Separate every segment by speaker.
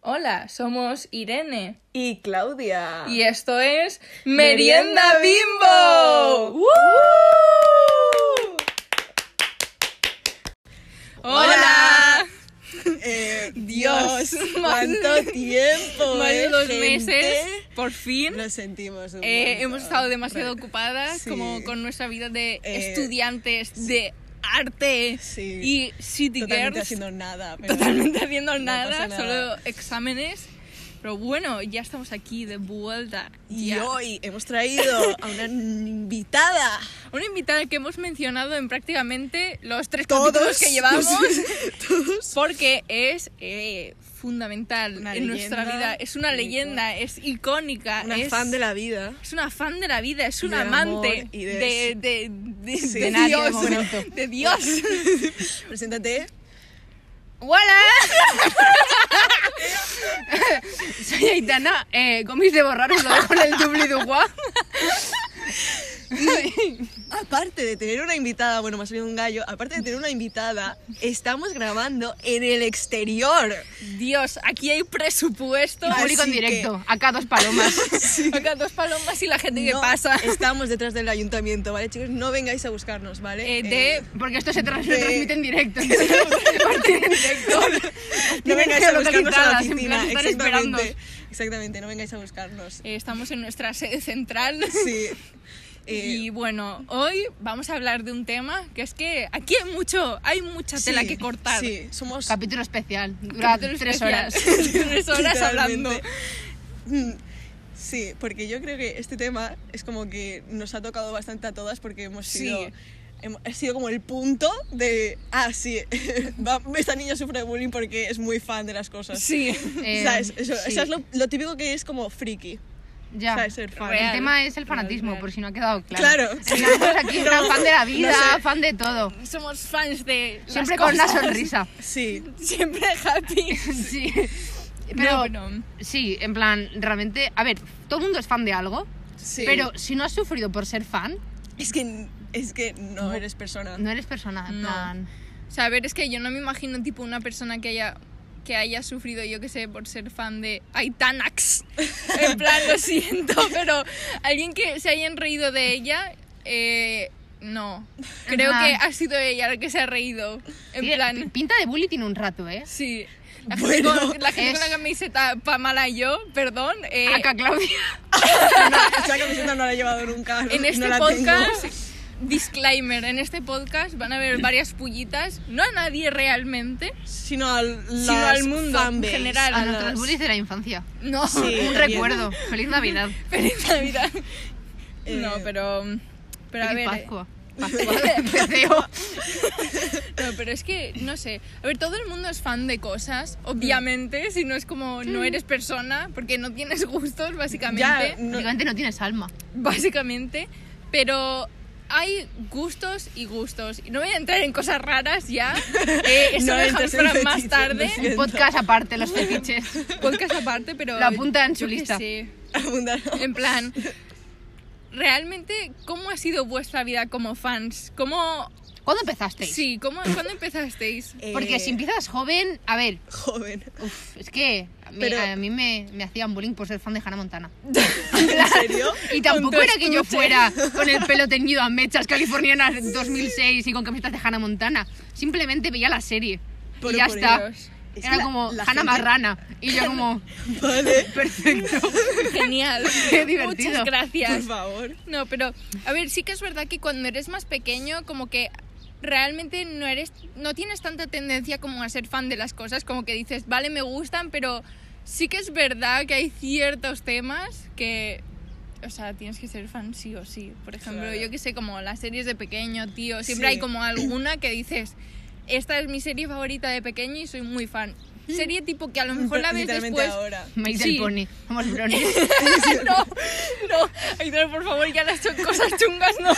Speaker 1: Hola, somos Irene
Speaker 2: Y Claudia.
Speaker 1: y esto es
Speaker 2: Ah. Merienda
Speaker 1: Merienda Bimbo. Uh,
Speaker 2: Bimbo.
Speaker 1: ¡Woo! Hola.
Speaker 2: Eh,
Speaker 1: Dios,
Speaker 2: cuánto tiempo.
Speaker 1: Más de
Speaker 2: eh,
Speaker 1: dos
Speaker 2: gente?
Speaker 1: meses, por fin.
Speaker 2: Lo sentimos. un
Speaker 1: Eh,
Speaker 2: montón.
Speaker 1: hemos estado demasiado ocupadas
Speaker 2: Sí.
Speaker 1: como con nuestra vida de
Speaker 2: Eh,
Speaker 1: estudiantes de arte
Speaker 2: Sí.
Speaker 1: y city
Speaker 2: Totalmente
Speaker 1: girls.
Speaker 2: haciendo nada. pero-
Speaker 1: totalmente haciendo
Speaker 2: no
Speaker 1: nada,
Speaker 2: pasa nada.
Speaker 1: solo exámenes. Pero bueno, ya estamos aquí de vuelta.
Speaker 2: Y
Speaker 1: ya.
Speaker 2: hoy hemos traído a una invitada.
Speaker 1: Una invitada que hemos mencionado en prácticamente los tres
Speaker 2: Todos
Speaker 1: capítulos que llevamos,
Speaker 2: Todos.
Speaker 1: porque es eh, fundamental
Speaker 2: Una
Speaker 1: en nuestra
Speaker 2: leyenda.
Speaker 1: vida. Es una leyenda, es icónica,
Speaker 2: Una
Speaker 1: Ah, es,
Speaker 2: fan de la vida.
Speaker 1: es una fan de la vida, es un
Speaker 2: Del
Speaker 1: amante
Speaker 2: amor y de-
Speaker 1: de, de, de-
Speaker 2: Sí.
Speaker 1: de
Speaker 2: De nadie, de
Speaker 1: Dios.
Speaker 2: momento.
Speaker 1: De Dios.
Speaker 2: Preséntate.
Speaker 1: ¡Hola! Soy Aitana, eh, gomis de borrar os lo dejo en el dublidugua.
Speaker 2: Aparte de tener una invitada, bueno, me ha salido un gallo. Aparte de tener una invitada, estamos grabando en el exterior.
Speaker 1: Dios, aquí hay presupuesto.
Speaker 2: Así
Speaker 3: Público en
Speaker 2: que-
Speaker 3: directo, acá dos palomas.
Speaker 1: Acá dos palomas y la gente que
Speaker 2: No,
Speaker 1: pasa.
Speaker 2: Estamos detrás del ayuntamiento, ¿vale, chicos? No vengáis a buscarnos, ¿vale?
Speaker 1: Eh, de-
Speaker 2: Eh,
Speaker 3: Porque esto se, tra- se
Speaker 2: De-
Speaker 3: transmite en directo. Parte en directo.
Speaker 2: no vengáis a buscarnos a la
Speaker 3: geolocalizadas, en plan,
Speaker 2: oficina,
Speaker 3: están
Speaker 2: exactamente.
Speaker 3: esperándonos.
Speaker 2: Exactamente, no vengáis a buscarnos.
Speaker 1: Eh, estamos en nuestra sede central.
Speaker 2: Sí.
Speaker 1: Y
Speaker 2: Eh,
Speaker 1: bueno, hoy vamos a hablar de un tema que es que aquí hay mucho, hay mucha
Speaker 2: sí,
Speaker 1: tela que cortar.
Speaker 2: Sí, somos
Speaker 3: Capítulo especial, dura
Speaker 1: Capítulo
Speaker 3: tres
Speaker 1: especial.
Speaker 3: horas.
Speaker 1: tres horas hablando.
Speaker 2: Literalmente. Mm, Sí, porque yo creo que este tema es como que nos ha tocado bastante a todas porque hemos
Speaker 1: Sí.
Speaker 2: sido... hemo- Ha sido como el punto de, ah, sí, va- esta niña sufre de bullying porque es muy fan de las cosas.
Speaker 1: Sí.
Speaker 3: Eh,
Speaker 2: ¿Sabes? Eso,
Speaker 3: sí,
Speaker 2: eso es lo, lo típico que es como friki.
Speaker 3: ya.
Speaker 2: ¿Sabes? Ser fan.
Speaker 1: Real.
Speaker 3: El tema es el fanatismo,
Speaker 1: real.
Speaker 3: por si no ha quedado claro.
Speaker 2: Claro.
Speaker 3: Nosotros aquí en plan, fan de la vida,
Speaker 2: No sé.
Speaker 3: fan de todo.
Speaker 1: Somos fans de. las
Speaker 3: Siempre con una
Speaker 1: cosas.
Speaker 3: sonrisa.
Speaker 2: Sí,
Speaker 1: Siempre happy.
Speaker 3: Sí. Pero
Speaker 1: no, no.
Speaker 3: sí, en plan, realmente, a ver, todo el mundo es fan de algo,
Speaker 2: sí.
Speaker 3: pero si no has sufrido por ser fan,
Speaker 2: Es que, es que no eres persona.
Speaker 3: no eres persona. en
Speaker 1: No.
Speaker 3: plan,
Speaker 1: O sea, a ver, es que yo no me imagino tipo una persona que haya que haya sufrido, yo que sé, por ser fan de Aitanax. En plan, lo siento, pero alguien que se hayan reído de ella, eh, no. Creo
Speaker 3: Ajá.
Speaker 1: que ha sido ella la que se ha reído. En
Speaker 3: tiene-
Speaker 1: plan,
Speaker 3: Pinta de bully tiene un rato, ¿eh?
Speaker 1: sí. La gente,
Speaker 2: Bueno,
Speaker 1: con, la, gente con
Speaker 3: es-
Speaker 1: la camiseta pa' mala yo, perdón. eh,
Speaker 2: Ah,
Speaker 3: Acá Claudia.
Speaker 2: No, esa camiseta no la he llevado nunca. no-
Speaker 1: en
Speaker 2: no
Speaker 1: este
Speaker 2: la tengo.
Speaker 1: podcast, disclaimer, en este podcast van a haber varias pullitas, no a nadie realmente,
Speaker 2: Sino al,
Speaker 1: Sino
Speaker 2: las
Speaker 1: al mundo en
Speaker 2: fanbase,
Speaker 1: general,
Speaker 3: A
Speaker 1: las-
Speaker 3: nuestros bullies de la infancia.
Speaker 1: no.
Speaker 2: Sí,
Speaker 3: un
Speaker 2: bien.
Speaker 3: recuerdo. Feliz Navidad.
Speaker 1: Feliz Navidad.
Speaker 2: Eh,
Speaker 1: no, pero. mm, Pero a
Speaker 3: Feliz
Speaker 1: ver. eh,
Speaker 3: Pascua. Pascua. Peceo.
Speaker 1: No, pero es que, no sé. A ver, todo el mundo es fan de cosas, obviamente. Si no es como no eres persona, porque no tienes gustos,
Speaker 2: Ya,
Speaker 1: básicamente.
Speaker 2: no-
Speaker 3: Prácticamente no tienes alma.
Speaker 1: Básicamente. Pero. Hay gustos y gustos. Y No voy a entrar en cosas raras ya. Eh, eso
Speaker 2: No
Speaker 1: lo dejamos
Speaker 2: entres en
Speaker 1: para más
Speaker 2: fetiches,
Speaker 1: tarde.
Speaker 2: lo
Speaker 3: Un
Speaker 2: Siento.
Speaker 3: podcast aparte, los fetiches.
Speaker 1: Podcast aparte, pero.
Speaker 3: Lo apunta en su
Speaker 1: yo qué
Speaker 3: lista.
Speaker 1: sé.
Speaker 2: abundar-
Speaker 1: En plan, realmente, ¿cómo ha sido vuestra vida como fans? ¿Cómo
Speaker 3: ¿Cuándo empezasteis?
Speaker 1: Sí, ¿cómo, ¿cuándo empezasteis?
Speaker 3: Porque
Speaker 2: Eh,
Speaker 3: si empiezas joven, a ver,
Speaker 2: Joven.
Speaker 3: uf, es que a mí,
Speaker 2: Pero-
Speaker 3: a mí me, me hacían bullying por ser fan de Hannah Montana.
Speaker 2: ¿En serio?
Speaker 3: Y tampoco
Speaker 1: Con tu
Speaker 3: era que yo
Speaker 1: estuche.
Speaker 3: fuera con el pelo teñido a mechas californianas en 2006 y con camisetas de Hannah Montana. Simplemente veía la serie.
Speaker 2: Pero
Speaker 3: y ya
Speaker 2: por
Speaker 3: está.
Speaker 1: Dios.
Speaker 2: Es
Speaker 3: Era
Speaker 2: que la-
Speaker 3: como
Speaker 2: la
Speaker 3: Hannah
Speaker 2: gente-
Speaker 3: Marrana. Y yo como,
Speaker 2: Vale,
Speaker 3: perfecto.
Speaker 1: Genial.
Speaker 3: Qué divertido.
Speaker 1: Muchas
Speaker 2: por
Speaker 1: gracias.
Speaker 2: favor.
Speaker 1: No, pero a ver, sí que es verdad que cuando eres más pequeño como que realmente no eres no tienes tanta tendencia como a ser fan de las cosas, como que dices, "Vale, me gustan", pero sí que es verdad que hay ciertos temas que o sea, tienes que ser fan sí o sí. Por ejemplo,
Speaker 2: Claro.
Speaker 1: yo que sé, como las series de pequeño, tío, siempre
Speaker 2: Sí.
Speaker 1: hay como alguna que dices, "Esta es mi serie favorita de pequeño y soy muy fan." Serie tipo que a lo mejor la ves
Speaker 2: Literalmente
Speaker 1: después
Speaker 2: ahora.
Speaker 3: Me hice
Speaker 1: Sí.
Speaker 3: el pony. Vamos, Brony.
Speaker 1: no, no, Aitor, por favor, ya las cho- cosas chungas no.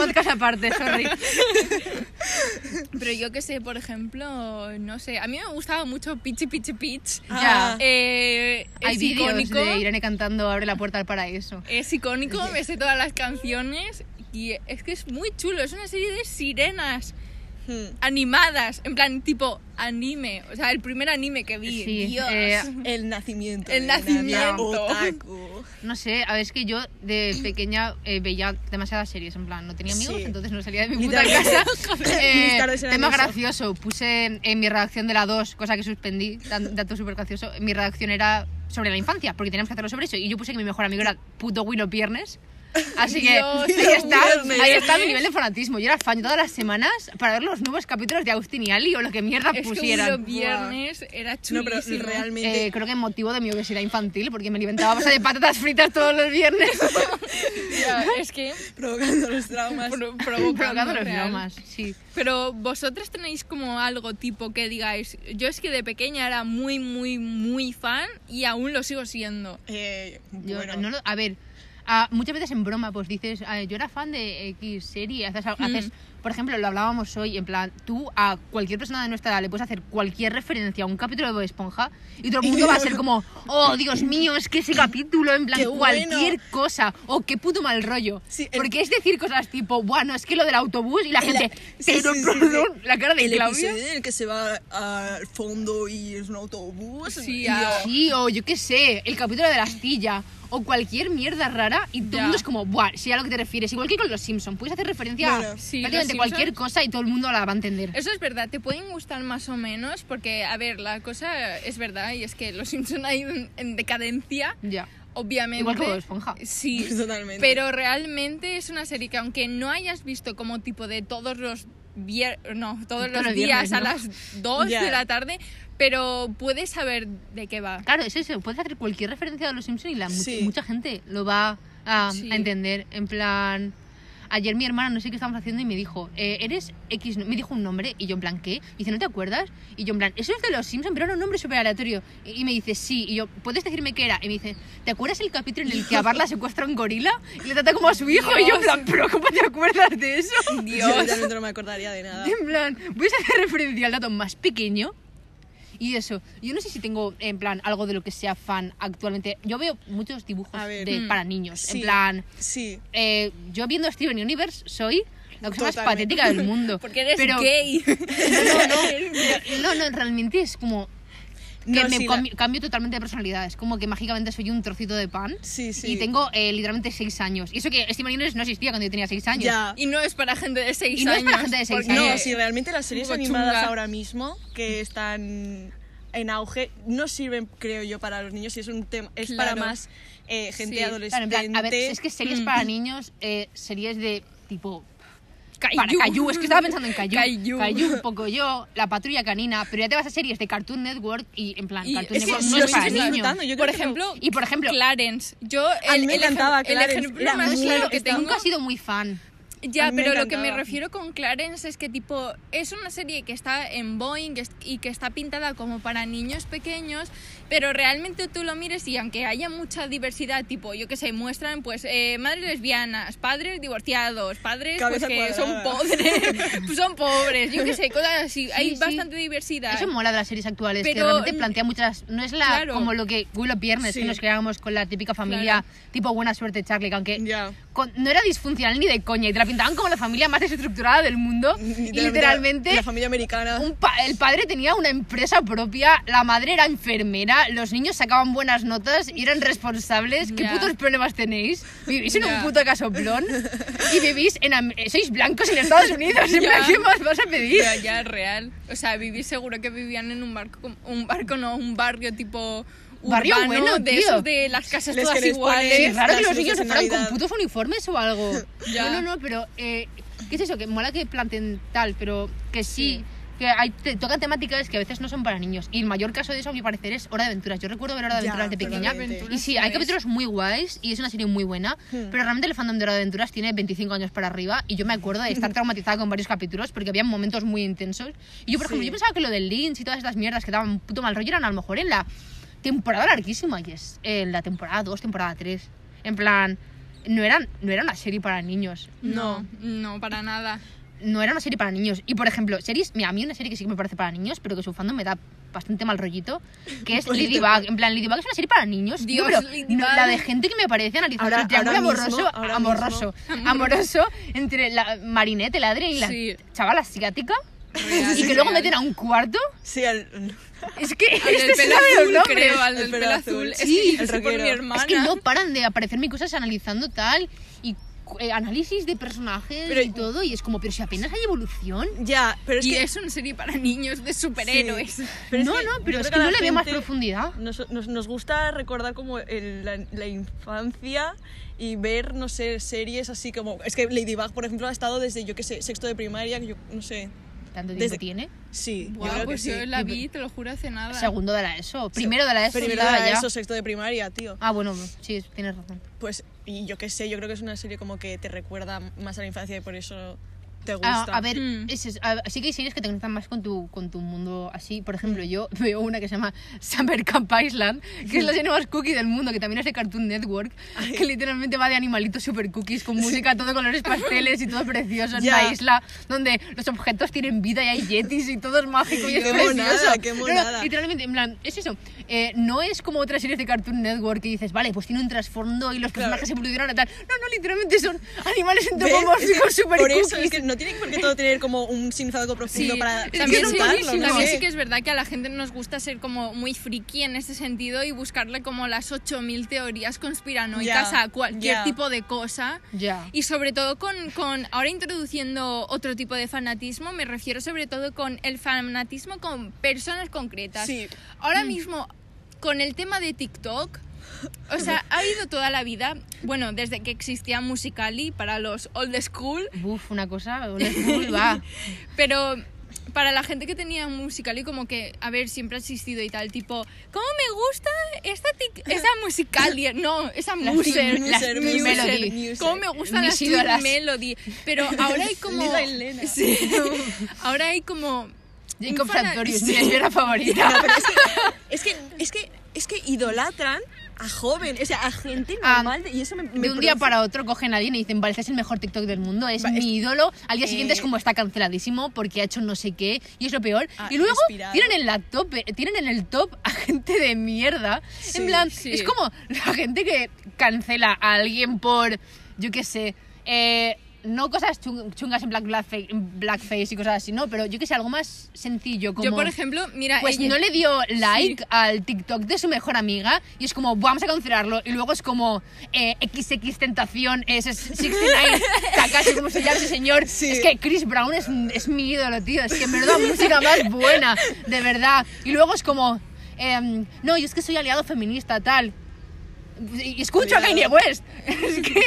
Speaker 3: podcast aparte, sorry.
Speaker 1: Pero yo que sé, por ejemplo, no sé, a mí me gustaba mucho Pichi Pichi Pitch.
Speaker 2: Ah,
Speaker 1: Eh,
Speaker 3: Hay
Speaker 1: es
Speaker 3: vídeos
Speaker 1: icónico,
Speaker 3: de Irene cantando Abre la puerta al paraíso.
Speaker 1: es icónico, me sé todas las canciones y es que es muy chulo, es una serie de sirenas.
Speaker 2: Hmm.
Speaker 1: animadas, en plan tipo anime, o sea, el primer anime que vi.
Speaker 3: Sí,
Speaker 1: Dios.
Speaker 3: eh,
Speaker 2: El nacimiento.
Speaker 1: El
Speaker 2: de Nana
Speaker 1: nacimiento.
Speaker 2: Otaku.
Speaker 3: No sé, a ver, es que yo de pequeña eh, veía demasiadas series, en plan, no tenía amigos,
Speaker 2: Sí.
Speaker 3: entonces no salía de mi puta
Speaker 2: Literalmente.
Speaker 3: casa. Eh,
Speaker 2: Mis tardes eran
Speaker 3: tema
Speaker 2: eso.
Speaker 3: gracioso, puse en, en mi redacción de la 2, cosa que suspendí, dan- dato súper gracioso, mi redacción era sobre la infancia, porque teníamos que hacerlo sobre eso, y yo puse que mi mejor amigo era puto Willow Piernes. Así que
Speaker 1: Dios,
Speaker 3: ahí está,
Speaker 2: Viernes.
Speaker 3: ahí está mi nivel de fanatismo. Yo era fan todas las semanas para ver los nuevos capítulos de Agustín y Ali o lo que mierda
Speaker 1: es que
Speaker 3: pusieran.
Speaker 1: los viernes era
Speaker 2: No, pero
Speaker 1: chulísimo.
Speaker 2: realmente.
Speaker 3: Eh, creo que motivo de mi obesidad infantil, porque me alimentaba base de patatas fritas todos los viernes.
Speaker 1: Ya, es que
Speaker 2: provocando los traumas.
Speaker 1: pro- provocando
Speaker 3: provocando los
Speaker 1: real.
Speaker 3: biomas, sí.
Speaker 1: Pero vosotras tenéis como algo tipo que digáis, yo es que de pequeña era muy, muy, muy fan y aún lo sigo siendo.
Speaker 2: Eh,
Speaker 3: Yo,
Speaker 2: bueno,
Speaker 3: no lo- a ver, ah, muchas veces en broma, pues dices, ah, yo era fan de X serie, haces, haces-
Speaker 2: Mm.
Speaker 3: por ejemplo, lo hablábamos hoy, en plan, tú a cualquier persona de nuestra edad le puedes hacer cualquier referencia a un capítulo de Bob Esponja y todo el mundo va a ser como, oh, Dios mío, es que ese capítulo, en plan,
Speaker 2: Qué bueno.
Speaker 3: cualquier cosa, o qué puto mal rollo.
Speaker 2: Sí, el-
Speaker 3: Porque es decir cosas tipo, bueno, es que lo del autobús y la
Speaker 2: La-
Speaker 3: gente,
Speaker 2: sí,
Speaker 3: pero
Speaker 2: sí, sí,
Speaker 3: perdón,
Speaker 2: sí.
Speaker 3: la cara de
Speaker 2: el
Speaker 3: Claudia.
Speaker 2: episodio en el que se va al fondo y es un autobús.
Speaker 1: Sí,
Speaker 2: y
Speaker 1: a-
Speaker 2: yo-
Speaker 3: Sí, o yo qué sé, el capítulo de la astilla, o cualquier mierda rara, y todo
Speaker 1: Ya.
Speaker 3: el mundo es como, buah, sé a lo que te refieres. Igual que con los Simpsons, puedes hacer referencia
Speaker 2: Bueno,
Speaker 3: a
Speaker 1: sí,
Speaker 3: prácticamente
Speaker 1: los Eh,
Speaker 3: cualquier
Speaker 1: Simpsons.
Speaker 3: cosa y todo el mundo la va a entender.
Speaker 1: Eso es verdad, te pueden gustar más o menos porque, a ver, la cosa es verdad y es que los Simpson hay en, en decadencia,
Speaker 3: Ya.
Speaker 1: obviamente.
Speaker 3: Igual que Bob Esponja.
Speaker 1: Sí,
Speaker 2: Totalmente.
Speaker 1: Pero realmente es una serie que aunque no hayas visto como tipo de todos los vier- no, todos los,
Speaker 3: Todos los
Speaker 1: días
Speaker 3: viernes,
Speaker 1: a
Speaker 3: ¿no?
Speaker 1: las 2
Speaker 2: Ya.
Speaker 1: de la tarde, pero puedes saber de qué va.
Speaker 3: Claro, es eso, puedes hacer cualquier referencia a los Simpsons y la mu-
Speaker 2: Sí.
Speaker 3: mucha gente lo va a,
Speaker 1: Sí.
Speaker 3: a entender. En plan, ayer mi hermana no sé qué estábamos haciendo y me dijo, eh, eres X, no- me dijo un nombre y yo en plan, ¿qué? Y dice, ¿no te acuerdas? Y yo en plan, eso es de los Simpsons, pero era un nombre súper aleatorio. Y, y me dice, sí, y yo, ¿puedes decirme qué era? Y me dice, ¿te acuerdas el capítulo en el que a Barla secuestra a un gorila y le trata como a su hijo? Y yo en plan, ¿pero cómo te acuerdas de eso?
Speaker 2: Yo realmente no me acordaría de nada.
Speaker 3: En plan, voy a hacer referencia al dato más pequeño. Y eso, yo no sé si tengo en plan algo de lo que sea fan actualmente. Yo veo muchos dibujos
Speaker 2: A ver.
Speaker 3: de-
Speaker 1: Mm.
Speaker 3: para niños.
Speaker 2: Sí.
Speaker 3: En plan,
Speaker 2: Sí.
Speaker 3: eh, yo viendo Steven Universe soy la cosa más
Speaker 2: Totalmente.
Speaker 3: patética del mundo.
Speaker 1: Porque eres
Speaker 3: pero,
Speaker 1: gay.
Speaker 3: pero- no, no, realmente es como que
Speaker 2: No,
Speaker 3: me
Speaker 2: sí, la-
Speaker 3: cambi- cambio totalmente de personalidad. Es como que mágicamente soy un trocito de pan.
Speaker 2: Sí, sí.
Speaker 3: Y tengo eh, literalmente 6 años. Y eso que Steven Universe no existía cuando yo tenía 6 años.
Speaker 2: Ya.
Speaker 1: Y no es para gente de 6 años.
Speaker 3: Y no es para gente de seis
Speaker 1: porque-
Speaker 2: No, si realmente las series
Speaker 1: Poco
Speaker 2: animadas
Speaker 1: chunga.
Speaker 2: ahora mismo que están en auge no sirven, creo yo, para los niños y es un tema es
Speaker 1: Claro.
Speaker 2: para más eh, gente
Speaker 1: Sí.
Speaker 2: adolescente.
Speaker 3: Claro, en plan, a ver, pues es que series
Speaker 1: Mm.
Speaker 3: para niños, eh, series de tipo.
Speaker 1: Caillou.
Speaker 3: Para Caillou, es que estaba pensando en Caillou.
Speaker 1: Caillou.
Speaker 3: un poco yo, La Patrulla Canina, pero ya te vas a series de Cartoon Network y en plan,
Speaker 1: Y
Speaker 3: Cartoon
Speaker 1: es que
Speaker 3: Network
Speaker 1: si
Speaker 3: no
Speaker 1: lo
Speaker 3: es para
Speaker 1: sigues
Speaker 3: niños.
Speaker 2: disfrutando, yo creo
Speaker 1: por
Speaker 2: que me-
Speaker 1: ejemplo,
Speaker 3: Y por ejemplo,
Speaker 1: Clarence. Yo,
Speaker 2: A mí me
Speaker 1: el, el,
Speaker 2: encantaba
Speaker 1: ejem- el
Speaker 2: Clarence,
Speaker 1: ejemplo
Speaker 2: era
Speaker 1: más
Speaker 2: muy-
Speaker 1: claro
Speaker 3: es
Speaker 1: que
Speaker 3: que
Speaker 1: tengo.
Speaker 3: nunca he sido muy fan.
Speaker 2: A
Speaker 1: Ya,
Speaker 2: mí me
Speaker 1: pero lo que me
Speaker 2: encantaba.
Speaker 1: refiero con Clarence es que tipo es una serie que está en Boeing y que está pintada como para niños pequeños, pero realmente tú lo mires y aunque haya mucha diversidad, tipo yo que sé, muestran pues eh, madres lesbianas, padres divorciados, padres pues,
Speaker 2: Cabeza
Speaker 1: que son
Speaker 2: cuadrada.
Speaker 1: pobres, pues, son pobres, yo que sé, cosas así. Hay
Speaker 3: sí.
Speaker 1: bastante diversidad.
Speaker 3: Eso mola de las series actuales, que
Speaker 1: Pero-
Speaker 3: realmente plantea muchas. No es la
Speaker 1: Claro.
Speaker 3: como lo que Willow Viernes,
Speaker 2: Sí.
Speaker 3: que nos creábamos con la típica familia tipo Buena Suerte Charlie, que aunque
Speaker 2: Ya.
Speaker 3: con- no era disfuncional ni de coña, y te la pintaban como la familia más desestructurada del mundo. Y eh, literalmente
Speaker 2: la familia americana
Speaker 3: un pa- el padre tenía una empresa propia, la madre era enfermera, los niños sacaban buenas notas y eran responsables. ¿Qué
Speaker 1: Ya.
Speaker 3: putos problemas tenéis? Vivís en
Speaker 1: Ya.
Speaker 3: un puto casoplón y vivís en... Am- eh, Sois blancos en Estados Unidos, en plan,
Speaker 1: Ya.
Speaker 3: ¿qué más vas a pedir?
Speaker 1: Ya, ya, real. O sea, vivir seguro que vivían en un barco, com- un barco no, un barrio tipo
Speaker 3: Barrio
Speaker 1: urbano,
Speaker 3: bueno,
Speaker 1: de
Speaker 3: tío.
Speaker 1: esos de las casas
Speaker 2: Les
Speaker 1: todas
Speaker 2: querés poner-
Speaker 1: iguales.
Speaker 3: Sí, raro
Speaker 2: las
Speaker 3: que los
Speaker 2: luces
Speaker 3: niños se
Speaker 2: de
Speaker 3: fueran con
Speaker 2: Navidad.
Speaker 3: putos uniformes o algo.
Speaker 1: Ya.
Speaker 3: No, no, no, pero... eh, ¿Qué es eso? Que mola que planteen tal, pero que sí... Que hay, te- tocan temáticas que a veces no son para niños. Y el mayor caso de eso, a mi parecer, es Hora de Aventuras. Yo recuerdo ver Hora de
Speaker 2: Ya,
Speaker 3: Aventuras de pequeña.
Speaker 2: totalmente.
Speaker 3: Y sí, hay capítulos muy guays y es una serie muy buena, pero realmente el fandom de Hora de Aventuras tiene 25 años para arriba y yo me acuerdo de estar traumatizada con varios capítulos porque había momentos muy intensos. Y yo, por ejemplo,
Speaker 2: Sí.
Speaker 3: yo pensaba que lo del Lynch y todas estas mierdas que daban un puto mal rollo eran a lo mejor en la temporada larguísima, y es en la temporada 2, temporada 3. En plan, no, eran, no era una serie para niños.
Speaker 1: No, no, para nada.
Speaker 3: No era una serie para niños. Y por ejemplo, series, mira, a mí una serie que sí que me parece para niños, pero que su fandom me da bastante mal rollito, que es
Speaker 2: poquito.
Speaker 3: Ladybug. En plan, Ladybug es una serie para niños,
Speaker 1: Dios,
Speaker 3: tío, pero
Speaker 1: Ladybug.
Speaker 3: no- la de gente que me parece analizar
Speaker 2: Ahora-
Speaker 3: el triángulo
Speaker 2: ahora
Speaker 3: amoroso,
Speaker 2: mismo, ahora
Speaker 3: amoroso, amoroso entre la Marinette, el Adrien y la
Speaker 1: Sí.
Speaker 3: chavala asiática.
Speaker 1: Real,
Speaker 3: y que
Speaker 1: real.
Speaker 3: luego meten a un este cuarto.
Speaker 2: Sí, al-
Speaker 3: Es que.
Speaker 1: Al del
Speaker 3: es
Speaker 1: pelo
Speaker 3: que saben los
Speaker 1: azul,
Speaker 3: nombres.
Speaker 1: creo, al
Speaker 2: El
Speaker 1: del
Speaker 2: pelo
Speaker 1: pelo
Speaker 2: azul.
Speaker 1: azul. Es que
Speaker 2: Sí,
Speaker 1: yo
Speaker 2: el
Speaker 1: sé por mi
Speaker 2: rockero.
Speaker 1: hermana.
Speaker 3: Es que no paran de aparecerme cosas analizando tal y eh, análisis de personajes
Speaker 2: Pero-
Speaker 3: y todo. Y es como, pero si apenas hay evolución.
Speaker 2: ya, pero es
Speaker 1: y
Speaker 2: que...
Speaker 1: es una serie para niños de superhéroes.
Speaker 2: Sí, pero es
Speaker 3: no,
Speaker 2: que
Speaker 3: no,
Speaker 2: yo
Speaker 3: pero
Speaker 2: creo
Speaker 3: es
Speaker 2: que
Speaker 3: que
Speaker 2: a la
Speaker 3: no le veo más
Speaker 2: gente
Speaker 3: profundidad.
Speaker 2: Nos, nos, nos gusta recordar como el- la, la infancia y ver, no sé, series así como... Es que Ladybug, por ejemplo, ha estado desde, yo qué sé, sexto de primaria, yo no sé.
Speaker 3: Tanto tiempo
Speaker 2: Desde-
Speaker 3: tiene.
Speaker 2: Sí, yo
Speaker 1: Guau,
Speaker 2: creo
Speaker 1: pues
Speaker 2: que
Speaker 1: yo
Speaker 2: sí.
Speaker 1: la vi, te lo juro, hace nada.
Speaker 3: Segundo de la ESO. Primero de la ESO.
Speaker 2: Primero de
Speaker 3: estaba
Speaker 2: la E
Speaker 3: ya.
Speaker 2: ESO, sexto de primaria, tío.
Speaker 3: Ah, bueno, sí, es- tienes razón.
Speaker 2: Pues, y yo qué sé, yo creo que es una serie como que te recuerda más a la infancia y por eso te gusta.
Speaker 3: Ah, a ver,
Speaker 1: Mm.
Speaker 3: es, es- a- sí que hay series que te conectan más con tu, con tu mundo así.
Speaker 2: Mm.
Speaker 3: Por ejemplo, yo veo una que se llama Summer Camp Island, que es la serie más cookie del mundo, que también es de Cartoon Network, que literalmente va de animalitos super cookies, con música, todo colores pasteles y todo precioso en
Speaker 2: Ya.
Speaker 3: una isla donde los objetos tienen vida y hay yetis y todo es mágico y es
Speaker 2: Qué
Speaker 3: precioso.
Speaker 2: monada, qué
Speaker 3: No, no,
Speaker 2: monada.
Speaker 3: literalmente, en plan, es eso. Eh, no es como otras series de Cartoon Network que dices, vale, pues tiene un trasfondo y los personajes evolucionan y tal. No, no, literalmente son animales
Speaker 2: ¿Ves?
Speaker 3: entomomórficos
Speaker 2: Es que
Speaker 3: super
Speaker 2: Por
Speaker 3: cookies.
Speaker 2: eso es que no tiene por qué todo tener como un significado profundo
Speaker 1: Sí,
Speaker 2: para
Speaker 1: también, sí,
Speaker 2: disfrutarlo,
Speaker 1: sí,
Speaker 2: no
Speaker 1: también
Speaker 2: sé.
Speaker 1: sí que es verdad que a la gente nos gusta ser como muy friki en ese sentido y buscarle como las 8000 teorías conspiranoicas
Speaker 2: Ya,
Speaker 1: a cualquier
Speaker 2: ya.
Speaker 1: tipo de cosa.
Speaker 3: Ya.
Speaker 1: Y sobre todo con, con, ahora introduciendo otro tipo de fanatismo, me refiero sobre todo con el fanatismo con personas concretas.
Speaker 2: Sí.
Speaker 1: Ahora mismo, con el tema de TikTok, o sea, ha habido toda la vida, bueno, desde que existía Musicali para los old school,
Speaker 3: Buf, una cosa, old school, va.
Speaker 1: pero para la gente que tenía musical y como que, a ver, siempre ha existido y tal, tipo, ¿cómo me gusta esta, tic- esa musicali? No, esa
Speaker 3: Las
Speaker 1: muser,
Speaker 3: Teen-
Speaker 1: las
Speaker 3: las
Speaker 1: Teen
Speaker 3: Teen Melody.
Speaker 1: Melody. ¿Cómo me gustan
Speaker 3: Mis
Speaker 1: las Teen
Speaker 3: ídolas.
Speaker 1: Melody? Pero ahora hay como...
Speaker 2: Lila y Lena.
Speaker 1: Sí. ahora hay como...
Speaker 3: Jacob
Speaker 1: un fana-
Speaker 3: Sartorius,
Speaker 1: Sí.
Speaker 3: mi lesbiana favorita.
Speaker 2: No, pero es que, es que, es que, es que idolatran a joven, o sea, a gente
Speaker 3: Ah,
Speaker 2: normal de- y eso me, me
Speaker 3: De un día
Speaker 2: produce-
Speaker 3: para otro cogen a alguien y dicen, vale, este es el mejor TikTok del mundo, es
Speaker 2: Va, es-
Speaker 3: mi ídolo. Al día siguiente es
Speaker 2: Eh.
Speaker 3: como está canceladísimo porque ha hecho no sé qué y es lo peor.
Speaker 2: Ah,
Speaker 3: y luego
Speaker 2: inspirado.
Speaker 3: tienen en, la top, eh, tienen en el top a gente de mierda. en plan,
Speaker 1: sí.
Speaker 3: es como la gente que cancela a alguien por, yo qué sé, eh, no cosas chung- chungas en, black, blackface, en blackface y cosas así, no, pero yo qué sé, algo más sencillo. Como,
Speaker 1: Yo, por ejemplo, mira...
Speaker 3: Pues
Speaker 1: ella-
Speaker 3: no le dio like al TikTok de su mejor amiga y es como, vamos a cancelarlo. Y luego es como, eh, XX Tentación, es es 69, Takashi, como se llama ese señor.
Speaker 2: Sí.
Speaker 3: Es que Chris Brown es, es mi ídolo, tío. Es que menuda música más buena, de verdad. Y luego es como, em, no, yo es que soy aliado feminista, tal. Y y escucho a Kanye
Speaker 2: Cuidado.
Speaker 3: West. Es que.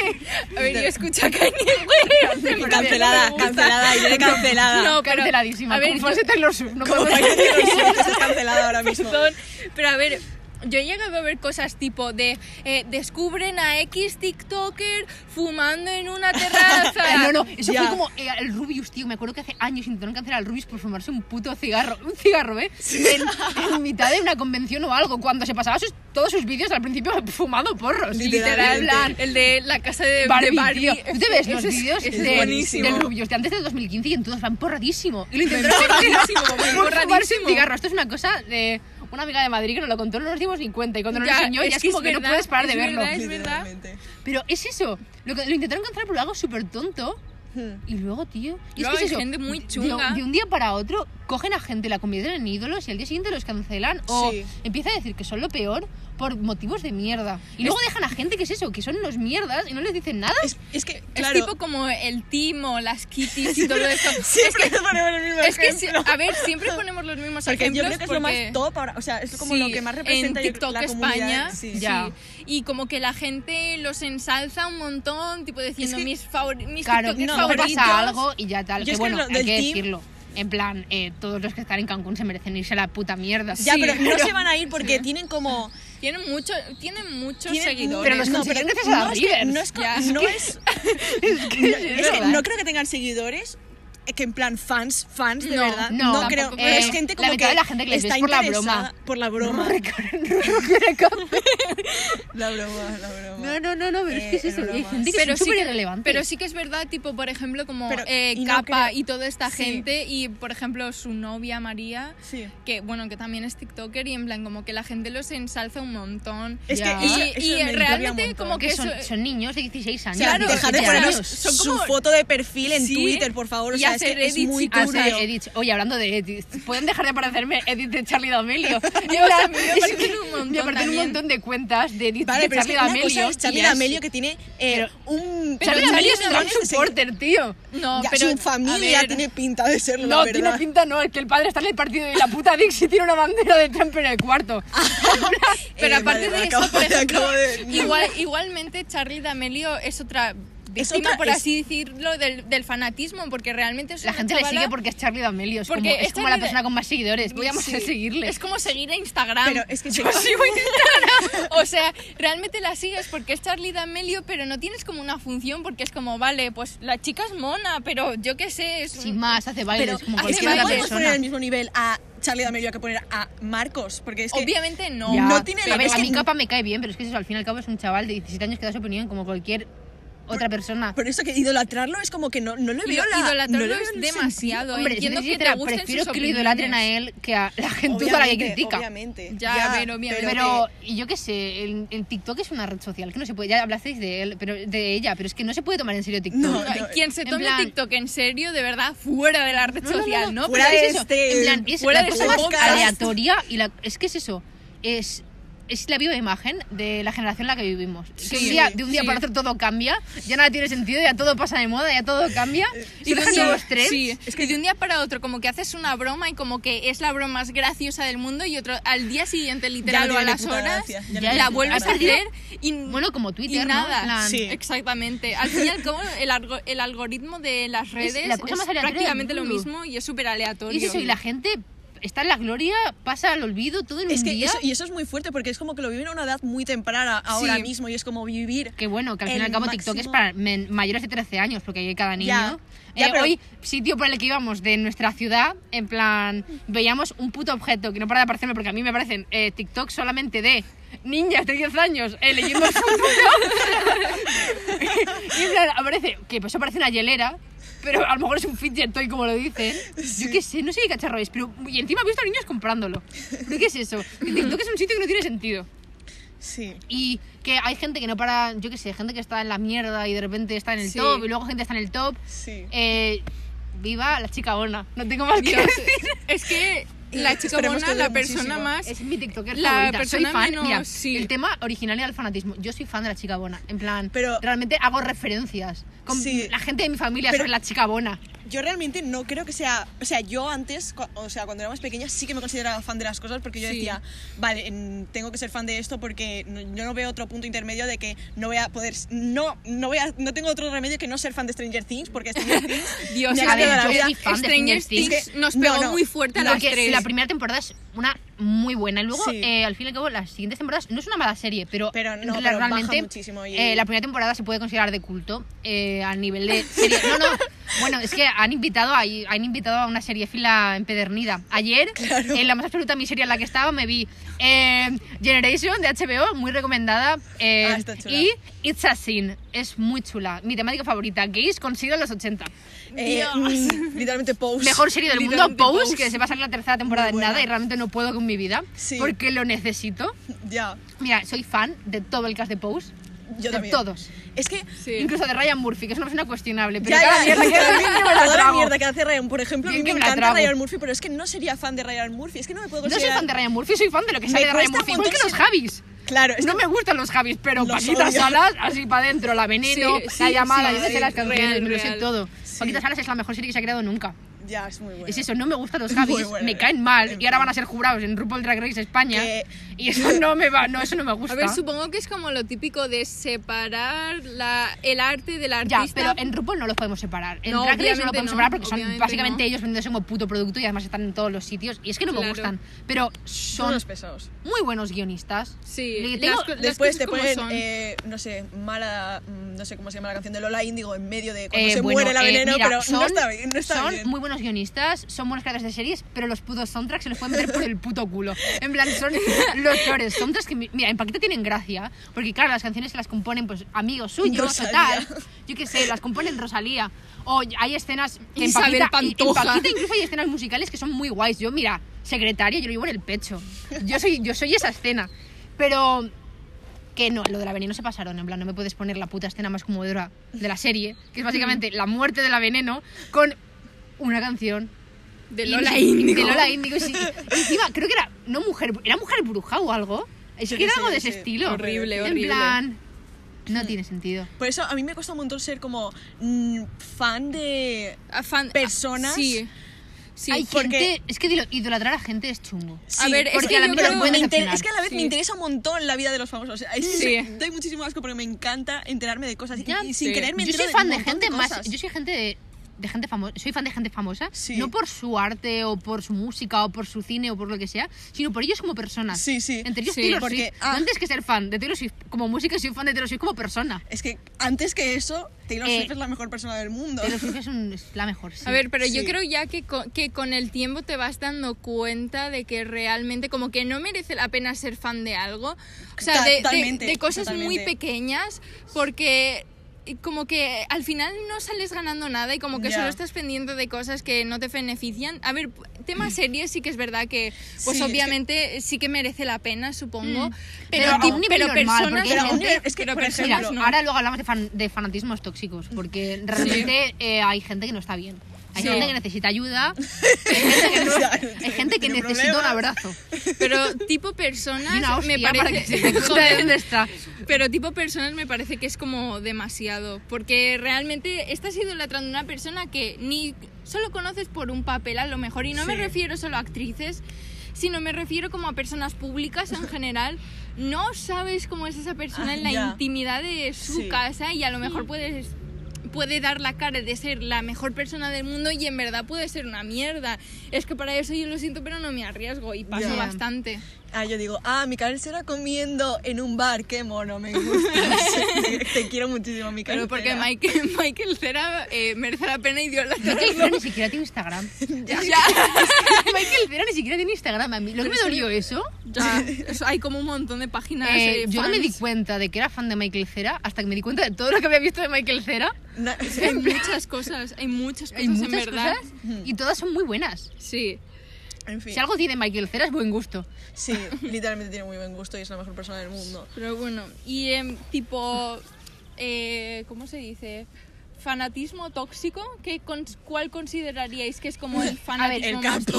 Speaker 1: A ver, yo escucho a Kanye West. siempre me-
Speaker 2: Cancelada,
Speaker 1: me gusta.
Speaker 2: cancelada, Irene cancelada.
Speaker 1: No, pero-
Speaker 3: Canceladísima.
Speaker 1: a ver,
Speaker 3: como
Speaker 1: yo-
Speaker 3: fuese Taylor Swift, no
Speaker 2: Como
Speaker 3: podemos-
Speaker 2: para que te lo sientas, estás cancelada ahora mismo.
Speaker 1: Perdón, pero a ver, yo he llegado a ver cosas tipo de eh, descubren a X TikToker fumando en una terraza.
Speaker 3: Ah, no, no, eso
Speaker 2: Ya.
Speaker 3: fue como eh, el Rubius, tío. Me acuerdo que hace años intentaron cancelar al Rubius por fumarse un puto cigarro, un cigarro, ¿eh? En, en mitad de una convención o algo, cuando se pasaba sus- todos sus vídeos al principio fumando porros.
Speaker 2: Literalmente.
Speaker 3: Literal, en plan,
Speaker 1: El de la casa de de
Speaker 3: Barbie,
Speaker 1: Barbie.
Speaker 3: tío. ¿Tú te ves
Speaker 1: Ese
Speaker 3: los
Speaker 1: es-
Speaker 3: vídeos
Speaker 1: ese es
Speaker 3: de-
Speaker 2: buenísimo.
Speaker 3: del Rubius de antes del 2015 y en todos van porradísimo? Y lo intentaron
Speaker 1: Borradísimo,
Speaker 3: cancelar por fumarse un
Speaker 1: borradísimo.
Speaker 3: cigarro. Esto es una cosa de una amiga de Madrid que nos lo contó, no nos dimos ni cuenta. Y cuando nos lo
Speaker 1: Ya,
Speaker 3: enseñó, ya es,
Speaker 1: que
Speaker 3: como que no
Speaker 1: verdad,
Speaker 3: puedes parar de
Speaker 1: es
Speaker 3: verlo.
Speaker 1: verdad, es verdad.
Speaker 2: Literalmente.
Speaker 3: Pero es eso. Lo, que- lo intentaron cancelar por algo súper tonto.
Speaker 2: Hmm.
Speaker 3: Y luego, tío. y
Speaker 1: Luego
Speaker 3: es que es
Speaker 1: hay
Speaker 3: eso,
Speaker 1: gente muy
Speaker 3: de-
Speaker 1: chunga.
Speaker 3: De, un día para otro cogen a gente, la convierten en ídolos y al día siguiente los cancelan o
Speaker 2: Sí.
Speaker 3: empiezan a decir que son lo peor por motivos de mierda. Y luego dejan a gente que es eso, que son unos mierdas y no les dicen nada.
Speaker 2: Es, es que,
Speaker 1: Es
Speaker 2: claro.
Speaker 1: tipo como el Timo, las Kitties y todo eso.
Speaker 2: Siempre es que, ponemos el mismo
Speaker 1: Es que, si-
Speaker 2: ejemplo.
Speaker 1: a ver, siempre ponemos los mismos
Speaker 2: Porque yo
Speaker 1: ejemplos.
Speaker 2: creo que es lo más
Speaker 1: porque-
Speaker 2: top ahora, o sea, es como
Speaker 1: Sí,
Speaker 2: lo que más representa
Speaker 1: en
Speaker 2: yo-
Speaker 1: TikTok
Speaker 2: la comunidad.
Speaker 1: España.
Speaker 2: Sí.
Speaker 1: sí.
Speaker 3: Ya.
Speaker 1: Y como que la gente los ensalza un montón, tipo diciendo
Speaker 2: que-
Speaker 1: mis, favor- mis
Speaker 3: Claro,
Speaker 1: tiktokers
Speaker 3: no,
Speaker 1: favoritos.
Speaker 3: pasa algo y ya tal.
Speaker 2: Yo
Speaker 3: Que
Speaker 2: es que
Speaker 3: bueno,
Speaker 2: lo
Speaker 3: hay
Speaker 2: del
Speaker 3: que
Speaker 2: team-
Speaker 3: decirlo. En plan, eh, todos los que están en Cancún se merecen irse a la puta mierda.
Speaker 2: Ya,
Speaker 1: Sí,
Speaker 2: pero no
Speaker 1: pero-
Speaker 2: se van a ir porque tienen como
Speaker 1: Tienen, mucho, tienen muchos
Speaker 2: tienen-
Speaker 1: seguidores.
Speaker 3: pero los
Speaker 2: no,
Speaker 3: consiguieron
Speaker 2: pero no
Speaker 3: gracias a las
Speaker 2: es que-
Speaker 3: Rivers.
Speaker 2: no es co-
Speaker 1: Ya,
Speaker 2: no es
Speaker 3: que,
Speaker 2: Es que no creo que tengan seguidores eh, que en plan fans, fans de
Speaker 1: No,
Speaker 2: verdad.
Speaker 3: no,
Speaker 2: No,
Speaker 3: tampoco
Speaker 2: creo.
Speaker 3: creo.
Speaker 2: pero es
Speaker 3: Eh,
Speaker 2: gente
Speaker 3: la
Speaker 2: como
Speaker 3: mitad
Speaker 2: que
Speaker 3: de la gente que les
Speaker 2: está
Speaker 3: ves por la
Speaker 2: interesada-
Speaker 3: broma.
Speaker 2: Por la broma. la broma, la broma.
Speaker 3: No, no, no, no, pero es que es
Speaker 2: Eh,
Speaker 3: eso.
Speaker 2: el
Speaker 3: Hay
Speaker 2: broma.
Speaker 3: gente que
Speaker 1: pero
Speaker 3: es súper
Speaker 1: sí que,
Speaker 3: irrelevante.
Speaker 1: pero sí que es verdad, tipo, por ejemplo, como
Speaker 2: Pero-
Speaker 1: eh,
Speaker 2: y no
Speaker 1: Capa
Speaker 2: creo-
Speaker 1: y toda esta
Speaker 2: Sí.
Speaker 1: gente y, por ejemplo, su novia María,
Speaker 2: Sí.
Speaker 1: que, bueno, que también es tiktoker y en plan como que la gente los ensalza un montón.
Speaker 2: Es
Speaker 3: Ya.
Speaker 2: que eso-
Speaker 1: Y-
Speaker 2: eso
Speaker 1: y
Speaker 2: me incomoda
Speaker 1: realmente
Speaker 2: un montón.
Speaker 1: como
Speaker 3: que
Speaker 1: que
Speaker 3: son,
Speaker 1: eso-
Speaker 3: son niños de 16 años.
Speaker 2: O sea,
Speaker 1: Claro,
Speaker 2: dejad
Speaker 1: o
Speaker 2: de
Speaker 1: sea,
Speaker 2: poner
Speaker 1: son
Speaker 2: su
Speaker 1: como-
Speaker 2: foto de perfil en
Speaker 1: Sí.
Speaker 2: Twitter, por favor. O
Speaker 1: Y
Speaker 2: sea, es que
Speaker 1: ser
Speaker 2: es
Speaker 1: Edith
Speaker 2: muy
Speaker 1: si
Speaker 3: Ah,
Speaker 1: tú
Speaker 3: sí,
Speaker 2: turbio.
Speaker 3: Edith. Oye, hablando de Edith, ¿pueden dejar de parecerme Edith de Charlie
Speaker 1: Yo
Speaker 3: D'Amelio?
Speaker 1: también, me
Speaker 3: Es
Speaker 1: parecen
Speaker 3: que
Speaker 1: un montón
Speaker 3: Me parecen un
Speaker 1: también.
Speaker 3: montón de cuentas de Edith
Speaker 2: Vale,
Speaker 3: de
Speaker 2: pero es
Speaker 3: Charlie
Speaker 2: que una
Speaker 3: D'Amelio.
Speaker 2: cosa es Charlie
Speaker 3: y ya
Speaker 2: D'Amelio
Speaker 3: sí.
Speaker 2: que tiene eh, un...
Speaker 3: Pero
Speaker 2: un
Speaker 3: Charlie
Speaker 2: millón de
Speaker 3: es un
Speaker 2: millones de
Speaker 3: supporter, tío.
Speaker 1: No,
Speaker 2: Ya,
Speaker 1: pero
Speaker 2: su
Speaker 1: a
Speaker 2: familia
Speaker 1: ver,
Speaker 2: tiene pinta de serlo,
Speaker 3: No,
Speaker 2: la verdad.
Speaker 3: tiene pinta no, es que el padre está en el partido y la puta Dixie tiene una bandera de Trump en el cuarto.
Speaker 1: Pero
Speaker 2: Eh,
Speaker 1: aparte
Speaker 2: vale,
Speaker 1: de
Speaker 2: vale,
Speaker 1: eso,
Speaker 2: acabo
Speaker 1: por
Speaker 2: de-
Speaker 1: ejemplo,
Speaker 2: acabo de-
Speaker 1: igual- igualmente Charlie D'Amelio es otra víctima,
Speaker 2: otra-
Speaker 1: por
Speaker 2: es-
Speaker 1: así decirlo, del, del fanatismo, porque realmente es
Speaker 3: La
Speaker 1: una
Speaker 3: gente le
Speaker 1: chavala-
Speaker 3: sigue porque es Charlie D'Amelio, es,
Speaker 1: Porque
Speaker 3: como, es
Speaker 1: es
Speaker 3: como la
Speaker 1: Charli
Speaker 3: persona
Speaker 1: D'A-
Speaker 3: con más seguidores, voy a más
Speaker 1: Sí.
Speaker 3: seguirle.
Speaker 1: Es como seguir a Instagram.
Speaker 2: Pero es que
Speaker 1: Yo
Speaker 2: sí.
Speaker 1: sigo Instagram. O sea, realmente la sigues porque es Charlie D'Amelio, pero no tienes como una función porque es como, vale, pues la chica es mona, pero yo qué sé, es...
Speaker 3: Sin más, hace bailes,
Speaker 2: Pero
Speaker 3: como
Speaker 1: hace
Speaker 2: es que
Speaker 3: cualquier
Speaker 2: no
Speaker 3: otra
Speaker 1: bailes,
Speaker 2: podemos poner
Speaker 3: persona.
Speaker 2: al mismo nivel a Charlie D'Amelio que poner a Marcos, porque es que...
Speaker 1: Obviamente no.
Speaker 2: Ya.
Speaker 1: No
Speaker 2: tiene
Speaker 3: a
Speaker 2: la-
Speaker 3: ver,
Speaker 2: es
Speaker 3: a
Speaker 2: que-
Speaker 3: mí capa me cae bien, pero es que eso, al fin y al cabo es un chaval de 17 años que da su opinión como cualquier otra persona.
Speaker 2: Por eso que idolatrarlo es como que no, no le
Speaker 1: Ido-
Speaker 2: veo la...
Speaker 1: idolatrarlo
Speaker 2: no le veo
Speaker 1: es
Speaker 2: el
Speaker 1: demasiado.
Speaker 3: Hombre,
Speaker 1: Entiendo
Speaker 3: si
Speaker 1: que te
Speaker 3: te sincera,
Speaker 1: gusten
Speaker 3: prefiero
Speaker 1: sus
Speaker 3: que lo idolatren a
Speaker 1: opiniones.
Speaker 3: él que a la gente
Speaker 2: sentido.
Speaker 3: a la que
Speaker 2: Obviamente,
Speaker 3: critica.
Speaker 2: Obviamente.
Speaker 1: Ya, a ver, obviamente.
Speaker 3: Pero, y yo qué sé, el, el TikTok es una red social que no se puede, ya hablasteis de él, pero de ella, pero es que no se puede tomar en serio TikTok.
Speaker 2: No,
Speaker 1: Ay, Quien se
Speaker 3: en
Speaker 1: tome
Speaker 3: plan-
Speaker 1: TikTok en serio, de verdad, fuera de la red
Speaker 3: No, no, no,
Speaker 1: social, ¿no?
Speaker 2: fuera
Speaker 1: Pero
Speaker 2: de
Speaker 1: es eso.
Speaker 2: este-
Speaker 3: En plan, es
Speaker 1: fuera
Speaker 3: la
Speaker 1: de
Speaker 3: cosa
Speaker 1: este
Speaker 3: más
Speaker 2: podcast.
Speaker 3: aleatoria y la, es que es eso, es, es la viva imagen de la generación en la que vivimos. Que un
Speaker 2: Sí,
Speaker 3: día, de un día
Speaker 1: sí.
Speaker 3: para otro todo cambia, ya nada tiene sentido, ya todo pasa de moda, ya todo cambia.
Speaker 2: Eh,
Speaker 1: Y de, un
Speaker 3: surgen
Speaker 1: día,
Speaker 3: nuevos trends.
Speaker 1: sí, y de un día para otro, como que haces una broma y como que es la broma más graciosa del mundo y otro al día siguiente, literal,
Speaker 2: no
Speaker 1: o a
Speaker 2: tiene
Speaker 1: las
Speaker 2: ni puta
Speaker 1: horas,
Speaker 2: gracia, ya no
Speaker 1: la
Speaker 2: tiene ni
Speaker 1: vuelves
Speaker 2: puta
Speaker 1: a
Speaker 3: gracia.
Speaker 1: hacer y,
Speaker 3: Bueno, como Twitter,
Speaker 1: y
Speaker 3: ¿no?
Speaker 1: nada.
Speaker 3: En plan-
Speaker 2: Sí.
Speaker 1: Exactamente. Al fin y al cabo, el, algo- el algoritmo de las redes es,
Speaker 3: la cosa más aleatoria del
Speaker 1: prácticamente lo
Speaker 3: mundo.
Speaker 1: mismo y es súper aleatorio.
Speaker 3: Y es eso, y la gente está en la gloria, pasa al olvido todo en
Speaker 2: Es
Speaker 3: un
Speaker 2: que
Speaker 3: día.
Speaker 2: eso, y eso es muy fuerte porque es como que lo viven a una edad muy temprana ahora
Speaker 1: Sí.
Speaker 2: mismo y es como vivir.
Speaker 3: Que bueno, que al fin y
Speaker 2: El
Speaker 3: al cabo TikTok es
Speaker 2: máximo-
Speaker 3: para men- mayores de 13 años, porque hay cada niño.
Speaker 2: Ya, ya,
Speaker 3: Eh,
Speaker 2: pero-
Speaker 3: Hoy, sitio por el que íbamos de nuestra ciudad, en plan, veíamos un puto objeto que no para de aparecerme, porque a mí me parecen eh, TikTok solamente de niñas de 10 años eh, leyendo el y en plan, aparece, que pues aparece una hielera, pero a lo mejor es un fidget toy como lo dicen. Yo qué sé, no sé qué cacharro es, pero y encima he visto a niños comprándolo. ¿Pero qué es eso? Que TikTok es un sitio que no tiene sentido.
Speaker 2: Sí.
Speaker 3: Y que hay gente que no para, yo qué sé, gente que está en la mierda y de repente está en el
Speaker 1: Sí.
Speaker 3: top y luego gente está en el top.
Speaker 2: Sí.
Speaker 3: Eh, viva la chica Ona, no tengo más que
Speaker 1: Dios,
Speaker 3: decir.
Speaker 1: es que la chica
Speaker 2: Esperemos
Speaker 1: mona,
Speaker 2: que
Speaker 1: la
Speaker 2: dure
Speaker 1: persona
Speaker 2: muchísimo.
Speaker 1: más...
Speaker 3: Es mi TikToker
Speaker 1: La
Speaker 3: favorita. Soy
Speaker 1: persona
Speaker 3: fan.
Speaker 1: menos-
Speaker 3: Mira,
Speaker 1: sí.
Speaker 3: el tema original era el fanatismo. Yo soy fan de la chica Bona. En plan,
Speaker 2: Pero-
Speaker 3: realmente hago referencias con
Speaker 2: Sí.
Speaker 3: la gente de mi familia
Speaker 2: Pero-
Speaker 3: sobre la chica Bona.
Speaker 2: Yo realmente no creo que sea. O sea, yo antes, cua- o sea, cuando era más pequeña, sí que me consideraba fan de las cosas porque yo
Speaker 1: Sí.
Speaker 2: decía, vale, en- tengo que ser fan de esto porque no- yo no veo otro punto intermedio de que no voy a poder. No, no, voy a, no tengo otro remedio que no ser fan de Stranger Things porque Stranger Things.
Speaker 1: Dios,
Speaker 2: me ha
Speaker 1: es
Speaker 2: cambiado
Speaker 1: que
Speaker 2: la
Speaker 3: yo
Speaker 2: vida.
Speaker 3: soy fan de
Speaker 1: Stranger
Speaker 3: Stranger Things.
Speaker 1: Things
Speaker 2: Es que-
Speaker 1: nos
Speaker 2: no,
Speaker 1: pegó
Speaker 2: no.
Speaker 1: muy fuerte a las
Speaker 3: Porque
Speaker 1: tres.
Speaker 3: la primera temporada es una muy buena. Y luego,
Speaker 2: Sí.
Speaker 3: eh, al fin y al cabo, las siguientes temporadas no es una mala serie, pero,
Speaker 2: Pero no,
Speaker 3: la-
Speaker 2: pero baja
Speaker 3: realmente
Speaker 2: muchísimo y-
Speaker 3: eh, la primera temporada se puede considerar de culto eh, al nivel de serie. No, no. Bueno, es que han invitado a, han invitado a una serie fila empedernida. Ayer, en la más absoluta miseria en la que estaba, me vi eh, Generation de HBO, muy recomendada. eh,
Speaker 2: Ah, está chula.
Speaker 3: y It's a Sin, es muy chula. Mi temática favorita, gays consigo los 80.
Speaker 2: Eh,
Speaker 1: Dios.
Speaker 2: mm, literalmente Pose.
Speaker 3: Mejor serie del mundo,
Speaker 1: Literalmente
Speaker 3: Pose,
Speaker 1: Pose.
Speaker 3: que se va a salir la tercera temporada
Speaker 2: Muy
Speaker 3: en
Speaker 2: buena.
Speaker 3: nada y realmente no puedo con mi vida
Speaker 2: Sí.
Speaker 3: porque lo necesito.
Speaker 2: Ya.
Speaker 3: Mira, soy fan de todo el cast de Pose,
Speaker 2: Yo
Speaker 3: de
Speaker 2: también.
Speaker 3: todos,
Speaker 2: Es que.
Speaker 1: Sí.
Speaker 3: incluso de Ryan Murphy, que es una persona cuestionable, pero
Speaker 2: Ya,
Speaker 3: cada
Speaker 2: ya,
Speaker 3: mierda que hace,
Speaker 2: también
Speaker 3: me la
Speaker 2: toda la
Speaker 3: trago.
Speaker 2: mierda que hace Ryan. Por ejemplo,
Speaker 3: Bien
Speaker 2: a mí me
Speaker 3: que me la
Speaker 2: encanta
Speaker 3: trago.
Speaker 2: Ryan Murphy, pero es que no sería fan de Ryan Murphy. Es que no me puedo
Speaker 3: No soy
Speaker 2: considerar.
Speaker 3: fan de Ryan Murphy, soy fan de lo que
Speaker 2: Me
Speaker 3: sale de Ryan
Speaker 2: cuesta
Speaker 3: Murphy,
Speaker 2: un
Speaker 3: igual que
Speaker 2: montón
Speaker 3: los Javis.
Speaker 2: Claro, es
Speaker 3: No
Speaker 2: que-
Speaker 3: me gustan los Javis, pero
Speaker 2: Los
Speaker 3: Paquita
Speaker 2: odio.
Speaker 3: Salas, así para adentro, La Veneno,
Speaker 1: Sí, sí,
Speaker 3: La Llamada,
Speaker 1: sí,
Speaker 3: yo me sé las
Speaker 1: sí,
Speaker 3: canciones,
Speaker 1: real,
Speaker 3: me lo sé
Speaker 1: real.
Speaker 3: todo.
Speaker 2: Sí.
Speaker 3: Paquita Salas es la mejor serie que se ha creado nunca.
Speaker 2: Ya, es muy bueno.
Speaker 3: Es Pues eso, no me gustan los
Speaker 2: Muy
Speaker 3: Javis,
Speaker 2: bueno,
Speaker 3: me
Speaker 2: eh.
Speaker 3: caen mal
Speaker 2: En
Speaker 3: y ahora
Speaker 2: fin.
Speaker 3: van a ser jurados en RuPaul Drag Race España
Speaker 2: Que-
Speaker 3: y eso no me va, no, eso no me gusta.
Speaker 1: A ver, supongo que es como lo típico de separar la, el arte del
Speaker 3: Ya,
Speaker 1: artista.
Speaker 3: pero en RuPaul no los podemos separar. En
Speaker 1: No,
Speaker 3: Drag Race no
Speaker 1: obviamente
Speaker 3: lo podemos
Speaker 1: no,
Speaker 3: separar porque son
Speaker 1: obviamente
Speaker 3: básicamente
Speaker 1: no.
Speaker 3: ellos vendiéndose como puto producto y además están en todos los sitios. Y es que no me
Speaker 1: Claro.
Speaker 3: gustan. Pero
Speaker 2: Son
Speaker 3: son
Speaker 2: unos pesados.
Speaker 3: muy buenos guionistas.
Speaker 1: Sí,
Speaker 3: Le
Speaker 1: las
Speaker 3: tengo-
Speaker 1: co- las
Speaker 2: Después
Speaker 1: cosas
Speaker 2: te
Speaker 1: como
Speaker 2: ponen,
Speaker 1: son.
Speaker 2: eh, no sé, mala, mm, no sé cómo se llama la canción de Lola Índigo en medio de cuando
Speaker 3: Eh,
Speaker 2: se
Speaker 3: bueno,
Speaker 2: muere la
Speaker 3: eh,
Speaker 2: veneno,
Speaker 3: mira,
Speaker 2: pero
Speaker 3: son,
Speaker 2: no está bien, no está
Speaker 3: son
Speaker 2: bien.
Speaker 3: muy buenos guionistas, son buenos creadores de series, pero los putos soundtracks se los pueden meter por el puto culo. En plan, son los peores soundtracks que, mi- mira, en Paquita tienen gracia, porque claro, las canciones se las componen pues amigos suyos o
Speaker 2: Rosalía.
Speaker 3: tal. Yo qué sé, las componen Rosalía. O hay escenas que en
Speaker 1: Isabel
Speaker 3: Paquita, y- en
Speaker 1: Pantoja.
Speaker 3: Paquita incluso hay escenas musicales que son muy guays. Yo, mira, secretaria, yo lo llevo en el pecho. Yo soy, yo soy esa escena. Pero que no, lo de la veneno se pasaron, en plan, no me puedes poner la puta escena más conmovedora de la serie, que es básicamente la muerte de la veneno, con una canción.
Speaker 1: De
Speaker 3: Y-
Speaker 1: Lola Índigo.
Speaker 3: De Lola Índigo, sí. Y Encima, creo que era, no mujer, era mujer bruja o algo. Es
Speaker 2: Yo
Speaker 3: que
Speaker 2: qué
Speaker 3: era
Speaker 2: sé,
Speaker 3: algo de
Speaker 2: yo
Speaker 3: ese
Speaker 2: sé.
Speaker 3: estilo.
Speaker 1: Horrible,
Speaker 3: en
Speaker 1: horrible.
Speaker 3: plan, no tiene sentido.
Speaker 2: Por eso a mí me cuesta un montón ser como mm, fan de...
Speaker 1: A fan-
Speaker 2: Personas.
Speaker 1: ah, Sí. Sí.
Speaker 3: Hay
Speaker 2: porque-
Speaker 3: gente, es que dilo- idolatrar a gente es chungo.
Speaker 1: A ver, es
Speaker 3: que a la
Speaker 2: yo
Speaker 3: vez
Speaker 2: creo-
Speaker 3: no pueden
Speaker 2: me inter-
Speaker 3: decepcionar.
Speaker 2: es que a la vez
Speaker 1: Sí.
Speaker 2: me interesa un montón la vida de los famosos. O sea, es-
Speaker 1: Sí.
Speaker 2: Doy muchísimo asco porque me encanta enterarme de cosas. Y,
Speaker 3: Ya,
Speaker 2: y sin
Speaker 1: sí.
Speaker 2: querer me
Speaker 3: Yo
Speaker 2: entero
Speaker 3: soy fan
Speaker 2: un
Speaker 3: de
Speaker 2: montón
Speaker 3: gente más,
Speaker 2: cosas.
Speaker 3: yo soy gente de, de gente famosa, soy fan de gente famosa,
Speaker 2: Sí.
Speaker 3: no por su arte o por su música o por su cine o por lo que sea, sino por ellos como personas.
Speaker 2: Sí, sí.
Speaker 3: Entre ellos
Speaker 1: Sí,
Speaker 3: Taylor
Speaker 2: porque-
Speaker 3: Swift.
Speaker 2: ah.
Speaker 3: No tienes que ser fan de Taylor Swift como música, soy fan de Taylor Swift como persona.
Speaker 2: Es que antes que eso, Taylor
Speaker 3: Eh,
Speaker 2: Swift es la mejor persona del mundo.
Speaker 3: Taylor Swift es, un- es la mejor. sí.
Speaker 1: A ver, pero yo
Speaker 2: Sí.
Speaker 1: creo ya que co- que con, el tiempo te vas dando cuenta de que realmente como que no merece la pena ser fan de algo. O sea,
Speaker 2: Ta-
Speaker 1: de- de,
Speaker 2: totalmente,
Speaker 1: de cosas muy
Speaker 2: totalmente.
Speaker 1: pequeñas porque y como que al final no sales ganando nada y como que
Speaker 2: Ya.
Speaker 1: solo estás pendiente de cosas que no te benefician. A ver, temas series sí que es verdad que pues
Speaker 2: Mm. Sí, es que-
Speaker 1: obviamente sí que merece la pena, supongo,
Speaker 3: Mm.
Speaker 1: pero,
Speaker 3: Pero a un
Speaker 1: pero
Speaker 3: nivel normal,
Speaker 1: personas
Speaker 3: porque hay
Speaker 1: no.
Speaker 3: gente-
Speaker 2: es que,
Speaker 1: pero
Speaker 2: por
Speaker 1: personas
Speaker 3: Mira,
Speaker 2: ejemplo,
Speaker 1: no.
Speaker 3: ahora luego hablamos de, fan- de fanatismos tóxicos, porque realmente eh, hay gente que no está bien. Hay
Speaker 1: Sí.
Speaker 3: gente que necesita ayuda,
Speaker 2: o sea,
Speaker 3: hay gente que
Speaker 2: tiene
Speaker 3: necesita un
Speaker 2: problemas.
Speaker 3: abrazo
Speaker 1: Pero tipo
Speaker 3: y una
Speaker 1: personas
Speaker 3: hostia
Speaker 1: me
Speaker 3: para que se
Speaker 1: parece
Speaker 3: dé cuenta de
Speaker 1: Joder.
Speaker 3: dónde está.
Speaker 1: Pero tipo personas me parece que es como demasiado, porque realmente estás idolatrando a una persona que ni solo conoces por un papel a lo mejor, y no me
Speaker 2: Sí.
Speaker 1: refiero solo a actrices, sino me refiero como a personas públicas en general. No sabes cómo es esa persona
Speaker 2: Ah,
Speaker 1: en la
Speaker 2: ya.
Speaker 1: intimidad de su
Speaker 2: Sí.
Speaker 1: casa y a lo mejor puedes puede dar la cara de ser la mejor persona del mundo y en verdad puede ser una mierda. Es que para eso yo lo siento, pero no me arriesgo y paso
Speaker 2: Ya.
Speaker 1: bastante.
Speaker 2: Ah, yo digo, ah, Micael será comiendo en un bar, qué mono, me gusta. te, te quiero muchísimo, Micael.
Speaker 1: Pero porque
Speaker 2: Cera.
Speaker 1: Michael, Michael Cera eh, merece la pena idolatrarlo.
Speaker 3: Michael Cera ni siquiera tiene Instagram.
Speaker 1: Ya,
Speaker 3: Michael Cera ni siquiera tiene Instagram. A mí lo que me dolió eso,
Speaker 1: ya. Eso, hay como un montón de páginas.
Speaker 3: eh,
Speaker 1: eh,
Speaker 3: yo no
Speaker 1: fans.
Speaker 3: me di cuenta de que era fan de Michael Cera hasta que me di cuenta de todo lo que había visto de Michael Cera.
Speaker 2: Na-
Speaker 1: Hay muchas cosas, hay muchas cosas
Speaker 3: Hay muchas
Speaker 1: en verdad.
Speaker 3: cosas y todas son muy buenas.
Speaker 1: Sí.
Speaker 2: en fin,
Speaker 3: Si algo tiene Michael Cera es buen gusto.
Speaker 2: sí, literalmente tiene muy buen gusto y es la mejor persona del mundo.
Speaker 1: Pero bueno, y em, tipo, eh, ¿cómo se dice? Fanatismo tóxico, ¿Qué cons- ¿cuál consideraríais que es como el fanatismo más
Speaker 2: K-pop.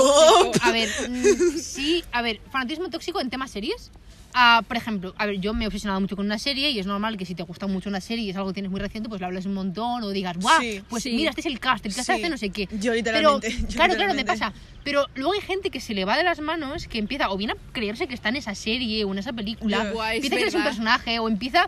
Speaker 1: tóxico?
Speaker 3: A ver, mm, sí, a ver, fanatismo tóxico en temas series. Ah, por ejemplo, a ver, yo me he obsesionado mucho con una serie y es normal que si te gusta mucho una serie y es algo que tienes muy reciente, pues lo hablas un montón o digas, guau,
Speaker 2: Sí,
Speaker 3: pues
Speaker 1: sí.
Speaker 3: mira, este es el cast, el cast
Speaker 2: Sí.
Speaker 3: hace no sé qué.
Speaker 2: Yo literalmente,
Speaker 3: Pero,
Speaker 2: yo
Speaker 3: claro, claro, me
Speaker 2: literalmente.
Speaker 3: pasa. Pero luego hay gente que se le va de las manos, que empieza o bien a creerse que está en esa serie o en esa película,
Speaker 2: Ya.
Speaker 1: Guau, es
Speaker 3: empieza a creerse un
Speaker 1: verdad.
Speaker 3: personaje o empieza,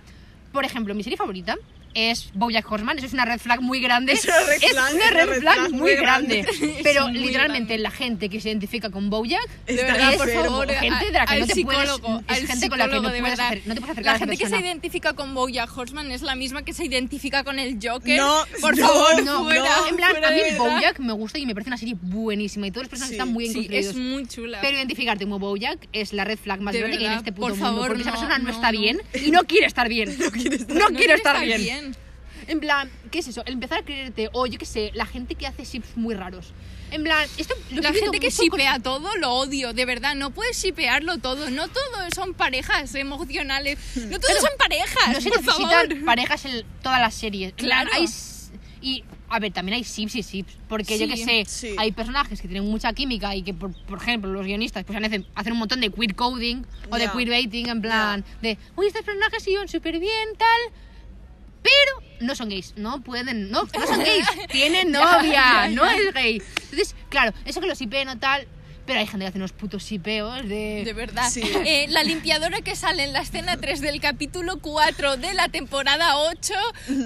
Speaker 3: por ejemplo, mi serie favorita es BoJack Horseman, eso es una red flag muy grande.
Speaker 2: Es una red
Speaker 3: Es
Speaker 2: flag,
Speaker 3: una red flag muy grande.
Speaker 1: grande.
Speaker 3: Pero
Speaker 1: Es muy
Speaker 3: literalmente la gente que se identifica con BoJack
Speaker 2: De
Speaker 3: es
Speaker 2: verdad, por
Speaker 3: como
Speaker 1: favor,
Speaker 3: gente de la que
Speaker 1: al
Speaker 3: no te puedes,
Speaker 1: psicólogo,
Speaker 3: es
Speaker 1: al
Speaker 3: gente con la que no
Speaker 1: psicólogo, de
Speaker 3: puedes,
Speaker 1: verdad.
Speaker 3: hacer- no te puedes acercar
Speaker 1: La
Speaker 3: a esa
Speaker 1: gente que se
Speaker 3: persona.
Speaker 1: identifica con Bojack Horseman es la misma que se identifica con el Joker.
Speaker 2: No,
Speaker 1: por
Speaker 2: no,
Speaker 1: favor,
Speaker 2: no,
Speaker 1: fuera.
Speaker 2: no,
Speaker 3: en plan,
Speaker 1: fuera
Speaker 3: a mí
Speaker 1: de verdad.
Speaker 3: BoJack me gusta y me parece una serie buenísima y todos los
Speaker 2: Sí,
Speaker 3: personajes están muy bien
Speaker 1: Sí,
Speaker 3: construidos.
Speaker 1: es muy chula.
Speaker 3: Pero identificarte como BoJack es la red flag más
Speaker 1: De
Speaker 3: grande que hay en
Speaker 1: verdad,
Speaker 3: este puto
Speaker 1: por
Speaker 3: mundo,
Speaker 1: favor,
Speaker 3: porque esa
Speaker 1: no,
Speaker 3: persona no,
Speaker 1: no,
Speaker 3: está
Speaker 1: no.
Speaker 3: bien y no quiere estar bien. no quiere estar,
Speaker 1: quiere
Speaker 3: bien. En plan, ¿qué es eso? Empezar a creerte, o yo qué sé, la gente que hace ships muy raros. En plan, esto lo
Speaker 1: La
Speaker 3: he vivido
Speaker 1: gente que
Speaker 3: mucho con-
Speaker 1: shipea todo lo odio, de verdad. No puedes shipearlo todo. No todo son parejas emocionales. No todos son parejas.
Speaker 3: Hmm. No se
Speaker 1: por
Speaker 3: necesitan
Speaker 1: favor.
Speaker 3: parejas en todas las series. En plan,
Speaker 1: Claro.
Speaker 3: hay s- y, a ver, también hay sips y sips. Porque yo
Speaker 1: Sí.
Speaker 3: que sé,
Speaker 2: Sí.
Speaker 3: hay personajes que tienen mucha química y que, por, por ejemplo, los guionistas pues hacen, hacen un montón de queer coding o de
Speaker 2: Ya.
Speaker 3: queer baiting. En plan, de, uy, estos personajes se llevan súper bien, tal. Pero no son gays, no pueden, no, no son gays, tienen novia,
Speaker 1: ya,
Speaker 3: no es gay. Entonces, claro, eso que los sipeen o tal, pero hay gente que hace unos putos sipeos de...
Speaker 1: De verdad.
Speaker 2: Sí.
Speaker 1: Eh, la limpiadora que sale en la escena 3 del capítulo 4 de la temporada 8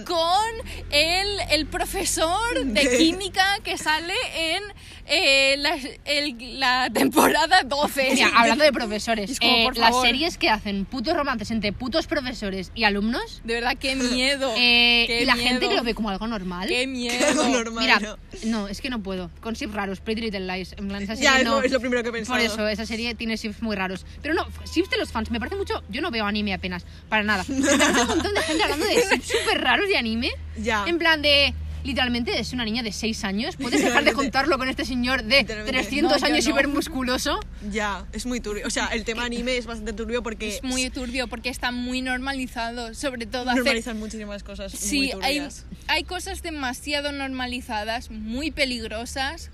Speaker 1: con el, el profesor de química que sale en eh, la, el- la temporada 12.
Speaker 3: Mira, hablando de profesores,
Speaker 1: Es como,
Speaker 3: eh,
Speaker 1: por
Speaker 3: las
Speaker 1: favor.
Speaker 3: series que hacen putos romances entre putos profesores y alumnos,
Speaker 1: De verdad, qué miedo.
Speaker 2: Oh,
Speaker 3: eh,
Speaker 1: Qué
Speaker 3: y la
Speaker 1: miedo.
Speaker 3: gente que lo ve como algo normal.
Speaker 1: Qué
Speaker 2: Algo
Speaker 1: miedo.
Speaker 2: normal,
Speaker 3: Mira,
Speaker 2: ¿no?
Speaker 3: no, es que no puedo. Con ships raros, Pretty Little Lies. En plan, esa serie
Speaker 2: Ya, es
Speaker 3: no.
Speaker 2: lo- es lo primero que he
Speaker 3: Por
Speaker 2: pensado.
Speaker 3: eso, eh. esa serie tiene ships muy raros. Pero no, ships de los fans. Me parece mucho. Yo no veo anime apenas, para nada. Me parece un montón de gente hablando de ships súper raros de anime.
Speaker 2: Ya.
Speaker 3: En plan de. literalmente es una niña de 6 años. ¿Puedes dejar de
Speaker 2: Literalmente.
Speaker 3: juntarlo con este señor de
Speaker 2: Literalmente.
Speaker 3: 300
Speaker 2: No, yo
Speaker 3: años y
Speaker 2: no.
Speaker 3: ver musculoso?
Speaker 2: Ya, es muy turbio. O sea, el tema anime es bastante turbio porque
Speaker 1: Es muy turbio porque está muy normalizado, sobre todo hacer
Speaker 2: normalizan muchísimas cosas muy
Speaker 1: Sí, hay,
Speaker 2: turbias.
Speaker 1: hay cosas demasiado normalizadas, muy peligrosas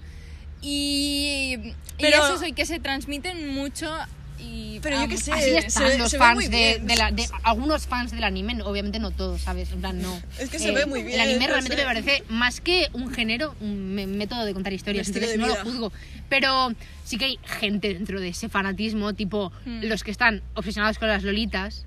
Speaker 1: y, y
Speaker 2: Pero-
Speaker 1: esos hoy que se transmiten mucho y
Speaker 2: Pero yo qué sé,
Speaker 3: Así
Speaker 2: se
Speaker 3: están
Speaker 2: ve-
Speaker 3: los
Speaker 2: se ve
Speaker 3: fans
Speaker 2: muy
Speaker 3: de,
Speaker 2: bien.
Speaker 3: de la- de algunos fans del anime, no- obviamente no todos, ¿sabes? En plan, no. Eh,
Speaker 2: Es que se ve muy bien,
Speaker 3: El anime
Speaker 2: no
Speaker 3: realmente
Speaker 2: sé.
Speaker 3: me parece más que un género, un me- método de contar historias,
Speaker 2: Un estilo
Speaker 3: entonces no
Speaker 2: de
Speaker 3: lo
Speaker 2: vida.
Speaker 3: juzgo. Pero sí que hay gente dentro de ese fanatismo, tipo
Speaker 1: Hmm.
Speaker 3: los que están obsesionados con las lolitas.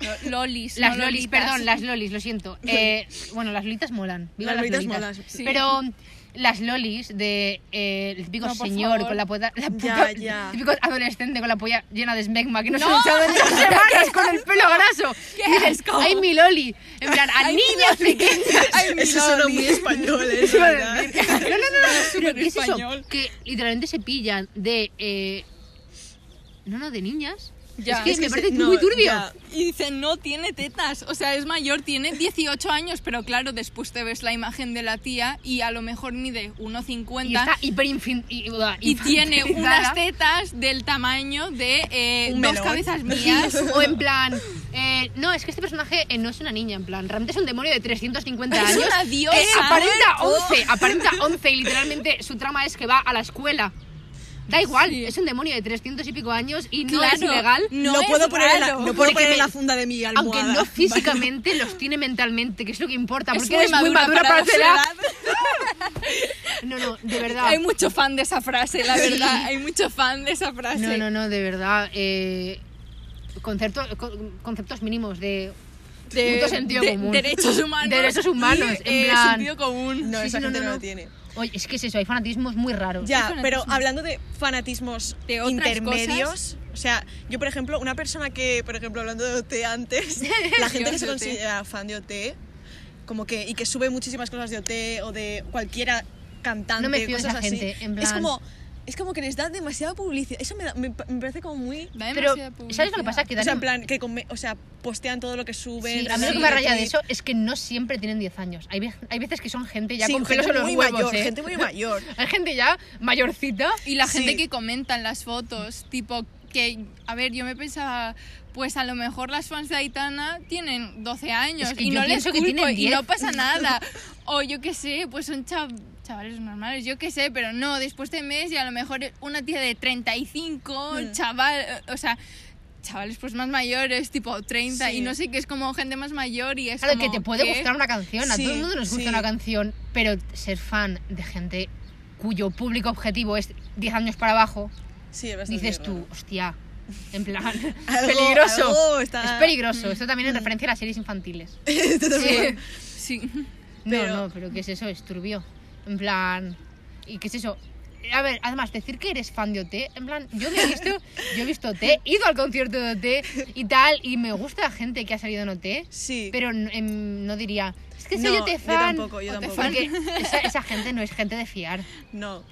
Speaker 1: lo- lolis,
Speaker 3: Las
Speaker 1: no
Speaker 3: lolis,
Speaker 1: lolitas.
Speaker 3: perdón, las lolis, lo siento. Eh, bueno, las lolitas molan. Viva
Speaker 2: Las
Speaker 3: las,
Speaker 2: lolitas
Speaker 3: lolitas.
Speaker 2: molan, sí.
Speaker 3: Pero mm, las lolis de eh, el típico
Speaker 1: No, por
Speaker 3: señor
Speaker 1: favor.
Speaker 3: con la puta, la
Speaker 2: Ya,
Speaker 3: puta-
Speaker 2: ya.
Speaker 3: típico adolescente con la polla llena de smegma que no, se ha echado en tres semanas con el pelo graso. Y dices, ay mi loli. En plan, a niños pequeños.
Speaker 1: Ay, mi
Speaker 2: Eso suena
Speaker 1: loli.
Speaker 2: muy español, ¿eh?
Speaker 3: Eso
Speaker 2: la
Speaker 3: iba
Speaker 2: verdad.
Speaker 3: a decir. No, no, no, no,
Speaker 2: Súper
Speaker 3: pero ¿qué es
Speaker 2: español.
Speaker 3: eso? Que literalmente se pillan de eh, no, no, de niñas.
Speaker 1: Ya.
Speaker 3: es que
Speaker 1: Es
Speaker 3: me
Speaker 2: que
Speaker 3: parece
Speaker 2: se- no,
Speaker 3: muy turbio.
Speaker 2: ya.
Speaker 1: Y dice, no tiene tetas, o sea, es mayor, tiene 18 años, pero claro, después te ves la imagen de la tía y a lo mejor mide 1,50
Speaker 3: Y está hiper infin- y- uah,
Speaker 1: y tiene
Speaker 3: infantilizada.
Speaker 1: unas tetas del tamaño de eh,
Speaker 2: Un
Speaker 1: dos
Speaker 2: melón.
Speaker 1: cabezas mías.
Speaker 3: o en plan, eh, no, es que este personaje eh, no es una niña, en plan, realmente es un demonio de 350
Speaker 1: Es
Speaker 3: años.
Speaker 1: una
Speaker 3: que
Speaker 1: diosa. ¿eh?
Speaker 3: aparenta
Speaker 1: Alberto.
Speaker 3: 11, aparenta 11 y literalmente su trama es que va a la escuela. Da igual,
Speaker 1: Sí.
Speaker 3: es un demonio de 300 y pico años y no
Speaker 1: Claro,
Speaker 3: es legal.
Speaker 1: No
Speaker 2: No
Speaker 1: es
Speaker 2: puedo poner en la,
Speaker 1: raro.
Speaker 2: no puedo
Speaker 3: Porque
Speaker 2: poner en
Speaker 3: me-
Speaker 2: la funda de mi almohada.
Speaker 3: Aunque no físicamente, los tiene mentalmente, que es lo que importa,
Speaker 1: Es
Speaker 3: porque
Speaker 1: muy
Speaker 3: eres muy
Speaker 1: madura
Speaker 3: madura
Speaker 1: para
Speaker 3: para
Speaker 1: la
Speaker 3: hacer edad.
Speaker 1: sociedad.
Speaker 3: No, no, de verdad.
Speaker 1: Hay mucho fan de esa frase, la
Speaker 3: Sí.
Speaker 1: verdad. Hay mucho fan de esa frase.
Speaker 3: No, no, no, de verdad. eh, concepto- con- conceptos mínimos de puto sentido
Speaker 1: de-
Speaker 3: común.
Speaker 1: Derechos humanos.
Speaker 3: Derechos humanos,
Speaker 1: y,
Speaker 3: en
Speaker 1: eh,
Speaker 3: plan-
Speaker 1: sentido común.
Speaker 2: No,
Speaker 3: Sí,
Speaker 2: esa
Speaker 3: sí, no,
Speaker 2: gente
Speaker 3: no,
Speaker 2: no, lo
Speaker 3: no.
Speaker 2: tiene.
Speaker 3: Oye, es que es eso, hay fanatismos muy raros.
Speaker 2: Ya,
Speaker 1: fanatismo.
Speaker 2: pero hablando de fanatismos
Speaker 1: De otras
Speaker 2: intermedios, o sea, yo por ejemplo, una persona que, por ejemplo, hablando de OT antes, la gente
Speaker 1: Dios,
Speaker 2: que se
Speaker 1: OT.
Speaker 2: considera fan de OT, como que, y que sube muchísimas cosas de OT o de cualquiera cantante,
Speaker 3: No me fío de
Speaker 2: cosas
Speaker 3: esa
Speaker 2: así,
Speaker 3: gente, en
Speaker 2: es
Speaker 3: plan-
Speaker 2: como... Es como que les da demasiada publicidad. Eso me, da- me, pa- me parece como muy...
Speaker 1: Da
Speaker 3: Pero,
Speaker 1: demasiada publicidad.
Speaker 3: ¿sabes lo que pasa? Que
Speaker 2: O sea,
Speaker 3: dan-
Speaker 2: en plan, que come- o sea, postean todo lo que suben.
Speaker 3: Sí, a
Speaker 2: hacen
Speaker 3: mí lo
Speaker 1: sí,
Speaker 3: que me
Speaker 2: videoclip.
Speaker 3: raya de eso es que no siempre tienen 10 años. Hay, ve- hay veces que son gente ya
Speaker 2: Sí,
Speaker 3: con
Speaker 2: gente
Speaker 3: pelos en los
Speaker 2: muy
Speaker 3: huevos,
Speaker 2: mayor,
Speaker 3: ¿eh?
Speaker 2: gente muy mayor.
Speaker 3: Hay gente ya mayorcita.
Speaker 1: Y la gente
Speaker 2: Sí.
Speaker 1: que comenta en las fotos, tipo que, a ver, yo me pensaba, pues a lo mejor las fans de Aitana tienen 12 años
Speaker 3: Es que
Speaker 1: y
Speaker 3: yo
Speaker 1: no les
Speaker 3: pienso que
Speaker 1: culpo
Speaker 3: tienen
Speaker 1: y
Speaker 3: 10.
Speaker 1: no pasa nada. O yo qué sé, pues son chav- chavales normales, yo qué sé, pero no, después de mes y a lo mejor una tía de 35,
Speaker 3: Hmm.
Speaker 2: Mm.
Speaker 1: chaval, eh, o sea, chavales pues más mayores, tipo 30
Speaker 2: Sí.
Speaker 1: y no sé qué, es como gente más mayor y es
Speaker 3: Claro, que
Speaker 1: como,
Speaker 3: te puede
Speaker 1: ¿qué?
Speaker 3: gustar una canción, a
Speaker 2: Sí,
Speaker 3: todo el mundo nos gusta
Speaker 2: sí.
Speaker 3: una canción, pero ser fan de gente cuyo público objetivo es 10 años para abajo,
Speaker 2: Sí, es bastante
Speaker 3: dices
Speaker 2: raro.
Speaker 3: tú, hostia, en plan,
Speaker 2: Algo-
Speaker 3: peligroso.
Speaker 2: algo está-
Speaker 3: Es peligroso, esto también en referencia a las series infantiles.
Speaker 1: Sí, sí.
Speaker 2: Pero-
Speaker 3: No, no, pero ¿qué es eso? Es turbio. En plan. ¿Y qué es eso? A ver, además, decir que eres fan de OT, en plan, yo me he visto, yo he visto OT, he ido al concierto de OT y tal, y me gusta la gente que ha salido en OT,
Speaker 2: Sí.
Speaker 3: pero n- em, no diría, es que soy
Speaker 2: No,
Speaker 3: OT
Speaker 2: yo
Speaker 3: fan.
Speaker 2: tampoco, yo
Speaker 3: OT
Speaker 2: tampoco.
Speaker 3: fan", porque esa, esa gente no es gente de fiar.
Speaker 2: No.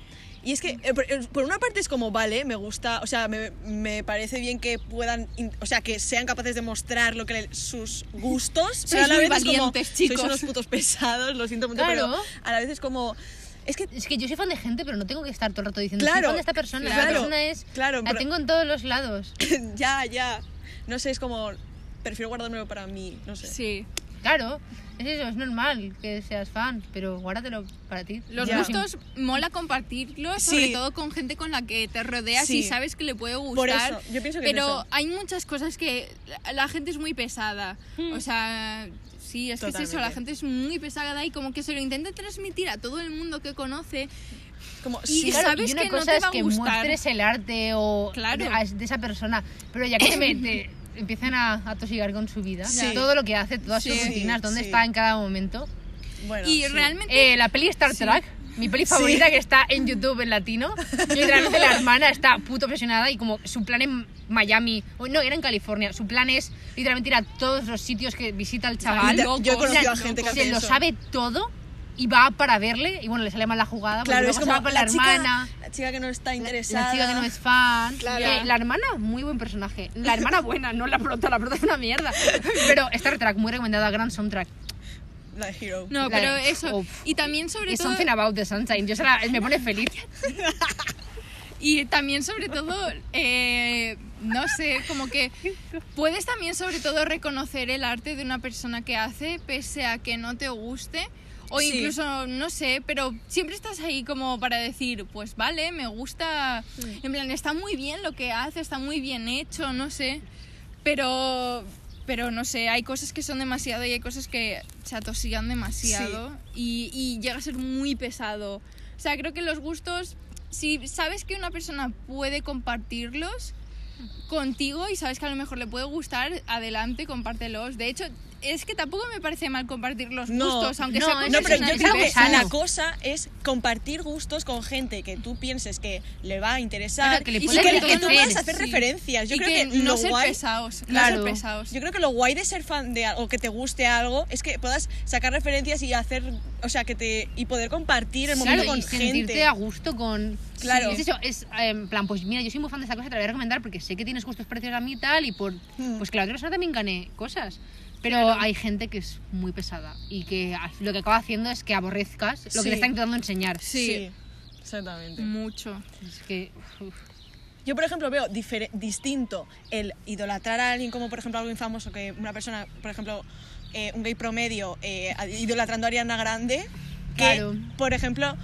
Speaker 2: Y es que, eh, por, eh, por una parte es como, vale, me gusta, o sea, me, me parece bien que puedan, in- o sea, que sean capaces de mostrar lo que le- sus gustos, pero
Speaker 1: Sois
Speaker 2: a la
Speaker 1: muy
Speaker 2: vez es como,
Speaker 1: valientes, chicos.
Speaker 2: sois unos putos pesados, lo siento mucho,
Speaker 3: Claro.
Speaker 2: pero a la vez es como, es que
Speaker 3: Es que yo soy fan de gente, pero no tengo que estar todo el rato diciendo, soy
Speaker 2: Claro,
Speaker 3: fan de esta persona,
Speaker 2: claro,
Speaker 3: la persona es,
Speaker 2: claro,
Speaker 3: la
Speaker 2: pero-
Speaker 3: tengo en todos los lados.
Speaker 2: ya, ya, no sé, es como, prefiero guardármelo para mí, no sé.
Speaker 1: Sí.
Speaker 3: Claro, es eso, es normal que seas fan, pero guárdatelo para ti.
Speaker 1: Los
Speaker 2: Ya.
Speaker 1: gustos mola compartirlos,
Speaker 2: Sí.
Speaker 1: sobre todo con gente con la que te rodeas
Speaker 2: Sí.
Speaker 1: y sabes que le puede gustar.
Speaker 2: Por eso, yo pienso que es
Speaker 1: pero
Speaker 2: eso.
Speaker 1: hay muchas cosas que la, la gente es muy pesada. O sea, sí, es que es eso, la
Speaker 2: Hmm. Totalmente.
Speaker 1: gente es muy pesada y como que se lo intenta transmitir a todo el mundo que conoce.
Speaker 2: Como,
Speaker 1: Y
Speaker 2: sí,
Speaker 1: claro, sabes
Speaker 3: y una
Speaker 1: que no
Speaker 3: cosa
Speaker 1: te
Speaker 3: es
Speaker 1: va a
Speaker 3: que
Speaker 1: gustar.
Speaker 3: muestres el arte o
Speaker 1: Claro.
Speaker 3: de, a- de esa persona, pero ya que te, me- te empiezan a, a tosigar con su vida,
Speaker 2: Sí.
Speaker 3: todo lo que hace, todas sus
Speaker 2: Sí,
Speaker 3: rutinas, dónde
Speaker 2: sí.
Speaker 3: está en cada momento.
Speaker 2: bueno,
Speaker 1: y
Speaker 2: sí.
Speaker 1: realmente...
Speaker 3: Eh, la peli Star Trek, mi peli favorita que está en YouTube en latino, y literalmente la hermana está puto presionada y como su plan en Miami, o no, era en California, su plan es literalmente ir a todos los sitios que visita el chaval.
Speaker 2: Yo he
Speaker 3: En plan,
Speaker 2: conocido a gente que
Speaker 3: se
Speaker 2: hace
Speaker 3: lo
Speaker 2: eso.
Speaker 3: sabe todo y va para verle y bueno, le sale mal la jugada, porque
Speaker 2: Claro,
Speaker 3: luego
Speaker 2: es
Speaker 3: se
Speaker 2: como
Speaker 3: va con la, hermana.
Speaker 2: Chica, la chica que no está
Speaker 3: La-
Speaker 2: interesada.
Speaker 3: La chica que no es fan.
Speaker 2: Claro.
Speaker 3: Eh, la hermana, muy buen personaje. La este hermana buena, no la prota, la prota es una mierda. Pero Star Trek, muy recomendada, gran soundtrack.
Speaker 2: la de Hero.
Speaker 1: No,
Speaker 3: La de-
Speaker 1: pero eso.
Speaker 3: Uf.
Speaker 1: y también sobre
Speaker 3: Es
Speaker 1: todo.
Speaker 3: something about the sunshine. Yo se la- me pone feliz.
Speaker 1: Y también sobre todo, eh, no sé, como que puedes también sobre todo reconocer el arte de una persona que hace, pese a que no te guste. O
Speaker 2: Sí.
Speaker 1: incluso, no sé, pero siempre estás ahí como para decir, pues vale, me gusta, en plan, está muy bien lo que hace, está muy bien hecho, no sé. Pero, pero no sé, hay cosas que son demasiado y hay cosas que se atosigan demasiado y, y llega a ser muy pesado. O sea, creo que los gustos, si sabes que una persona puede compartirlos contigo y sabes que a lo mejor le puede gustar, adelante, compártelos. De hecho, es que tampoco me parece mal compartir los
Speaker 2: No,
Speaker 1: gustos, aunque
Speaker 3: no,
Speaker 1: sea
Speaker 3: eso
Speaker 1: con
Speaker 2: No, pero
Speaker 1: personas
Speaker 2: yo
Speaker 3: es
Speaker 2: creo
Speaker 3: algo
Speaker 2: que
Speaker 1: diversas.
Speaker 3: sano.
Speaker 2: la cosa es compartir gustos con gente que tú pienses que le va a interesar
Speaker 3: Bueno, que le
Speaker 2: y
Speaker 3: puedes
Speaker 2: que, que
Speaker 3: reconocer,
Speaker 2: tú puedas hacer
Speaker 1: sí.
Speaker 2: referencias. Yo
Speaker 1: y
Speaker 2: creo
Speaker 1: que,
Speaker 2: que,
Speaker 1: no
Speaker 2: lo
Speaker 1: ser
Speaker 2: guay,
Speaker 1: pesados, no
Speaker 3: Claro.
Speaker 1: ser pesados.
Speaker 2: yo creo que lo guay de ser fan de algo, que te guste algo, es que puedas sacar referencias y hacer, o sea, que te y poder compartir el momento
Speaker 3: Claro,
Speaker 2: con
Speaker 3: y sentirte
Speaker 2: gente.
Speaker 3: a gusto con...
Speaker 2: Claro.
Speaker 3: Es eso, es eh, en plan, pues mira, yo soy muy fan de esta cosa, te la voy a recomendar porque sé que tienes gustos precios a mí y tal, y por...
Speaker 2: Mm.
Speaker 3: Pues que la otra persona también gane cosas. Pero hay gente que es muy pesada y que a- lo que acaba haciendo es que aborrezcas lo que
Speaker 2: Sí.
Speaker 3: te está intentando enseñar.
Speaker 1: Sí,
Speaker 2: exactamente.
Speaker 1: mucho.
Speaker 3: Es que... uf.
Speaker 2: Yo, por ejemplo, veo difere- distinto el idolatrar a alguien como, por ejemplo, algo infamoso que una persona, por ejemplo, eh, un gay promedio eh, a- idolatrando a Ariana Grande, que,
Speaker 3: Claro.
Speaker 2: por ejemplo,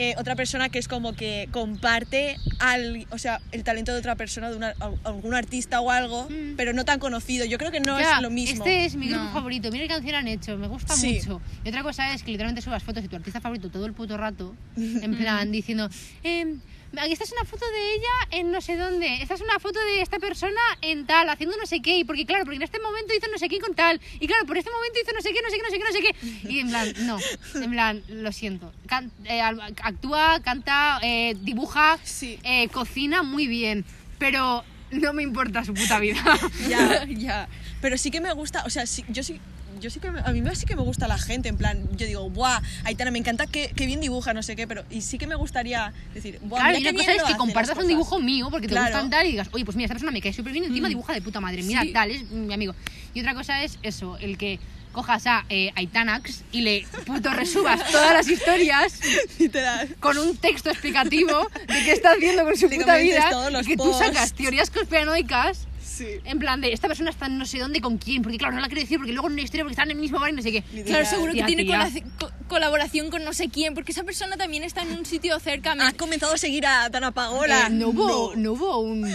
Speaker 2: eh, otra persona que es como que comparte al, o sea, el talento de otra persona, de una- al- algún artista o algo,
Speaker 3: Mm.
Speaker 2: pero no tan conocido. Yo creo que no
Speaker 3: Ya,
Speaker 2: es lo mismo.
Speaker 3: Este es mi grupo
Speaker 1: No.
Speaker 3: favorito, mira qué canción han hecho, me gusta
Speaker 2: Sí.
Speaker 3: mucho. Y otra cosa es que literalmente subas fotos de tu artista favorito todo el puto rato, en plan diciendo, em, aquí esta es una foto de ella en no sé dónde, esta es una foto de esta persona en tal, haciendo no sé qué, y porque claro, porque en este momento hizo no sé qué con tal, y claro, por este momento hizo no sé qué, no sé qué, no sé qué, no sé qué. Y en plan, no, en plan, lo siento. Can- eh, al- actúa, canta, eh, dibuja,
Speaker 2: Sí.
Speaker 3: eh, cocina muy bien, pero no me importa su puta vida.
Speaker 2: Ya.
Speaker 1: ya.
Speaker 2: Pero sí que me gusta, o sea, sí- yo sí... Yo sí que me- a mí me- sí que me gusta la gente, en plan, yo digo, ¡buah! Aitana, me encanta que, bien dibuja, no sé qué, pero. Y sí que me gustaría decir, ¡buah!
Speaker 3: Claro,
Speaker 2: mira
Speaker 3: y
Speaker 2: qué
Speaker 3: una
Speaker 2: bien
Speaker 3: cosa es
Speaker 2: lo
Speaker 3: que
Speaker 2: hace las
Speaker 3: compartas un
Speaker 2: cosas".
Speaker 3: dibujo mío porque te
Speaker 2: Claro. Mm.
Speaker 3: gustan tal y digas, oye, pues mira, esta persona me cae súper bien, encima dibuja de puta madre, mira,
Speaker 1: Sí.
Speaker 3: tal. Es mi amigo. Y otra cosa es eso, el que cojas a eh, Aitanax y le puto resubas todas las historias
Speaker 2: Literal.
Speaker 3: con un texto explicativo de qué está haciendo con su
Speaker 2: Le
Speaker 3: puta
Speaker 2: comentas
Speaker 3: vida
Speaker 2: todos los
Speaker 3: y que tú
Speaker 2: posts.
Speaker 3: sacas teorías conspiranoicas
Speaker 2: Sí.
Speaker 3: en plan de esta persona está en no sé dónde con quién porque claro no la quiero decir porque luego no hay historia porque están en el mismo bar y no sé qué
Speaker 1: Claro, seguro
Speaker 3: Tía,
Speaker 1: que tiene
Speaker 3: tía.
Speaker 1: colaci- co- colaboración con no sé quién, porque esa persona también está en un sitio cerca. me-
Speaker 3: Ah,
Speaker 2: Has comenzado a seguir a Dana Paola.
Speaker 3: Eh, no hubo, no. hubo un-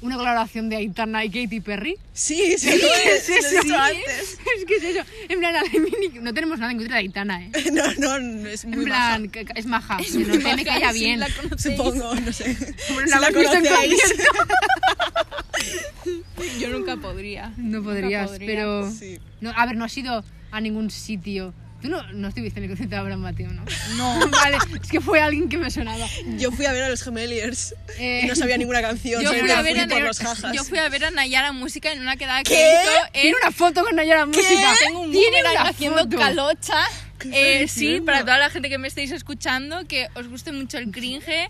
Speaker 3: una colaboración de Aitana y Katy Perry
Speaker 2: Sí, sí, lo
Speaker 3: ¿Qué
Speaker 2: es,
Speaker 3: es eso?
Speaker 2: lo he dicho antes.
Speaker 3: Es que es eso. En plan, a la mini- no tenemos nada en contra de Aitana, ¿eh?
Speaker 2: No, no, no, es
Speaker 3: En
Speaker 2: muy baja.
Speaker 3: plan, que- que es maja. que no sé, me calla
Speaker 1: Sí,
Speaker 3: bien.
Speaker 1: la conocéis.
Speaker 2: Supongo, no sé.
Speaker 3: Bueno,
Speaker 2: Si
Speaker 3: la hemos visto en concierto.
Speaker 1: Yo nunca podría.
Speaker 3: No podrías,
Speaker 1: podría.
Speaker 3: pero...
Speaker 2: Sí.
Speaker 3: No, a ver, no has ido a ningún sitio. Tú no, no estuviste en el concierto de Abraham Mateo, ¿no?
Speaker 2: No. ¿Eh?
Speaker 3: vale, es que fue alguien que me sonaba.
Speaker 2: Yo fui a ver a los Gemeliers
Speaker 3: Eh,
Speaker 2: y no sabía ninguna canción.
Speaker 1: Yo
Speaker 2: solo
Speaker 1: fui,
Speaker 2: la
Speaker 1: a ver a
Speaker 2: por
Speaker 1: Nayar-
Speaker 2: los jajas.
Speaker 1: yo fui a ver a Nayara Música en una quedada
Speaker 2: ¿Qué?
Speaker 1: que hizo en
Speaker 3: Tiene una foto con Nayara Música.
Speaker 1: Tengo un
Speaker 3: Tiene
Speaker 1: boomerang
Speaker 3: una
Speaker 1: haciendo
Speaker 3: foto.
Speaker 1: calocha. Eh, sí,
Speaker 2: diciendo?
Speaker 1: para toda la gente que me estáis escuchando, que os guste mucho el cringe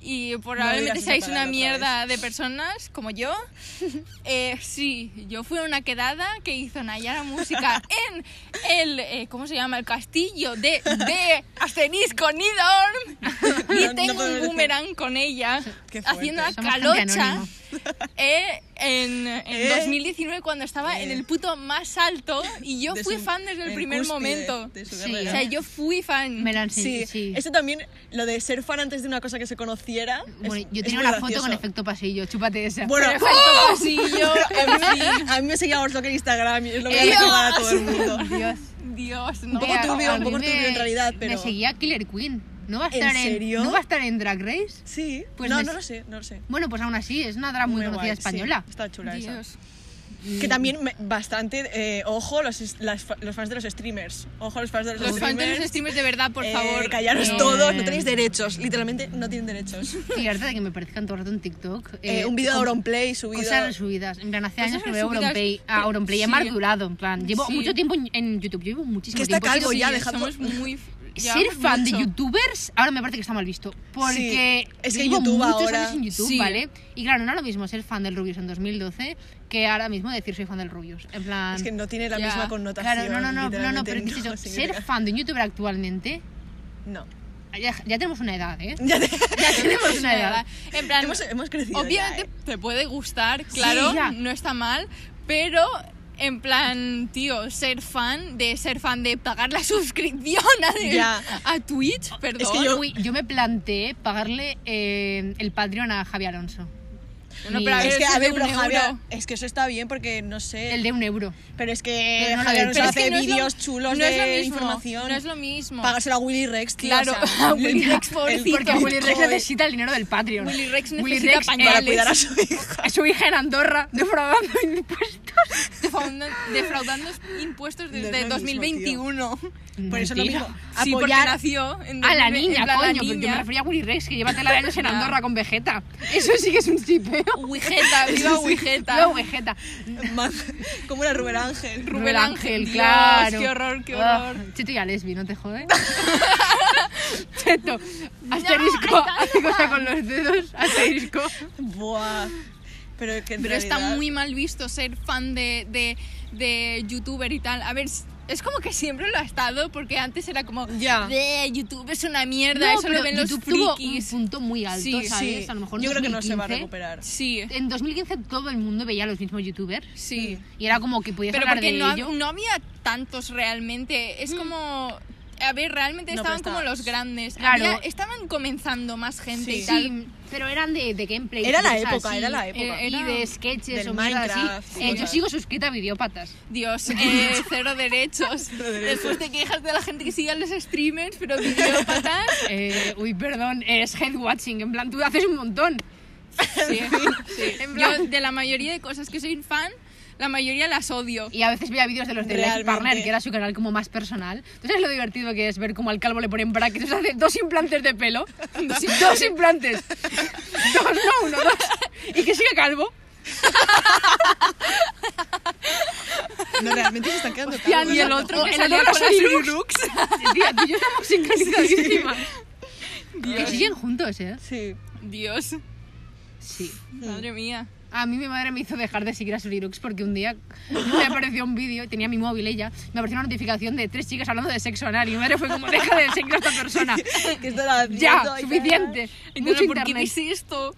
Speaker 1: y
Speaker 2: digas
Speaker 1: probablemente
Speaker 2: esa
Speaker 1: seáis
Speaker 2: palabra
Speaker 1: una
Speaker 2: otra
Speaker 1: mierda de personas como yo. Eh, sí, yo fui a una quedada que hizo Nayara Música en el, eh, ¿cómo se llama? El castillo de, de Asterisco Nidorm. Y
Speaker 2: No, no
Speaker 1: tengo
Speaker 2: podemos
Speaker 1: un
Speaker 2: decir.
Speaker 1: boomerang con ella
Speaker 2: Qué fuerte.
Speaker 1: haciendo una
Speaker 3: Somos gente
Speaker 1: calocha
Speaker 3: anónima.
Speaker 1: eh, en, en
Speaker 2: Eh.
Speaker 1: 2019 cuando estaba en
Speaker 2: Eh.
Speaker 1: el puto más alto y yo
Speaker 2: De
Speaker 1: fui
Speaker 2: su-
Speaker 1: fan desde el
Speaker 2: en
Speaker 1: primer
Speaker 2: cúspide
Speaker 1: momento.
Speaker 2: de su
Speaker 3: Sí,
Speaker 1: O
Speaker 2: carrera.
Speaker 1: sea, yo fui fan.
Speaker 3: Me la
Speaker 2: Sí,
Speaker 3: enseñó, sí. sí.
Speaker 2: Eso también, lo de ser fan antes de una cosa que se conociera. es-
Speaker 3: Bueno, yo
Speaker 2: es
Speaker 3: tenía
Speaker 2: muy
Speaker 3: una foto con
Speaker 2: gracioso.
Speaker 3: efecto pasillo, chúpate esa.
Speaker 2: Bueno,
Speaker 1: Perfecto pasillo.
Speaker 2: en fin, a mí me seguía Orso en Instagram y es lo que voy a
Speaker 1: Dios.
Speaker 2: recordar a todo el mundo.
Speaker 3: Dios.
Speaker 1: Dios, no.
Speaker 2: poco
Speaker 3: Vea,
Speaker 2: turbio,
Speaker 3: a
Speaker 2: un
Speaker 3: mí
Speaker 2: poco
Speaker 3: me-
Speaker 2: turbio en realidad,
Speaker 3: Me
Speaker 2: pero-
Speaker 3: seguía Killer Queen. ¿No va a
Speaker 2: ¿En
Speaker 3: estar en,
Speaker 2: serio?
Speaker 3: ¿No va a estar en Drag Race?
Speaker 2: Sí,
Speaker 3: Pues
Speaker 2: no,
Speaker 3: me-
Speaker 2: no lo sé, no lo sé.
Speaker 3: Bueno, pues aún así, es una drag muy, conocida
Speaker 2: guay, sí,
Speaker 3: española.
Speaker 2: está chula esa.
Speaker 1: Dios.
Speaker 2: Que también me- bastante, eh, ojo, los, es- las fa- los fans de los streamers. Ojo, los fans de los,
Speaker 1: Los fans de
Speaker 2: streamers.
Speaker 1: los streamers de verdad, por
Speaker 2: eh,
Speaker 1: favor.
Speaker 2: callaros
Speaker 3: Eh.
Speaker 2: todos, no tenéis derechos. Literalmente no tienen derechos.
Speaker 3: Estoy harta de que me parezcan todo el rato en TikTok.
Speaker 2: Eh, un vídeo de
Speaker 3: con-
Speaker 2: Auronplay subido.
Speaker 3: Cosas resubidas. En plan, hace
Speaker 1: Cosas
Speaker 3: años que no veo
Speaker 1: resubidas,
Speaker 3: Auronplay. A
Speaker 1: pero-
Speaker 3: Auronplay he
Speaker 1: sí.
Speaker 3: madurado. En plan, llevo
Speaker 1: Sí.
Speaker 3: mucho tiempo en, en YouTube. Yo llevo muchísimo
Speaker 2: Que está
Speaker 3: tiempo. he sido-
Speaker 2: calvo ya,
Speaker 1: Sí,
Speaker 2: dejadlo.
Speaker 1: Somos muy. Ya,
Speaker 3: ser fan
Speaker 1: mucho.
Speaker 3: de youtubers ahora me parece que está mal visto. Porque
Speaker 2: Sí, es que
Speaker 3: llevo
Speaker 2: YouTube
Speaker 3: muchos
Speaker 2: ahora-
Speaker 3: años en YouTube,
Speaker 1: Sí.
Speaker 3: ¿vale? Y claro, no era lo mismo ser fan del Rubius en 2012 que ahora mismo decir soy fan del Rubius. En plan.
Speaker 2: Es que no tiene la
Speaker 1: Ya.
Speaker 2: misma
Speaker 1: Claro,
Speaker 2: connotación.
Speaker 3: claro, no, no, no, no, no,
Speaker 2: literalmente
Speaker 3: pero es que es
Speaker 2: no
Speaker 3: eso, ser
Speaker 2: significa-
Speaker 3: fan de un youtuber actualmente.
Speaker 2: No.
Speaker 3: Ya, ya tenemos una edad, ¿eh?
Speaker 2: Ya te-
Speaker 3: Ya tenemos una edad.
Speaker 1: En plan,
Speaker 2: hemos, hemos crecido. ya,
Speaker 1: obviamente
Speaker 2: ¿eh?
Speaker 1: te puede gustar, claro,
Speaker 3: ya.
Speaker 1: no está mal, pero en plan, tío, ser fan de ser fan de pagar la suscripción a,
Speaker 2: Ya.
Speaker 1: a Twitch, perdón.
Speaker 2: que yo-
Speaker 3: Uy, yo me planteé pagarle eh, el Patreon a Javi Alonso.
Speaker 1: Bueno,
Speaker 3: Ni-
Speaker 1: pero a ver,
Speaker 2: Es que,
Speaker 1: eso
Speaker 2: a
Speaker 1: es
Speaker 2: ver,
Speaker 1: de
Speaker 2: pero
Speaker 1: un
Speaker 2: Javier,
Speaker 1: euro.
Speaker 2: es que eso está bien porque no sé.
Speaker 3: El de un euro.
Speaker 2: Pero es que
Speaker 3: Pero no lo
Speaker 2: Javier
Speaker 3: del-
Speaker 2: nos
Speaker 3: pero es
Speaker 2: hace
Speaker 1: que no es lo-
Speaker 2: vídeos chulos
Speaker 1: no
Speaker 2: de
Speaker 1: es lo mismo,
Speaker 2: información.
Speaker 1: No es lo mismo.
Speaker 2: Pagárselo a Willy Rex, tío,
Speaker 1: Claro,
Speaker 2: o sea,
Speaker 1: a Willy
Speaker 2: el-
Speaker 1: Rex,
Speaker 2: el-
Speaker 1: pobrecito.
Speaker 3: Porque Willy Rex
Speaker 2: Bitcoin
Speaker 3: necesita el dinero del Patreon.
Speaker 1: Willy Rex
Speaker 3: Willy
Speaker 1: necesita
Speaker 3: Rex, eh,
Speaker 2: Para
Speaker 1: pañales.
Speaker 2: cuidar a su hija.
Speaker 3: a su hija en Andorra defraudando impuestos.
Speaker 1: defraudando, defraudando impuestos
Speaker 2: No es lo
Speaker 1: desde
Speaker 2: mismo,
Speaker 1: 2021.
Speaker 2: Por eso lo
Speaker 3: Mentira.
Speaker 2: mismo.
Speaker 1: Sí, porque
Speaker 2: Apoyar
Speaker 1: nació en
Speaker 3: A la
Speaker 1: 2020,
Speaker 3: niña,
Speaker 1: en plan,
Speaker 3: coño,
Speaker 1: la
Speaker 3: pero yo me
Speaker 1: niña.
Speaker 3: refería a Willy Rex, que lleva telarañas en
Speaker 1: Ya.
Speaker 3: Andorra con Vegeta. Eso sí que es un chipeo.
Speaker 1: Wigeta, viva Wigeta.
Speaker 3: No, Vegeta.
Speaker 2: man- como era Rubén Ángel.
Speaker 1: Rubén
Speaker 3: Rubén Ángel,
Speaker 1: Ángel, Dios,
Speaker 3: claro.
Speaker 1: qué horror, qué
Speaker 3: Ah,
Speaker 1: horror.
Speaker 3: Cheto ya lesbi, no te jode. Cheto, asterisco, hace cosa con los dedos, asterisco.
Speaker 2: Buah. Pero que en
Speaker 1: Pero está
Speaker 2: realidad-
Speaker 1: muy mal visto ser fan de, de, de youtuber y tal. A ver, es como que siempre lo ha estado, porque antes era como,
Speaker 2: Ya.
Speaker 1: de YouTube es una mierda,
Speaker 3: No,
Speaker 1: eso
Speaker 3: pero
Speaker 1: lo ven los
Speaker 3: YouTube tuvo
Speaker 1: frikis.
Speaker 3: un punto muy alto,
Speaker 1: Sí,
Speaker 3: ¿sabes?
Speaker 2: Sí,
Speaker 3: A lo mejor en
Speaker 2: yo creo que no se va a
Speaker 3: 2015.
Speaker 2: recuperar.
Speaker 1: Sí,
Speaker 3: En 2015 todo el mundo veía a los mismos youtubers
Speaker 1: sí.
Speaker 3: y era como que podías
Speaker 1: Pero
Speaker 3: hablar
Speaker 1: porque
Speaker 3: de
Speaker 1: no, hab-
Speaker 3: ello.
Speaker 1: no había tantos realmente. Es como. A ver, realmente
Speaker 2: No, pero
Speaker 1: estaban como
Speaker 2: estaba-
Speaker 1: los grandes.
Speaker 3: Claro.
Speaker 1: Había- estaban comenzando más gente
Speaker 2: Sí.
Speaker 1: y tal.
Speaker 3: Sí, pero eran de, de gameplay.
Speaker 2: Era la
Speaker 3: cosas
Speaker 2: época, era la época.
Speaker 3: eh, Y de sketches
Speaker 2: Del
Speaker 3: o mierdas
Speaker 2: Minecraft,
Speaker 3: así. Eh, yo
Speaker 2: cosas.
Speaker 3: sigo suscrita a Videópatas.
Speaker 1: Dios, eh, cero derechos. Después te quejas de la gente que sigue a los streamers, pero videópatas.
Speaker 3: Eh, uy, perdón, es headwatching. En plan, tú haces un montón.
Speaker 1: Sí, sí.
Speaker 3: En plan-
Speaker 1: Yo, de la mayoría de cosas que soy fan, la mayoría las odio.
Speaker 3: Y a veces veía vídeos de los de Life
Speaker 2: Realmente.
Speaker 3: Partner, que era su canal como más personal. ¿Tú sabes lo divertido que es ver cómo al calvo le ponen brackets? Hace dos implantes de pelo. Dos, dos implantes. Dos, no uno, dos. Y que sigue calvo.
Speaker 2: No, realmente se están quedando
Speaker 3: Hostia,
Speaker 2: calvos.
Speaker 1: Y el otro que
Speaker 3: El
Speaker 1: salía
Speaker 3: otro
Speaker 1: con
Speaker 3: soy
Speaker 1: las
Speaker 3: Lux.
Speaker 1: Lux.
Speaker 3: Tía, tú y yo estamos sincronizadísimas. Que siguen juntos, ¿eh?
Speaker 2: Sí.
Speaker 1: Dios,
Speaker 3: Sí.
Speaker 1: madre mía.
Speaker 3: A mí mi madre me hizo dejar de seguir a Solirux porque un día me apareció un vídeo, tenía mi móvil ella, me apareció una notificación de tres chicas hablando de sexo anal y mi madre fue como, deja de seguir a esta persona.
Speaker 2: Que esto era
Speaker 3: Ya, suficiente.
Speaker 1: Y
Speaker 3: Mucho
Speaker 1: ¿por qué
Speaker 3: internet.
Speaker 1: ves esto?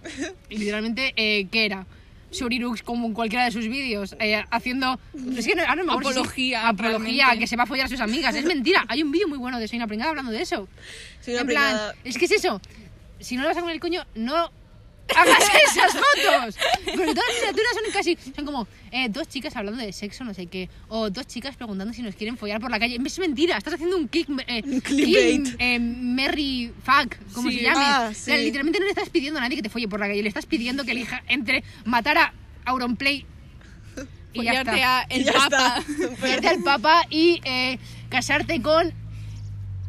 Speaker 3: Y literalmente, eh, ¿qué era? Solirux como en cualquiera de sus vídeos, eh, haciendo... Es que no, ahora no me acuerdo si-
Speaker 1: Apología,
Speaker 3: apología,
Speaker 1: realmente.
Speaker 3: que se va a follar a sus amigas. Es mentira. Hay un vídeo muy bueno de Soy una pringada hablando de eso.
Speaker 2: Soy una
Speaker 3: en plan,
Speaker 2: pringada.
Speaker 3: es que es eso. Si no lo vas a comer el coño, no hagas esas fotos. Porque todas las miniaturas son casi. Son como eh, dos chicas hablando de sexo, no sé qué. O dos chicas preguntando si nos quieren follar por la calle. Es mentira, estás haciendo un kick. Eh,
Speaker 2: Un clickbait.
Speaker 3: kick, eh, Merry fuck, como
Speaker 1: Sí.
Speaker 3: se llame.
Speaker 2: Ah,
Speaker 3: O sea,
Speaker 2: sí.
Speaker 3: literalmente no le estás pidiendo a nadie que te folle por la calle. Le estás pidiendo que elija entre matar a Auronplay y ya
Speaker 1: Follarte
Speaker 3: está.
Speaker 1: a el
Speaker 2: Y ya
Speaker 1: papa,
Speaker 2: está.
Speaker 3: Follarte al papa y eh, casarte con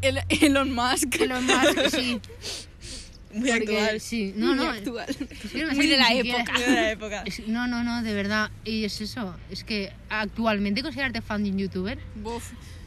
Speaker 1: el, Elon Musk.
Speaker 3: Elon Musk. Sí.
Speaker 2: Muy
Speaker 3: Porque-
Speaker 2: actual.
Speaker 3: Sí, no, no.
Speaker 1: Muy actual.
Speaker 3: es que no me
Speaker 1: Muy
Speaker 3: sale
Speaker 1: de la
Speaker 3: ni siquiera.
Speaker 1: época.
Speaker 2: Era la época.
Speaker 3: Es- No, no, no, de verdad. Y es eso, es que actualmente considerarte fan de un youtuber.
Speaker 1: Buf.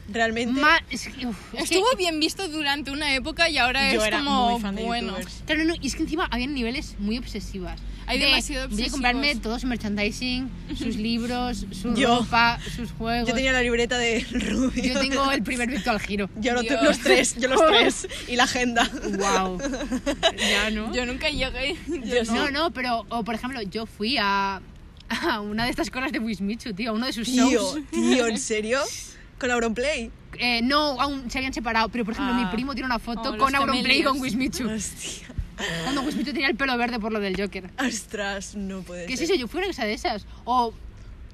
Speaker 2: Realmente.
Speaker 3: ma- es que, uf, es que-
Speaker 1: Estuvo bien visto durante una época y ahora
Speaker 2: yo
Speaker 1: es
Speaker 2: era
Speaker 1: como
Speaker 2: muy fan de
Speaker 1: bueno.
Speaker 2: youtubers.
Speaker 3: claro, no, y es que encima había niveles muy obsesivas.
Speaker 1: Hay
Speaker 3: de,
Speaker 1: demasiado
Speaker 3: Voy a
Speaker 1: obsesivos.
Speaker 3: comprarme todo su merchandising, sus libros, su
Speaker 2: Yo.
Speaker 3: ropa, sus juegos.
Speaker 2: Yo tenía la libreta de Rubio.
Speaker 3: Yo tengo el primer virtual giro.
Speaker 2: Yo lo-
Speaker 1: Dios.
Speaker 2: los tres, yo los tres. Y la agenda.
Speaker 3: Wow. Ya no.
Speaker 1: Yo nunca llegué.
Speaker 2: Yo sí.
Speaker 3: no, no, pero o, por ejemplo, yo fui a, a una de estas cosas de Wismichu, tío, a uno de sus
Speaker 2: Tío,
Speaker 3: shows.
Speaker 2: tío, ¿en serio? Con Auronplay.
Speaker 3: Eh, no, aún se habían separado, pero por ejemplo,
Speaker 2: Ah.
Speaker 3: mi primo tiene una foto
Speaker 1: Oh, los
Speaker 3: con Auronplay y
Speaker 1: gemelos.
Speaker 3: con Wismichu.
Speaker 2: Hostia.
Speaker 3: Cuando Wismichu tenía el pelo verde por lo del Joker.
Speaker 2: Ostras, no puede
Speaker 3: ¿Qué es
Speaker 2: ser.
Speaker 3: eso? Yo fui a una cosa de esas. O.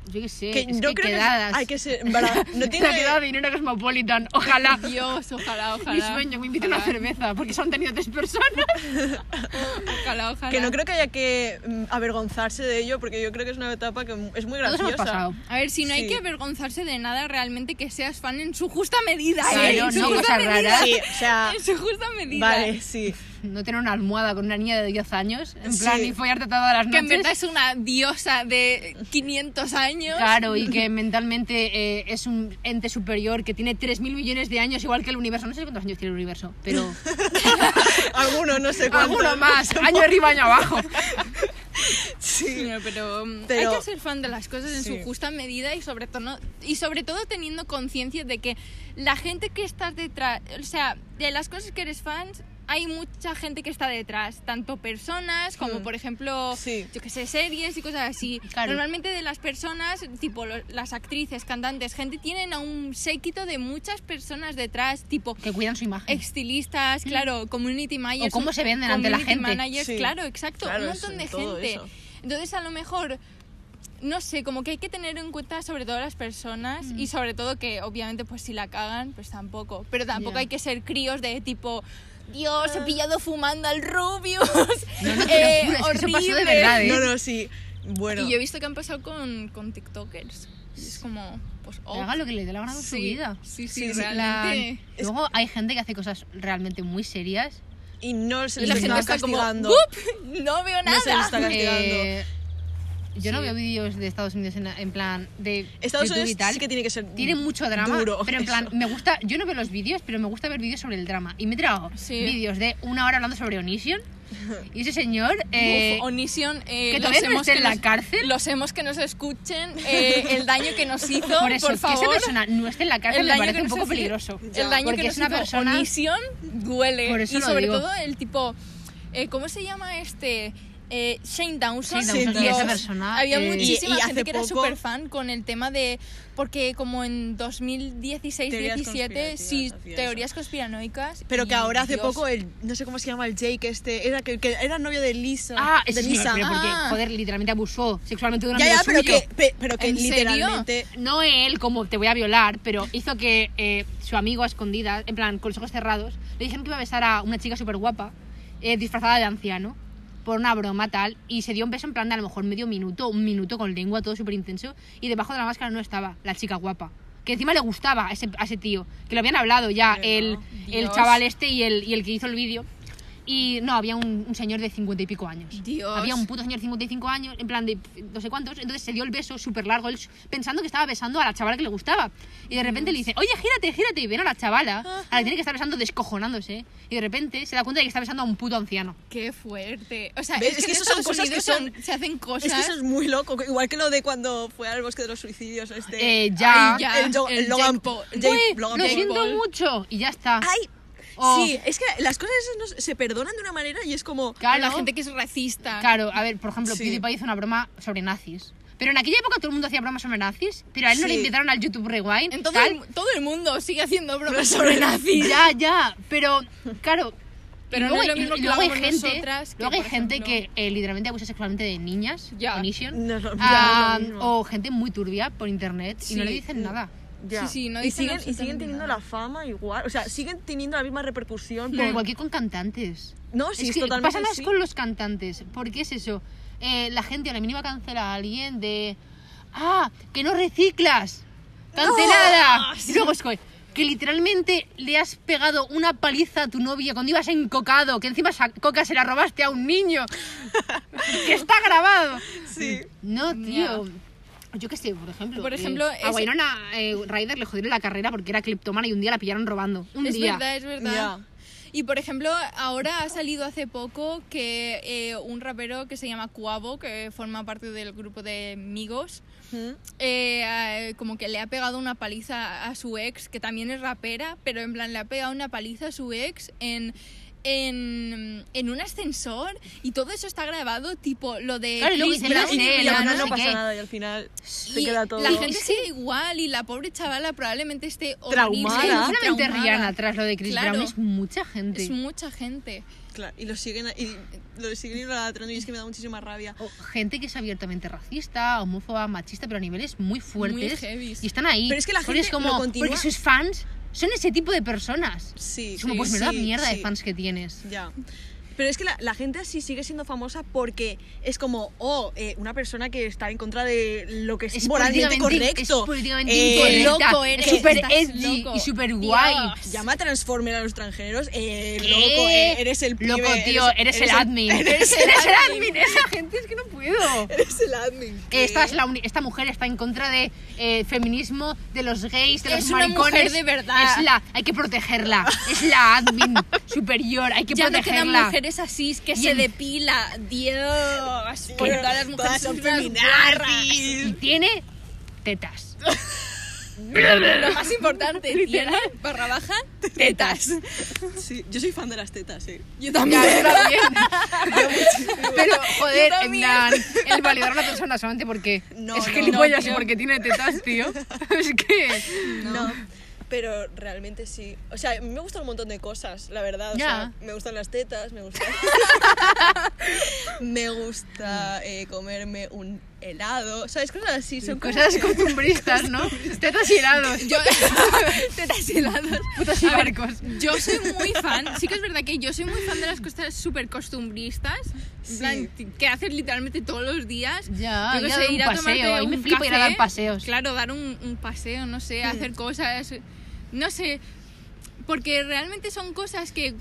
Speaker 3: Yo qué sé.
Speaker 2: Que
Speaker 3: es
Speaker 2: yo
Speaker 3: que
Speaker 2: creo
Speaker 3: quedadas.
Speaker 2: que hay que ser. en verdad, No tiene
Speaker 3: Una quedada de dinero cosmopolitan. Ojalá.
Speaker 1: Dios, ojalá, ojalá.
Speaker 3: Mi sueño, me inviten a una
Speaker 1: Ojalá,
Speaker 3: cerveza, porque solo han tenido tres personas.
Speaker 1: Ojalá, ojalá.
Speaker 2: Que no creo que haya que mm, avergonzarse de ello, porque yo creo que es una etapa que es muy
Speaker 3: Todos hemos
Speaker 2: graciosa.
Speaker 3: pasado.
Speaker 1: A ver, si no hay
Speaker 2: Sí.
Speaker 1: que avergonzarse de nada, realmente que seas fan en su justa medida.
Speaker 3: Sí,
Speaker 1: ¿eh?
Speaker 3: no,
Speaker 1: en su
Speaker 3: no,
Speaker 1: justa
Speaker 3: cosas
Speaker 1: medida.
Speaker 3: raras.
Speaker 2: Sí, o sea,
Speaker 1: En su justa medida.
Speaker 2: vale, sí.
Speaker 3: no tener una almohada con una niña de 10 años, en
Speaker 2: Sí.
Speaker 3: plan, y follarte todas las
Speaker 1: Que en
Speaker 3: noches.
Speaker 1: verdad es una diosa de 500 años.
Speaker 3: Claro, y que mentalmente eh, es un ente superior que tiene 3.000 millones de años, igual que el universo. No sé cuántos años tiene el universo, pero.
Speaker 2: Alguno, no sé cuánto.
Speaker 3: Alguno más, año arriba, año abajo.
Speaker 2: Sí.
Speaker 1: No, pero, mm,
Speaker 2: Pero-
Speaker 1: hay que ser fan de las cosas en
Speaker 2: Sí.
Speaker 1: su justa medida y sobre todo y sobre todo teniendo conciencia de que la gente que estás detrás, o sea, de las cosas que eres fan hay mucha gente que está detrás, tanto personas como
Speaker 2: Mm.
Speaker 1: por ejemplo,
Speaker 2: Sí.
Speaker 1: yo que sé, series y cosas así.
Speaker 3: Claro.
Speaker 1: Normalmente de las personas, tipo lo- las actrices, cantantes, gente tienen a un séquito de muchas personas detrás, tipo
Speaker 3: Que cuidan su imagen.
Speaker 1: estilistas, claro, community managers.
Speaker 3: Mm. cómo se venden ante la
Speaker 1: community
Speaker 3: gente.
Speaker 1: managers,
Speaker 2: Sí.
Speaker 1: claro, exacto,
Speaker 2: Claro,
Speaker 1: un montón
Speaker 2: eso,
Speaker 1: de
Speaker 2: todo
Speaker 1: gente.
Speaker 2: eso.
Speaker 1: Entonces, a lo mejor, no sé, como que hay que tener en cuenta sobre todo las personas
Speaker 3: Mm.
Speaker 1: y sobre todo que, obviamente, pues si la cagan, pues tampoco. Pero tampoco
Speaker 3: Ya. Ah.
Speaker 1: hay que ser críos de tipo... Dios, he pillado fumando al Rubius.
Speaker 3: No, no te lo
Speaker 1: Eh,
Speaker 3: juro, es que eso pasó de
Speaker 1: horrible".
Speaker 3: verdad, ¿eh?
Speaker 2: No, no, sí. Bueno.
Speaker 1: Y yo he visto que han pasado con, con TikTokers. Y es como, pues,
Speaker 3: Que haga lo que le dé la gana con su
Speaker 1: Sí,
Speaker 3: vida.
Speaker 1: Sí,
Speaker 2: Sí,
Speaker 1: sí,
Speaker 2: sí,
Speaker 3: En
Speaker 1: realmente.
Speaker 3: plan, Luego hay gente que hace cosas realmente muy serias.
Speaker 2: Y no se
Speaker 3: Y
Speaker 1: Y
Speaker 2: les
Speaker 1: la
Speaker 3: se
Speaker 1: gente
Speaker 2: está
Speaker 1: está como,
Speaker 2: castigando.
Speaker 1: "Bup, no veo nada.
Speaker 2: no se les está castigando.
Speaker 3: "Uh, Eh, yo no
Speaker 1: Sí.
Speaker 3: veo vídeos de Estados Unidos en, en plan de
Speaker 2: Estados
Speaker 3: YouTube
Speaker 2: Unidos
Speaker 3: y tal.
Speaker 2: sí que tiene que ser
Speaker 3: tiene mucho drama,
Speaker 2: duro,
Speaker 3: pero en plan,
Speaker 2: eso.
Speaker 3: me gusta, yo no veo los vídeos, pero me gusta ver vídeos sobre el drama. Y me he tragado
Speaker 1: Sí.
Speaker 3: vídeos de una hora hablando sobre Onision. Y ese señor, eh,
Speaker 1: Uf, Onision, eh,
Speaker 3: que
Speaker 1: los
Speaker 3: todavía no
Speaker 1: hemos
Speaker 3: esté
Speaker 1: que
Speaker 3: en la
Speaker 1: nos-
Speaker 3: cárcel.
Speaker 1: Los hemos que nos escuchen, eh, el daño que nos hizo,
Speaker 3: por eso, que esa
Speaker 1: favor.
Speaker 3: persona no esté en la cárcel
Speaker 1: el
Speaker 3: me
Speaker 1: daño
Speaker 3: parece
Speaker 1: que
Speaker 3: un
Speaker 1: nos
Speaker 3: poco
Speaker 1: hizo-
Speaker 3: peligroso.
Speaker 1: El daño
Speaker 3: porque
Speaker 1: que
Speaker 3: es
Speaker 1: nos
Speaker 3: una
Speaker 1: hizo
Speaker 3: persona.
Speaker 1: Onision duele.
Speaker 3: Por eso
Speaker 1: y
Speaker 3: lo
Speaker 1: sobre
Speaker 3: digo.
Speaker 1: todo el tipo, eh, ¿cómo se llama este? Eh, Shane Dawson,
Speaker 3: Shane
Speaker 2: Dawson,
Speaker 1: Dios.
Speaker 2: y esa
Speaker 3: persona,
Speaker 1: había
Speaker 3: eh,
Speaker 1: muchísima
Speaker 2: y- y hace
Speaker 1: gente que era
Speaker 2: poco-
Speaker 1: súper fan con el tema de porque como en
Speaker 2: Teorías
Speaker 1: 2016-17 sí
Speaker 2: conspirativas hacía
Speaker 1: teorías conspiranoicas
Speaker 2: Pero que
Speaker 1: y
Speaker 2: ahora hace
Speaker 1: Dios.
Speaker 2: poco el no sé cómo se llama el Jake este, era que, que era novio de Lisa,
Speaker 3: Ah,
Speaker 2: de
Speaker 3: ese señor,
Speaker 2: Lisa.
Speaker 3: pero porque,
Speaker 1: Ah.
Speaker 3: joder, literalmente abusó sexualmente de un
Speaker 2: ya,
Speaker 3: amigo
Speaker 2: ya, pero
Speaker 3: suyo.
Speaker 2: que, pe- pero que
Speaker 1: ¿En serio?
Speaker 2: literalmente
Speaker 3: no él como te voy a violar, pero hizo que eh, su amigo a escondidas, en plan con los ojos cerrados, le dijeron que iba a besar a una chica súper guapa, eh, disfrazada de anciano, por una broma tal, y se dio un beso en plan de a lo mejor medio minuto, un minuto con lengua, todo súper intenso, y debajo de la máscara no estaba la chica guapa. Que encima le gustaba a ese, a ese tío, que lo habían hablado ya
Speaker 2: Pero
Speaker 3: el,
Speaker 1: no,
Speaker 3: el
Speaker 1: Dios.
Speaker 3: chaval este y el, y el que hizo el vídeo. Y no, había un, un señor de cincuenta y pico años.
Speaker 1: Dios.
Speaker 3: Había un puto señor de 55 años, en plan de pf, no sé cuántos, entonces se dio el beso súper largo, él su- pensando que estaba besando a la chavala que le gustaba. Y de repente le dice, oye, gírate, gírate, y ven a la chavala, a la que tiene que estar besando descojonándose. Y de repente se da cuenta de que está besando a un puto anciano.
Speaker 1: Qué fuerte. O sea, es,
Speaker 2: ¿Ves? Es
Speaker 1: que,
Speaker 2: que
Speaker 1: en
Speaker 2: eso son
Speaker 1: Estados
Speaker 2: cosas que
Speaker 1: Unidos
Speaker 2: son-
Speaker 1: se hacen cosas.
Speaker 2: es que eso es muy loco, que- igual que lo de cuando fue al bosque de los suicidios este.
Speaker 3: Eh, ya.
Speaker 1: Ay, ya.
Speaker 2: el, Jo- el
Speaker 1: el
Speaker 2: Logan
Speaker 1: Jake
Speaker 2: Paul,
Speaker 1: Paul.
Speaker 2: Jake
Speaker 3: "Uy,
Speaker 2: Logan
Speaker 3: lo
Speaker 2: Paul.
Speaker 3: siento
Speaker 1: Paul.
Speaker 3: mucho. Y ya está.
Speaker 2: Ay,
Speaker 3: Oh.
Speaker 2: sí, es que las cosas esas no se- se perdonan de una manera y es como
Speaker 1: A
Speaker 3: claro,
Speaker 1: La gente que es racista.
Speaker 3: claro, a ver, por ejemplo,
Speaker 2: Sí.
Speaker 3: PewDiePie hizo una broma sobre nazis. Pero en aquella época todo el mundo hacía bromas sobre nazis, pero a él no le
Speaker 2: Sí.
Speaker 3: invitaron al YouTube Rewind.
Speaker 1: En todo,
Speaker 3: tal.
Speaker 1: el, todo el mundo sigue haciendo bromas sobre nazis.
Speaker 3: Ya, ya, pero claro.
Speaker 1: Pero
Speaker 3: y
Speaker 1: no
Speaker 3: luego,
Speaker 1: es lo
Speaker 3: y-
Speaker 1: mismo
Speaker 3: y
Speaker 1: que
Speaker 3: luego hay
Speaker 1: hagamos
Speaker 3: gente,
Speaker 1: nosotras que,
Speaker 3: luego hay
Speaker 1: por
Speaker 3: gente que
Speaker 1: ejemplo-
Speaker 3: eh, literalmente abusa sexualmente de niñas,
Speaker 1: Ya.
Speaker 3: con Ision,
Speaker 2: No es lo-
Speaker 3: ah,
Speaker 2: ya, no es lo mismo.
Speaker 3: o gente muy turbia por internet y no
Speaker 1: Sí.
Speaker 3: le dicen nada.
Speaker 1: Ya. Sí, sí, no
Speaker 2: y
Speaker 1: dicen
Speaker 2: siguen, y siguen
Speaker 1: absolutamente
Speaker 2: teniendo
Speaker 1: nada.
Speaker 2: la fama igual, o sea, siguen teniendo la misma repercusión.
Speaker 3: Pero
Speaker 2: por-
Speaker 3: igual que con cantantes.
Speaker 2: No, sí, es,
Speaker 3: es que
Speaker 2: totalmente
Speaker 3: pasa más
Speaker 2: así.
Speaker 3: con los cantantes, porque es eso. eh, la gente a la mínima cancela a alguien de... Ah, que no reciclas. Cancelada. Y luego es que, que literalmente le has pegado una paliza a tu novia cuando ibas encocado, que encima esa coca se la robaste a un niño. que está grabado.
Speaker 2: Sí.
Speaker 3: No, tío. Yo qué sé, por ejemplo.
Speaker 1: Por ejemplo,
Speaker 3: eh,
Speaker 1: ese-
Speaker 3: a Wynonna eh, Ryder le jodieron la carrera porque era cleptomana y un día la pillaron robando. Un
Speaker 1: Es
Speaker 3: día.
Speaker 1: verdad, es verdad.
Speaker 2: Ya.
Speaker 1: Y por ejemplo, ahora ha salido hace poco que eh, un rapero que se llama Cuavo, que forma parte del grupo de Migos,
Speaker 3: Mm.
Speaker 2: Ujú.
Speaker 1: eh, eh, como que le ha pegado una paliza a su ex, que también es rapera, pero en plan le ha pegado una paliza a su ex en, en, en un ascensor y todo eso está grabado, tipo lo de
Speaker 3: Claro, y luego
Speaker 1: Chris
Speaker 3: dicen, no
Speaker 1: Brown
Speaker 3: sé,
Speaker 2: Y
Speaker 1: y
Speaker 3: la pues,
Speaker 2: al
Speaker 1: la-
Speaker 2: final
Speaker 3: no
Speaker 2: no
Speaker 3: sé
Speaker 2: pasa
Speaker 3: qué.
Speaker 2: nada y al final se
Speaker 1: y
Speaker 2: queda todo.
Speaker 1: La gente sigue igual y la pobre chavala probablemente esté horrible,
Speaker 2: Traumada.
Speaker 3: Sí, no
Speaker 2: Nada.
Speaker 3: solamente
Speaker 1: traumada.
Speaker 3: Rihanna tras lo de Chris
Speaker 1: Claro.
Speaker 3: Brown, es mucha gente.
Speaker 1: Es mucha gente.
Speaker 2: Claro, y lo siguen y lo siguen idolatrando y es que me da muchísima rabia.
Speaker 3: O gente que es abiertamente racista, homófoba, machista, pero a niveles muy fuertes.
Speaker 1: heavies.
Speaker 3: y están ahí.
Speaker 2: Pero es que la
Speaker 3: Porque
Speaker 2: gente lo continúa-
Speaker 3: Porque sus fans son ese tipo de personas.
Speaker 2: Sí,
Speaker 3: Es como,
Speaker 2: sí,
Speaker 3: pues menuda
Speaker 2: sí,
Speaker 3: mierda
Speaker 2: sí.
Speaker 3: de fans que tienes.
Speaker 2: Ya. Pero es que la, la gente así sigue siendo famosa porque es como, oh, eh, una persona que está en contra de lo que es,
Speaker 3: Es
Speaker 2: moralmente
Speaker 3: políticamente-
Speaker 2: correcto.
Speaker 3: Es políticamente
Speaker 2: Eh,
Speaker 3: incorrecta.
Speaker 1: loco eres,
Speaker 3: Es súper
Speaker 1: estás
Speaker 3: edgy
Speaker 1: loco.
Speaker 3: y súper guay.
Speaker 1: Dios.
Speaker 2: Llama a Transformer a los transgéneros. Eh,
Speaker 3: ¿Qué?
Speaker 2: loco, eh, eres el
Speaker 3: Loco,
Speaker 2: pibe,
Speaker 3: tío, eres, el, admin.
Speaker 2: Eres el
Speaker 3: Eres
Speaker 2: admin.
Speaker 3: admin. Esa gente es que no puedo.
Speaker 2: Eres el admin. ¿qué?
Speaker 3: Esta, es la uni- esta mujer está en contra de eh, feminismo, de los gays, de
Speaker 1: Es
Speaker 3: los
Speaker 1: una
Speaker 3: maricones.
Speaker 1: mujer de verdad.
Speaker 3: Es la, hay que protegerla. Es la admin superior. Hay que
Speaker 1: Ya no
Speaker 3: protegerla.
Speaker 1: quedan mujeres así que
Speaker 3: Y
Speaker 1: se
Speaker 3: en-
Speaker 1: depila. Dios.
Speaker 2: Tío,
Speaker 1: Porque todas las
Speaker 2: todas
Speaker 1: mujeres
Speaker 2: son
Speaker 1: son unas guarras.
Speaker 3: Y
Speaker 2: feminazis.
Speaker 3: tiene tetas.
Speaker 1: Lo más importante, tiene barra baja, tetas.
Speaker 2: Sí, yo soy fan de las tetas, eh.
Speaker 1: Yo
Speaker 3: Ya,
Speaker 1: también.
Speaker 3: Pero, joder,
Speaker 1: Yo
Speaker 3: en
Speaker 1: también.
Speaker 3: plan, el validar a una persona solamente porque
Speaker 2: No,
Speaker 3: es
Speaker 2: no,
Speaker 3: gilipollas
Speaker 1: no,
Speaker 3: y
Speaker 1: tío.
Speaker 3: porque tiene tetas, tío. Es que...
Speaker 2: No. Pero realmente sí. O sea, a mí me gustan un montón de cosas, la verdad. O
Speaker 3: Ya.
Speaker 2: sea, me gustan las tetas, me gusta. me gusta eh, comerme un helado. ¿Sabes? Cosas así. Son como-
Speaker 3: Cosas costumbristas, ¿no? Tetas y helados.
Speaker 1: Yo, tetas y helados.
Speaker 3: Putas y
Speaker 1: A ver,
Speaker 3: barcos.
Speaker 1: Yo soy muy fan, sí que es verdad que yo soy muy fan de las cosas súper costumbristas, en
Speaker 2: Sí.
Speaker 1: plan, t- que haces literalmente todos los días.
Speaker 3: Ya,
Speaker 1: Yo qué
Speaker 3: ir a
Speaker 1: sé,
Speaker 3: dar un
Speaker 1: ir a tomarte
Speaker 3: paseo, a mí me
Speaker 1: un
Speaker 3: flipa ir a
Speaker 1: café.
Speaker 3: dar paseos.
Speaker 1: Claro, dar un, un paseo, no sé, hacer cosas, no sé, porque realmente son cosas que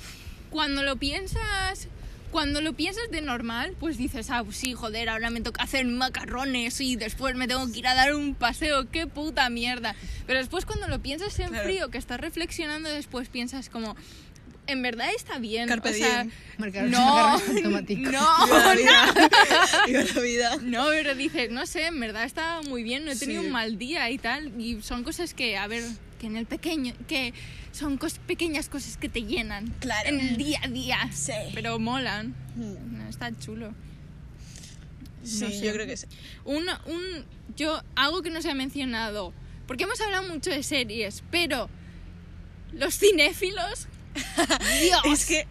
Speaker 1: cuando lo piensas... Cuando lo piensas de normal, pues dices, ah, pues sí, joder, ahora me toca hacer macarrones y después me tengo que ir a dar un paseo, qué puta mierda. Pero después cuando lo piensas en
Speaker 2: Claro.
Speaker 1: frío, que estás reflexionando, después piensas como, en verdad está bien.
Speaker 2: Carpe
Speaker 1: o sea,
Speaker 2: diem.
Speaker 3: Marcar los
Speaker 1: no,
Speaker 3: agarres automáticos.
Speaker 1: no,
Speaker 2: Viva la vida. Viva la vida.
Speaker 1: no, pero dices, no sé, en verdad está muy bien, no he tenido
Speaker 2: Sí.
Speaker 1: un mal día y tal. Y son cosas que, a ver, que en el pequeño, que son cos- pequeñas cosas que te llenan.
Speaker 2: Claro.
Speaker 1: En el día a día.
Speaker 2: Sí.
Speaker 1: Pero molan.
Speaker 2: Mm.
Speaker 1: No, Está chulo.
Speaker 2: Sí,
Speaker 1: No sé.
Speaker 2: yo creo que sí.
Speaker 1: Un, un, yo, algo que no se ha mencionado, porque hemos hablado mucho de series, pero los cinéfilos... Dios.
Speaker 2: Es que.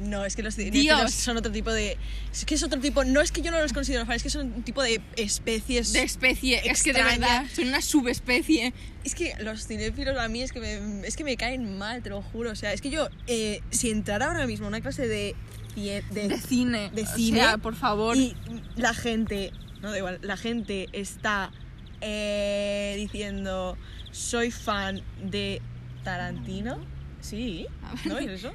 Speaker 2: No, es que los
Speaker 1: Dios.
Speaker 2: cinéfilos son otro tipo de. Es que es otro tipo. No es que yo no los considero fan, es que son un tipo de especies.
Speaker 1: de especie, es que de
Speaker 2: extraña.
Speaker 1: verdad, son una subespecie.
Speaker 2: Es que los cinéfilos a mí es que me, es que me caen mal, te lo juro. O sea, es que yo, eh, si entrara ahora mismo a una clase de, cie- de,
Speaker 1: De cine.
Speaker 2: de
Speaker 1: o
Speaker 2: cine
Speaker 1: sea, por favor.
Speaker 2: y la gente, no da igual, la gente está eh, diciendo, soy fan de Tarantino. Sí, ¿no es eso?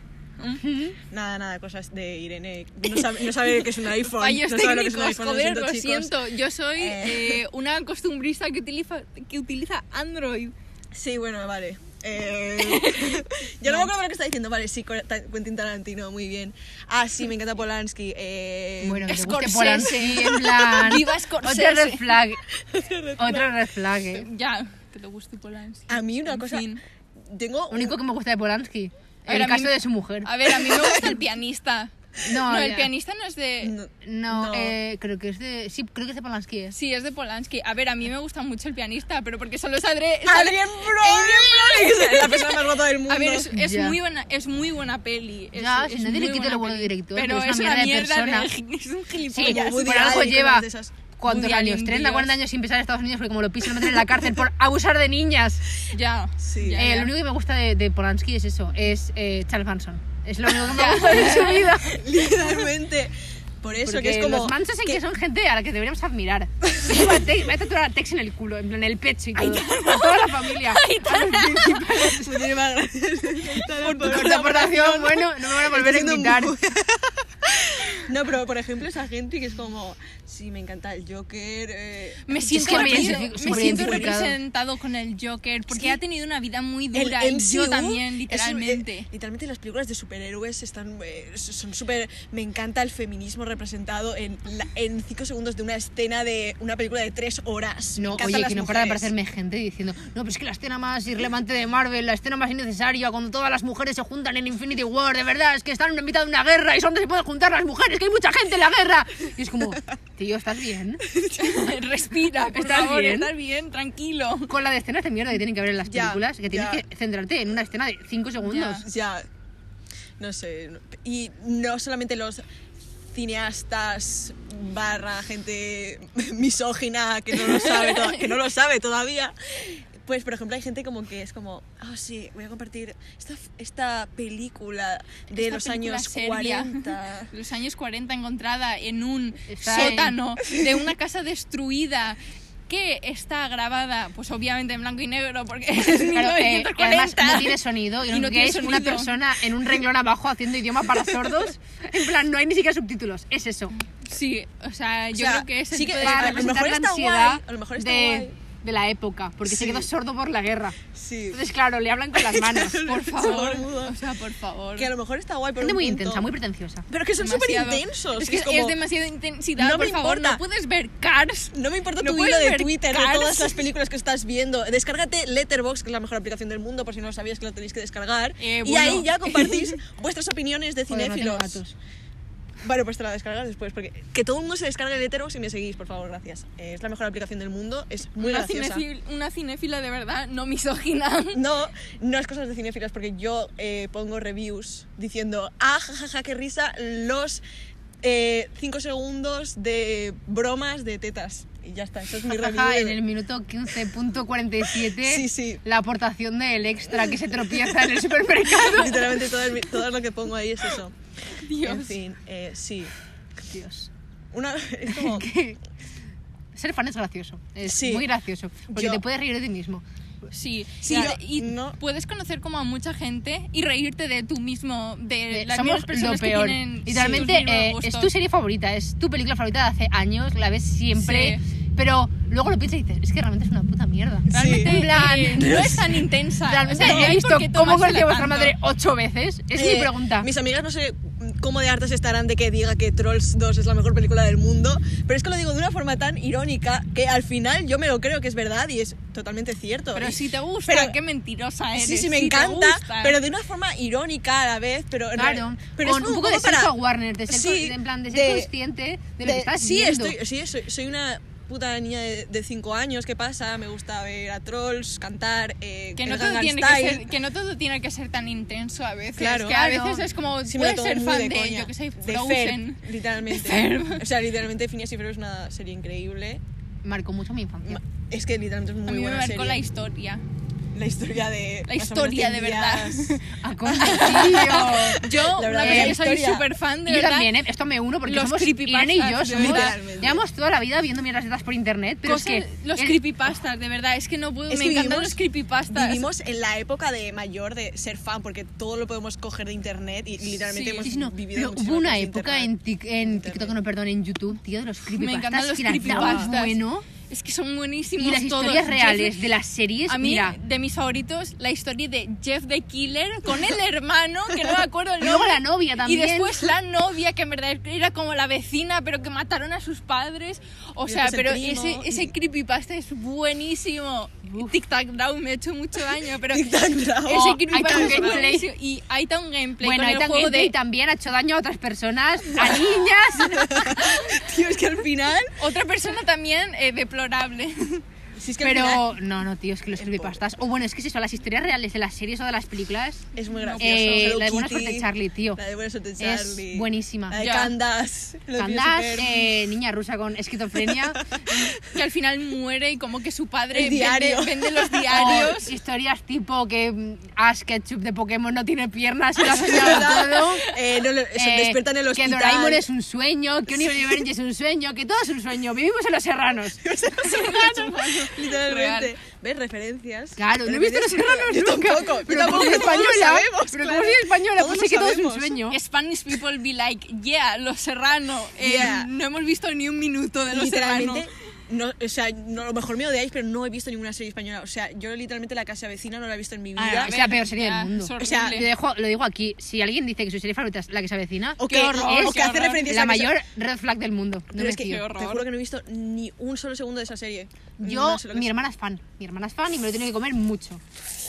Speaker 2: Nada, nada, cosas de Irene. No sabe, no sabe que es un iPhone.
Speaker 1: Fallos
Speaker 2: no sabe lo que es un
Speaker 1: técnicos,
Speaker 2: iPhone, lo
Speaker 1: joder, lo
Speaker 2: siento, chicos.
Speaker 1: siento. Yo soy
Speaker 2: Eh.
Speaker 1: eh, una costumbrista que utiliza, que utiliza Android.
Speaker 2: Sí, bueno, vale. Eh, yo no me acuerdo de lo que está diciendo. Vale, sí, Cor- Ta- Quentin Tarantino, muy bien. Ah, sí, me encanta Polanski. Eh,
Speaker 3: Bueno, que te guste
Speaker 1: Scorsese.
Speaker 3: Polanski, en plan...
Speaker 1: Viva
Speaker 3: Otra
Speaker 1: Scorsese.
Speaker 3: red flag. Otra red flag. eh.
Speaker 1: Ya, que le guste Polanski.
Speaker 2: A mí una
Speaker 1: En
Speaker 2: cosa...
Speaker 1: fin.
Speaker 2: Tengo...
Speaker 3: Lo único que me gusta de Polanski.
Speaker 1: A ver,
Speaker 3: El
Speaker 1: a mí
Speaker 3: caso
Speaker 1: me-
Speaker 3: de su mujer.
Speaker 1: A ver, a mí me gusta el pianista.
Speaker 3: No,
Speaker 1: No, el
Speaker 3: ya.
Speaker 1: pianista no es de...
Speaker 2: No,
Speaker 3: No,
Speaker 2: no.
Speaker 3: eh, creo que es de... Sí, creo que es de Polanski. eh.
Speaker 1: Sí, es de Polanski. A ver, a mí me gusta mucho el pianista, pero porque solo saldré...
Speaker 2: Adrien Brody, que es la persona más rota del mundo.
Speaker 1: A ver, es, es
Speaker 3: Ya.
Speaker 1: muy buena, es muy buena peli. Es,
Speaker 3: Ya, si
Speaker 1: es
Speaker 3: nadie le
Speaker 1: muy
Speaker 3: quita
Speaker 1: buena
Speaker 3: lo bueno
Speaker 1: peli.
Speaker 3: del director,
Speaker 1: Pero, es una mierda, de persona. es un
Speaker 3: Sí,
Speaker 1: gilipollas.
Speaker 2: Woody
Speaker 3: por algo
Speaker 2: Allen,
Speaker 3: lleva
Speaker 2: cosas de esas.
Speaker 3: cuántos
Speaker 1: Woody
Speaker 3: años,
Speaker 1: Allen,
Speaker 3: 30, 40
Speaker 1: Dios.
Speaker 3: años sin pisar a Estados Unidos porque como lo pisen lo meten en la cárcel por abusar de niñas.
Speaker 1: Ya.
Speaker 2: Sí.
Speaker 1: ya,
Speaker 3: Eh,
Speaker 1: ya.
Speaker 3: Lo único que me gusta de, de Polanski es eso, es eh, Charles Manson. Es lo único que me gusta de su vida.
Speaker 2: Literalmente. Por eso,
Speaker 3: Porque
Speaker 2: que es como...
Speaker 3: los Manson en
Speaker 2: que-
Speaker 3: que son gente a la que deberíamos admirar. Yo voy a te- voy a tatuar a Tex en el culo, en plan, en el pecho y todo. A toda la familia.
Speaker 2: Muchísimas gracias por tu
Speaker 3: Por tu aportación, bueno, no me van a volver a
Speaker 2: Está siendo
Speaker 3: invitar.
Speaker 2: muy- No, pero por ejemplo esa gente que es como, sí, me encanta el Joker. eh,
Speaker 1: Me
Speaker 3: Es
Speaker 1: siento,
Speaker 3: que me
Speaker 1: repre-
Speaker 3: identifico-
Speaker 1: me
Speaker 3: súper
Speaker 1: siento
Speaker 3: identificado.
Speaker 1: representado con el Joker porque
Speaker 2: que
Speaker 1: ha tenido una vida muy
Speaker 2: el
Speaker 1: dura y yo
Speaker 2: MCU es
Speaker 1: también,
Speaker 2: un-
Speaker 1: literalmente.
Speaker 2: eh, literalmente las películas de superhéroes están, eh, son súper... Me encanta el feminismo representado en, la- en cinco segundos de una escena de una película de tres horas. Me
Speaker 3: No,
Speaker 2: encantan
Speaker 3: oye,
Speaker 2: las
Speaker 3: que no para de
Speaker 2: mujeres.
Speaker 3: aparecerme gente diciendo, no, pero es que la escena más irrelevante de Marvel, la escena más innecesaria, cuando todas las mujeres se juntan en Infinity War, de verdad, es que están en mitad de una guerra y solo se pueden juntar las mujeres, que hay mucha gente en la guerra. Y es como, tío, ¿estás bien?
Speaker 1: Respira, por
Speaker 3: ¿Estás
Speaker 1: favor,
Speaker 3: bien?
Speaker 1: estás bien, tranquilo.
Speaker 3: Con la de escenas de mierda que tienen que haber en las
Speaker 2: Ya,
Speaker 3: películas, que tienes
Speaker 2: ya.
Speaker 3: que centrarte en una escena de 5 segundos.
Speaker 2: Ya, no sé. no- Y no solamente los cineastas barra gente misógina que no lo sabe, to- que no lo sabe todavía, Pues, por ejemplo, hay gente como que es como, oh sí, voy a compartir esta, esta película de
Speaker 1: Esta
Speaker 2: los
Speaker 1: película
Speaker 2: años
Speaker 1: serbia,
Speaker 2: 40.
Speaker 1: Los años 40 encontrada en un
Speaker 3: Está en-
Speaker 1: sótano de una casa destruida que está grabada, pues obviamente en blanco y negro porque es
Speaker 3: Claro, eh, y además
Speaker 1: 1940.
Speaker 3: no tiene sonido y,
Speaker 1: Y
Speaker 3: lo
Speaker 1: no
Speaker 3: que
Speaker 1: tiene
Speaker 3: es una
Speaker 1: sonido.
Speaker 3: persona en un renglón abajo haciendo idioma para sordos. En plan, no hay ni siquiera subtítulos, es eso.
Speaker 1: Sí, o sea, yo
Speaker 2: O sea,
Speaker 1: creo que ese
Speaker 2: sí
Speaker 1: tipo
Speaker 2: que-
Speaker 1: de-
Speaker 2: a
Speaker 3: Para
Speaker 2: lo mejor
Speaker 3: representar la
Speaker 2: está guay,
Speaker 3: ansiedad
Speaker 2: a lo mejor está
Speaker 3: de,
Speaker 2: guay.
Speaker 3: de la época, porque
Speaker 2: Sí.
Speaker 3: se quedó sordo por la guerra.
Speaker 2: Sí.
Speaker 3: Entonces, claro, le hablan con las manos.
Speaker 1: por favor,
Speaker 2: sordo.
Speaker 1: o sea, por favor.
Speaker 2: Que a lo mejor está guay, pero.
Speaker 3: Gente
Speaker 2: un
Speaker 3: muy
Speaker 2: punto-
Speaker 3: intensa, muy pretenciosa.
Speaker 2: Pero que son súper
Speaker 1: Demasiado.
Speaker 2: intensos.
Speaker 1: Es que es,
Speaker 2: como,
Speaker 1: demasiada intensidad,
Speaker 2: no
Speaker 1: por
Speaker 2: me
Speaker 1: favor,
Speaker 2: importa.
Speaker 1: no puedes ver Cars.
Speaker 2: No me importa
Speaker 1: No
Speaker 2: tu
Speaker 1: puedes
Speaker 2: hilo de
Speaker 1: ver
Speaker 2: Twitter, de
Speaker 1: Cars.
Speaker 2: todas las películas que estás viendo. Descárgate Letterboxd, que es la mejor aplicación del mundo, por si no lo sabías que la tenéis que descargar.
Speaker 1: Eh,
Speaker 2: Y
Speaker 1: bueno.
Speaker 2: ahí ya compartís vuestras opiniones de
Speaker 3: Joder, no tengo
Speaker 2: cinéfilos.
Speaker 3: gatos.
Speaker 2: Bueno, pues te la descargas después, porque que todo el mundo se descargue Letterboxd y me seguís, por favor, gracias. Eh, es la mejor aplicación del mundo, es muy
Speaker 1: una,
Speaker 2: graciosa.
Speaker 1: cinefil- una cinéfila de verdad, no misógina.
Speaker 2: No, no es cosas de cinéfilos, porque yo eh, pongo reviews diciendo, ah, jajaja, qué risa, los 5 segundos de bromas de tetas. Y ya está, eso es mi review.
Speaker 3: Ajá,
Speaker 2: de-
Speaker 3: en el minuto 15.47,
Speaker 2: Sí, sí.
Speaker 3: la aportación del extra que se tropieza en el supermercado.
Speaker 2: Literalmente todo, el- todo lo que pongo ahí es eso.
Speaker 1: Dios.
Speaker 2: En fin, eh, sí.
Speaker 3: Dios.
Speaker 2: Una, es como,
Speaker 3: que ser fan es gracioso, es
Speaker 2: Sí.
Speaker 3: muy gracioso, porque
Speaker 2: Yo-
Speaker 3: te puedes reír de ti mismo.
Speaker 1: Sí,
Speaker 2: Sí,
Speaker 1: y,
Speaker 2: yo-
Speaker 1: y
Speaker 2: no-
Speaker 1: puedes conocer como a mucha gente y reírte de tú mismo, de
Speaker 3: Eh,
Speaker 1: las
Speaker 3: Somos
Speaker 1: mismas
Speaker 3: lo
Speaker 1: personas
Speaker 3: peor.
Speaker 1: que tienen
Speaker 3: Literalmente
Speaker 1: tus mismos
Speaker 3: eh, es
Speaker 1: gustos.
Speaker 3: tu serie favorita, es tu película favorita de hace años, la ves siempre, pero luego lo piensas y dices, es que realmente es una puta mierda.
Speaker 1: Realmente
Speaker 2: Sí.
Speaker 1: eh,
Speaker 3: En plan,
Speaker 1: no es tan intensa.
Speaker 3: Realmente
Speaker 1: o sea, Ah, no
Speaker 3: he
Speaker 1: hay
Speaker 3: visto
Speaker 1: por qué
Speaker 3: cómo conocí a
Speaker 1: tomársela
Speaker 3: vuestra
Speaker 1: tanto.
Speaker 3: madre ocho veces, es
Speaker 2: Eh,
Speaker 3: mi pregunta.
Speaker 2: Mis amigas no sé cómo de hartas estarán de que diga que Trolls 2 es la mejor película del mundo, pero es que lo digo de una forma tan irónica que al final yo me lo creo que es verdad y es totalmente cierto.
Speaker 1: Pero
Speaker 2: Y-
Speaker 1: si te gusta,
Speaker 2: pero-
Speaker 1: qué
Speaker 3: eh,
Speaker 1: mentirosa eres.
Speaker 2: Sí, sí, me
Speaker 1: si te
Speaker 2: encanta,
Speaker 1: gusta.
Speaker 2: pero de una forma irónica a la vez, pero en
Speaker 3: Claro,
Speaker 2: real- pero
Speaker 3: con
Speaker 2: es
Speaker 3: un poco de
Speaker 2: para-
Speaker 3: senso a Warner, de ser,
Speaker 2: Sí,
Speaker 3: con- en plan, de ser
Speaker 2: de-
Speaker 3: consciente de lo
Speaker 2: de-
Speaker 3: que estás
Speaker 2: sí,
Speaker 3: viendo.
Speaker 2: estoy, sí, soy, soy una puta niña de 5 años, ¿qué pasa? Me gusta ver a Trolls, cantar, eh,
Speaker 1: que no,
Speaker 2: el
Speaker 1: todo
Speaker 2: Gangnam
Speaker 1: tiene que,
Speaker 2: Style.
Speaker 1: ser, que no todo tiene que ser tan intenso a veces.
Speaker 2: Claro. ah,
Speaker 1: que a
Speaker 3: Claro.
Speaker 1: veces es como,
Speaker 2: Sí, me
Speaker 1: puedes
Speaker 2: lo tomo
Speaker 1: ser
Speaker 2: muy
Speaker 1: fan de,
Speaker 2: coña.
Speaker 1: yo que sé,
Speaker 2: de
Speaker 1: Frozen.
Speaker 2: Ferb, literalmente. O sea, literalmente Phineas y Ferb es una serie increíble.
Speaker 3: Marcó mucho mi infancia.
Speaker 2: Ma- Es que literalmente es muy
Speaker 1: a mí me
Speaker 2: buena
Speaker 1: marcó
Speaker 2: serie.
Speaker 1: la historia.
Speaker 2: La historia
Speaker 1: La
Speaker 2: de... más o menos
Speaker 1: historia de verdad.
Speaker 2: tendrías-
Speaker 3: ¡A tío!
Speaker 1: Yo, la,
Speaker 2: La verdad
Speaker 1: verdad,
Speaker 3: que la
Speaker 1: que soy
Speaker 2: historia-
Speaker 1: súper fan, de
Speaker 3: Y yo
Speaker 1: verdad.
Speaker 3: también, ¿eh? esto me uno porque
Speaker 1: Los
Speaker 3: somos
Speaker 1: creepypastas,
Speaker 3: Irene y yo
Speaker 1: de
Speaker 3: somos-
Speaker 2: verdad.
Speaker 3: llevamos toda la vida viendo mierdas de estas por internet, pero
Speaker 1: Cosa-
Speaker 3: es que
Speaker 1: los
Speaker 3: el-
Speaker 1: creepypastas, de verdad, es que no puedo,
Speaker 2: Es
Speaker 1: me
Speaker 2: que
Speaker 1: encantan
Speaker 2: vivimos-
Speaker 1: los creepypastas.
Speaker 2: Vivimos en la época de mayor de ser fan porque todo lo podemos coger de internet y literalmente
Speaker 1: Sí.
Speaker 2: hemos
Speaker 3: Sí, sí, no, pero
Speaker 2: vivido
Speaker 3: hubo una época en, tic- en TikTok, no, perdón, en YouTube, tío, de los creepypastas
Speaker 1: encantan los
Speaker 3: que eran tan
Speaker 1: creepypastas.
Speaker 3: bueno
Speaker 1: Es que son buenísimos
Speaker 3: y las
Speaker 1: todos.
Speaker 3: historias reales
Speaker 1: Jeff-
Speaker 3: de las series,
Speaker 1: a mí,
Speaker 3: mira,
Speaker 1: de mis favoritos, la historia de Jeff the Killer con el hermano, que no me acuerdo el
Speaker 3: Y
Speaker 1: nombre.
Speaker 3: luego la novia también.
Speaker 1: Y después la novia, que en verdad era como la vecina, pero que mataron a sus padres. O
Speaker 2: Y
Speaker 1: sea,
Speaker 2: después pues el
Speaker 1: pero
Speaker 2: primo,
Speaker 1: ese,
Speaker 2: y-
Speaker 1: ese creepypasta es buenísimo.
Speaker 3: Uf.
Speaker 1: Tic Tac Down me ha hecho mucho daño, pero
Speaker 2: Tic Tac Down.
Speaker 1: ese
Speaker 3: Oh,
Speaker 1: creepypasta
Speaker 3: hay
Speaker 1: es
Speaker 3: tan gameplay.
Speaker 1: buenísimo. Y hay tan gameplay
Speaker 3: bueno,
Speaker 1: con
Speaker 3: y
Speaker 1: el
Speaker 3: también,
Speaker 1: juego de
Speaker 3: y también ha hecho daño a otras personas, a niñas.
Speaker 2: Tío, es que al final...
Speaker 1: Otra persona también eh, deplorable.
Speaker 2: Si es que al final
Speaker 3: pero no, no, tío, es que los creepypastas, o bueno, es que es eso, las historias reales de las series o de las películas,
Speaker 2: es muy
Speaker 1: no,
Speaker 2: gracioso.
Speaker 3: eh,
Speaker 2: Hello
Speaker 3: la de Buena
Speaker 2: Kitty,
Speaker 3: Suerte Charlie, tío.
Speaker 2: La de Buena Suerte Charlie.
Speaker 3: buenísima.
Speaker 2: La de
Speaker 1: Ya.
Speaker 2: Candace. lo de
Speaker 3: Candace,
Speaker 2: Phineas y Ferb.
Speaker 3: eh, niña rusa con esquizofrenia,
Speaker 1: que al final muere y como que su padre
Speaker 2: El
Speaker 1: vende-
Speaker 2: diario. Oh,
Speaker 1: Vende, los
Speaker 3: o
Speaker 1: diarios.
Speaker 3: historias tipo que mm, Ash Ketchup de Pokémon no tiene piernas y lo ha soñado todo.
Speaker 2: ¿Verdad? Eh, no, lo- se
Speaker 3: Eh,
Speaker 2: despierta en el hospital.
Speaker 3: Que Doraemon es un sueño, que Universe es un sueño, que todo es un sueño. Vivimos en Los Serranos.
Speaker 2: Literalmente.
Speaker 1: Real.
Speaker 2: ¿Ves? Referencias.
Speaker 3: Claro, no he visto Los Serranos
Speaker 2: Yo
Speaker 3: nunca.
Speaker 2: tampoco. yo
Speaker 3: Pero
Speaker 2: tampoco, pero
Speaker 3: como soy
Speaker 2: todos lo
Speaker 3: española,
Speaker 2: sabemos,
Speaker 3: pero
Speaker 2: claro.
Speaker 3: como soy española,
Speaker 2: Todos
Speaker 3: pues
Speaker 2: lo
Speaker 3: sé que todo es un
Speaker 2: sabemos.
Speaker 3: sueño.
Speaker 1: Spanish people be like, yeah, los serrano. Eh,
Speaker 2: Yeah.
Speaker 1: No hemos visto ni un minuto de los serrano.
Speaker 2: literalmente no, o sea, no, a lo mejor me odiáis, pero no he visto ninguna serie española. O sea, yo literalmente la casa vecina no la he visto en mi
Speaker 3: Ah,
Speaker 2: vida.
Speaker 3: es la peor serie del mundo.
Speaker 2: O sea,
Speaker 3: Lo, dejo- lo digo aquí, si alguien dice que su serie favorita es la que se avecina,
Speaker 2: o
Speaker 1: qué
Speaker 2: que,
Speaker 1: horror,
Speaker 2: o que
Speaker 1: qué
Speaker 2: hace
Speaker 1: horror.
Speaker 2: referencias
Speaker 3: la
Speaker 2: a que se-
Speaker 3: mayor red flag del mundo. No
Speaker 2: Pero
Speaker 3: me
Speaker 2: es que
Speaker 3: fío.
Speaker 2: te juro que no he visto ni un solo segundo de esa serie.
Speaker 3: Yo,
Speaker 2: No sé lo que
Speaker 3: mi
Speaker 2: es.
Speaker 3: hermana es fan. Mi hermana es fan y me lo tiene que comer mucho.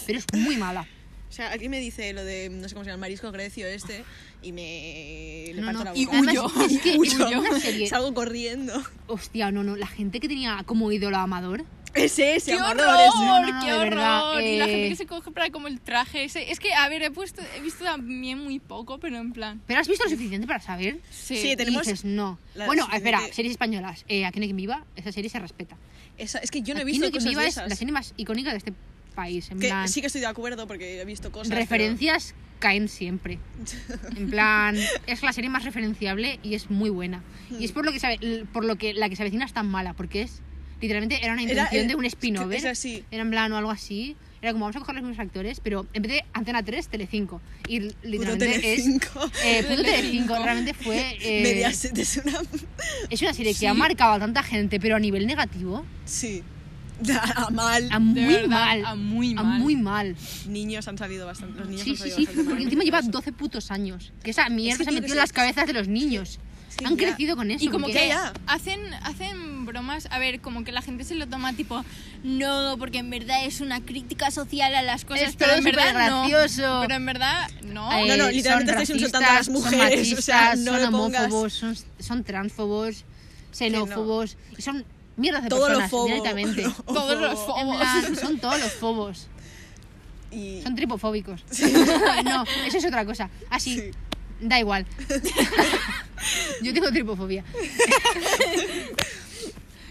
Speaker 3: Pero es muy mala.
Speaker 2: O sea, aquí me dice lo de, no sé cómo se llama, marisco grecio este, y me le
Speaker 3: No,
Speaker 2: parto
Speaker 3: no.
Speaker 2: la boca.
Speaker 1: Y huyo.
Speaker 3: Además, es que
Speaker 2: Huyo.
Speaker 3: es una serie-
Speaker 2: Salgo corriendo.
Speaker 3: Hostia, no, no. La gente que tenía como ídolo a Amador
Speaker 2: Ese, ese,
Speaker 1: ¡Qué horror!
Speaker 2: amarrador ese.
Speaker 3: No, no, no,
Speaker 1: ¡Qué
Speaker 3: de
Speaker 1: horror!
Speaker 3: verdad,
Speaker 1: Y la gente
Speaker 3: eh.
Speaker 1: que se coge para como el traje ese. Es que, a ver, he, puesto, he visto también muy poco, pero en plan.
Speaker 3: Pero has visto lo suficiente para saber.
Speaker 1: Sí,
Speaker 2: Sí, te-
Speaker 3: Y
Speaker 2: Tenemos
Speaker 3: dices, no.
Speaker 2: la
Speaker 3: Bueno,
Speaker 2: siguiente-
Speaker 3: espera, series españolas. Eh, Aquí no hay quien viva, esa serie se respeta.
Speaker 2: Esa- es que yo no he
Speaker 3: Aquí
Speaker 2: visto
Speaker 3: hay quien
Speaker 2: cosas
Speaker 3: viva
Speaker 2: de
Speaker 3: es la
Speaker 2: esas.
Speaker 3: serie más icónica de este país. En
Speaker 2: Que
Speaker 3: plan,
Speaker 2: sí que estoy de acuerdo porque he visto cosas. pero-
Speaker 3: referencias caen siempre. En plan, es la serie más referenciable y es muy buena. Y es por lo que, se ave- por lo que la que se avecina es tan mala, porque es literalmente era una
Speaker 2: Era-
Speaker 3: intención
Speaker 2: era-
Speaker 3: de un
Speaker 2: es que
Speaker 3: spin-off. ¿eh?
Speaker 2: es así.
Speaker 3: Era en plan o algo así. Era como vamos a coger los mismos actores, pero en vez de Antena 3, Telecinco. Y l-
Speaker 2: Puto
Speaker 3: literalmente es.
Speaker 2: Telecinco.
Speaker 3: Eh, puto
Speaker 1: Telecinco.
Speaker 3: Telecinco, realmente fue. eh,
Speaker 2: Mediaset es una...
Speaker 3: es una serie
Speaker 1: Sí.
Speaker 3: que ha marcado a tanta gente, pero a nivel negativo,
Speaker 2: Sí. A mal.
Speaker 3: a
Speaker 1: de
Speaker 3: muy
Speaker 1: verdad,
Speaker 3: mal.
Speaker 1: A muy
Speaker 3: a
Speaker 1: mal.
Speaker 3: muy mal.
Speaker 2: Niños han salido bastante. Los niños
Speaker 3: Sí,
Speaker 2: han
Speaker 3: sí,
Speaker 2: salido
Speaker 3: sí.
Speaker 2: bastante mal.
Speaker 3: Porque encima lleva 12 putos años. Que esa mierda se ha
Speaker 2: tiene que
Speaker 3: metido en
Speaker 2: ser-
Speaker 3: las cabezas de los niños.
Speaker 2: es que
Speaker 3: Han
Speaker 2: ya-
Speaker 3: crecido con eso.
Speaker 1: Y como
Speaker 3: porque-
Speaker 1: que
Speaker 2: Ya, ya.
Speaker 1: hacen hacen bromas, a ver, como que la gente se lo toma tipo, no, porque en verdad es una crítica social a las cosas,
Speaker 3: Es
Speaker 1: pero
Speaker 3: todo
Speaker 1: en verdad
Speaker 3: supergracioso.
Speaker 1: no. Pero en verdad no.
Speaker 3: Eh,
Speaker 2: No, no, literalmente
Speaker 3: son
Speaker 2: estáis insultando a las
Speaker 3: racistas,
Speaker 2: mujeres,
Speaker 3: Son
Speaker 2: o sea,
Speaker 3: machistas,
Speaker 2: no
Speaker 3: son
Speaker 2: le pongas-
Speaker 3: homófobos, son, son transfóbos, xenófobos. Y son mierdas de
Speaker 2: Todo lo
Speaker 3: personas,
Speaker 2: fobo.
Speaker 3: directamente.
Speaker 2: lo
Speaker 1: Todos los
Speaker 2: fobo.
Speaker 1: fo-
Speaker 3: En
Speaker 1: Fobos.
Speaker 3: plan, son todos los fobos.
Speaker 2: Y...
Speaker 3: Son tripofóbicos. no, eso es otra cosa. Así,
Speaker 2: Sí.
Speaker 3: da igual. Yo tengo tripofobia.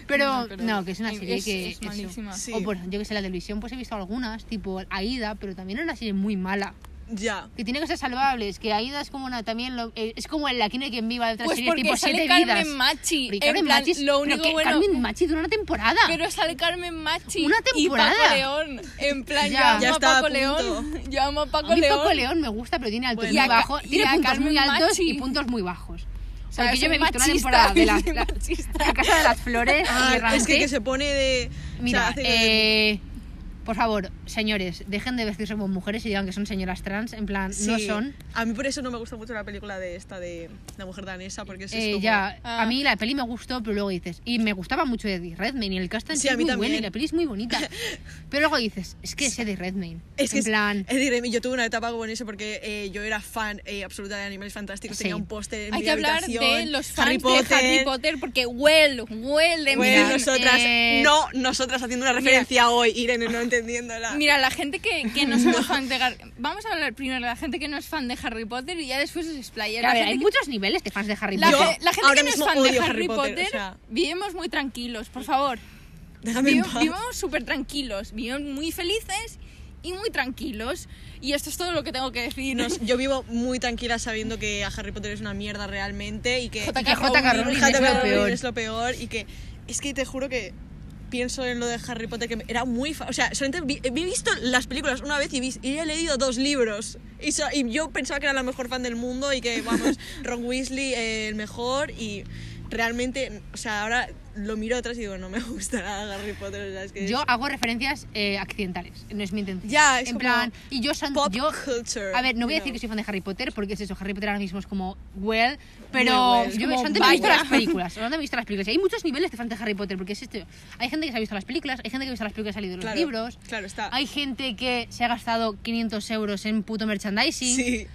Speaker 3: Pero,
Speaker 1: No, pero
Speaker 3: no, que es una
Speaker 1: es-
Speaker 3: serie
Speaker 1: es-
Speaker 3: que...
Speaker 1: es
Speaker 3: eso.
Speaker 1: malísima.
Speaker 2: Sí.
Speaker 3: O por, yo que sé, la televisión, pues he visto algunas, tipo Aida, pero también era una serie muy mala.
Speaker 2: Ya.
Speaker 3: Que tiene cosas salvables, que Aida es como una también lo- eh, es como el Aquí no hay quien viva de otras
Speaker 1: Pues
Speaker 3: series,
Speaker 1: porque
Speaker 3: tipo
Speaker 1: sale
Speaker 3: siete
Speaker 1: Carmen
Speaker 3: vidas.
Speaker 1: Machi.
Speaker 3: Porque
Speaker 1: en
Speaker 3: Carmen
Speaker 1: plan,
Speaker 3: Machi es-
Speaker 1: lo
Speaker 3: pero
Speaker 1: único
Speaker 3: que
Speaker 1: bueno.
Speaker 3: Carmen Machi dura una temporada.
Speaker 1: Pero sale Carmen Machi
Speaker 3: Una
Speaker 1: y
Speaker 3: temporada.
Speaker 1: Paco León. En plan,
Speaker 3: Ya.
Speaker 1: yo amo
Speaker 2: Ya
Speaker 1: a
Speaker 2: estaba
Speaker 1: Paco
Speaker 2: a punto.
Speaker 1: León. Yo amo a Paco
Speaker 3: a mí
Speaker 1: León.
Speaker 3: Paco León me gusta, pero tiene altos
Speaker 2: Bueno.
Speaker 3: y,
Speaker 2: Y a
Speaker 1: Ca-
Speaker 3: bajos.
Speaker 1: y
Speaker 3: Tiene
Speaker 1: a
Speaker 3: puntos
Speaker 1: Carmen
Speaker 3: muy altos
Speaker 1: Machi.
Speaker 3: y puntos muy bajos.
Speaker 1: O sea,
Speaker 3: Porque
Speaker 1: es
Speaker 3: yo
Speaker 1: un
Speaker 3: me he visto una
Speaker 1: machista,
Speaker 3: temporada de la,
Speaker 1: es un
Speaker 3: la-
Speaker 1: machista.
Speaker 3: la Casa de las Flores
Speaker 2: Ah,
Speaker 3: y Rancé.
Speaker 2: es que, que se pone de. o sea,
Speaker 3: Mira,
Speaker 2: hace que-
Speaker 3: eh, por favor, señores, dejen de vestirse como mujeres y digan que son señoras trans. En plan, no
Speaker 2: sí.
Speaker 3: son.
Speaker 2: A mí por eso no me gusta mucho la película de esta de la mujer danesa, porque eso es
Speaker 3: Eh,
Speaker 2: como-
Speaker 3: ya, a
Speaker 1: Ah.
Speaker 3: mí la peli me gustó, pero luego dices, y me gustaba mucho Eddie Redmayne, y el cast en
Speaker 2: Sí,
Speaker 3: sí
Speaker 2: a
Speaker 3: es
Speaker 2: mí
Speaker 3: muy
Speaker 2: también.
Speaker 3: bueno, y la peli es muy bonita. Pero luego dices, es que es Eddie Redmayne.
Speaker 2: Es que
Speaker 3: en plan,
Speaker 2: es, es decir, yo tuve una etapa con eso porque eh, yo era fan eh, absoluta de Animales Fantásticos,
Speaker 3: Sí.
Speaker 2: tenía un póster en
Speaker 1: Hay
Speaker 2: mi
Speaker 1: que hablar de
Speaker 2: habitación,
Speaker 1: los fans
Speaker 2: Harry
Speaker 1: de
Speaker 2: Potter,
Speaker 1: Harry Potter porque huele, huele.
Speaker 2: Güey,
Speaker 1: mira.
Speaker 2: nosotras,
Speaker 3: eh,
Speaker 2: no, nosotras haciendo una referencia hoy, Irene, no entendiéndola.
Speaker 1: Mira, la gente que, que no somos fan de Gar- Vamos a hablar primero de la gente que no es fan de Harry Potter y ya después os explaya.
Speaker 3: a
Speaker 1: La,
Speaker 3: ver, hay
Speaker 1: gente, que-
Speaker 3: muchos niveles de fans de Harry
Speaker 1: la
Speaker 2: Yo
Speaker 3: Potter.
Speaker 1: ge- la gente
Speaker 2: ahora
Speaker 1: que no es
Speaker 2: mismo
Speaker 1: fan de
Speaker 2: odio
Speaker 1: Harry,
Speaker 2: Harry
Speaker 1: Potter,
Speaker 2: Potter, o sea.
Speaker 1: vivimos muy tranquilos, por favor.
Speaker 2: déjame en
Speaker 1: Vivi-
Speaker 2: paz.
Speaker 1: Vivimos súper tranquilos, vivimos muy felices y muy tranquilos. Y esto es todo lo que tengo que decir.
Speaker 2: No sé, yo vivo muy tranquila sabiendo que a Harry Potter es una mierda realmente y que
Speaker 3: Y que J.K. Rowling
Speaker 2: J.K.
Speaker 3: es lo
Speaker 2: Rowling
Speaker 3: peor.
Speaker 2: es lo peor y que es que te juro que pienso en lo de Harry Potter que me- era muy fa- o sea solamente vi- he visto las películas una vez y, vi- y he leído dos libros y, so- y yo pensaba que era la mejor fan del mundo y que vamos Ron Weasley eh, el mejor y realmente o sea ahora lo miro atrás y digo no me gusta nada Harry Potter o sea, es que
Speaker 3: Yo hago referencias eh, accidentales, no es mi intención.
Speaker 2: Ya, es
Speaker 3: En
Speaker 2: como
Speaker 3: plan, y yo, son,
Speaker 2: pop
Speaker 3: yo
Speaker 2: culture
Speaker 3: A ver, no voy a
Speaker 2: you
Speaker 3: decir que
Speaker 2: know.
Speaker 3: soy fan de Harry Potter, porque es eso, Harry Potter ahora mismo es como, well, pero
Speaker 2: well, es
Speaker 3: yo
Speaker 1: como
Speaker 3: solamente me he visto
Speaker 1: vaya.
Speaker 3: las películas, solamente me he visto las películas. Y hay muchos niveles de fan de Harry Potter, porque es esto, hay gente que se ha visto las películas, hay gente que ha visto las películas y ha leído los
Speaker 2: Claro,
Speaker 3: libros,
Speaker 2: claro está
Speaker 3: hay gente que se ha gastado 500 euros en puto merchandising.
Speaker 2: Sí.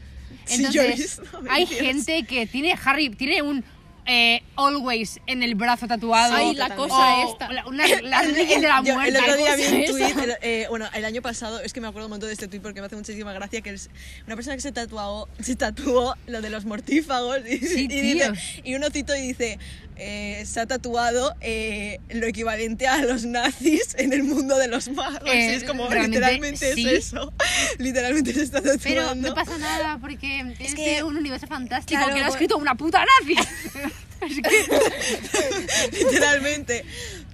Speaker 2: Sí, yo he
Speaker 3: Entonces,
Speaker 2: visto
Speaker 3: hay
Speaker 2: vídeos.
Speaker 3: gente que tiene Harry, tiene un eh, always en el brazo tatuado.
Speaker 1: Ay,
Speaker 2: la
Speaker 3: o
Speaker 1: cosa esta.
Speaker 3: la- una- las leyes de la
Speaker 2: Yo,
Speaker 3: muerte.
Speaker 2: el otro día vi un
Speaker 1: cosa
Speaker 2: tweet, el- eh, bueno, el año pasado, es que me acuerdo un montón de este tweet porque me hace muchísima gracia que es una persona que se tatuó, se tatuó lo de los mortífagos y,
Speaker 3: Sí,
Speaker 2: y
Speaker 3: tío.
Speaker 2: dice, y un ocito y dice, eh, se ha tatuado eh, lo equivalente a los nazis en el mundo de los magos. Y
Speaker 3: Eh,
Speaker 2: es como,
Speaker 3: realmente,
Speaker 2: literalmente
Speaker 3: sí.
Speaker 2: es eso. literalmente se está tatuando.
Speaker 3: Pero no pasa nada porque es,
Speaker 2: que-
Speaker 3: de un universo fantástico
Speaker 2: claro,
Speaker 3: que lo ha
Speaker 2: pues-
Speaker 3: escrito una puta nazi. Así que,
Speaker 2: literalmente.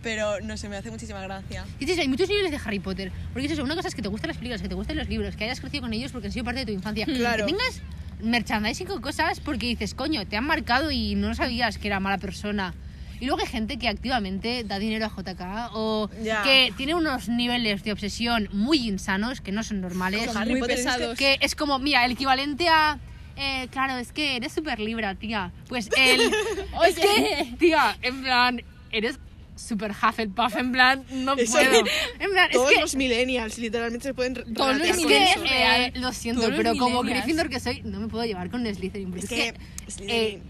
Speaker 2: Pero no sé, me hace muchísima gracia.
Speaker 3: dices, hay muchos niveles de Harry Potter. Porque es eso, una cosa es que te gustan las películas, que te gustan los libros, que hayas crecido con ellos porque han sido parte de tu infancia.
Speaker 2: Claro.
Speaker 3: Que tengas merchandising con cosas porque dices, coño, te han marcado y no sabías que era mala persona. Y luego hay gente que activamente da dinero a JK o
Speaker 2: Ya.
Speaker 3: que tiene unos niveles de obsesión muy insanos que no son normales.
Speaker 2: Como Harry
Speaker 1: muy
Speaker 2: Potter, es que-
Speaker 1: pesados.
Speaker 3: Que es como, mira, el equivalente a. eh, claro, es que eres súper libra, tía. Pues él. es
Speaker 1: Oye.
Speaker 3: que, tía, en plan, eres super Hufflepuff, en plan, no
Speaker 2: Eso-
Speaker 3: puedo. En plan, es
Speaker 2: Todos
Speaker 3: que...
Speaker 2: los millennials literalmente se pueden re-
Speaker 3: Todos los
Speaker 2: relatear con
Speaker 3: millennials,
Speaker 2: eso.
Speaker 1: real.
Speaker 3: eh, lo siento,
Speaker 1: Todos los
Speaker 3: pero como
Speaker 1: millennials.
Speaker 3: Gryffindor que soy, no me puedo llevar con Slytherin.
Speaker 2: Es
Speaker 3: porque Es,
Speaker 2: que
Speaker 3: que, eh,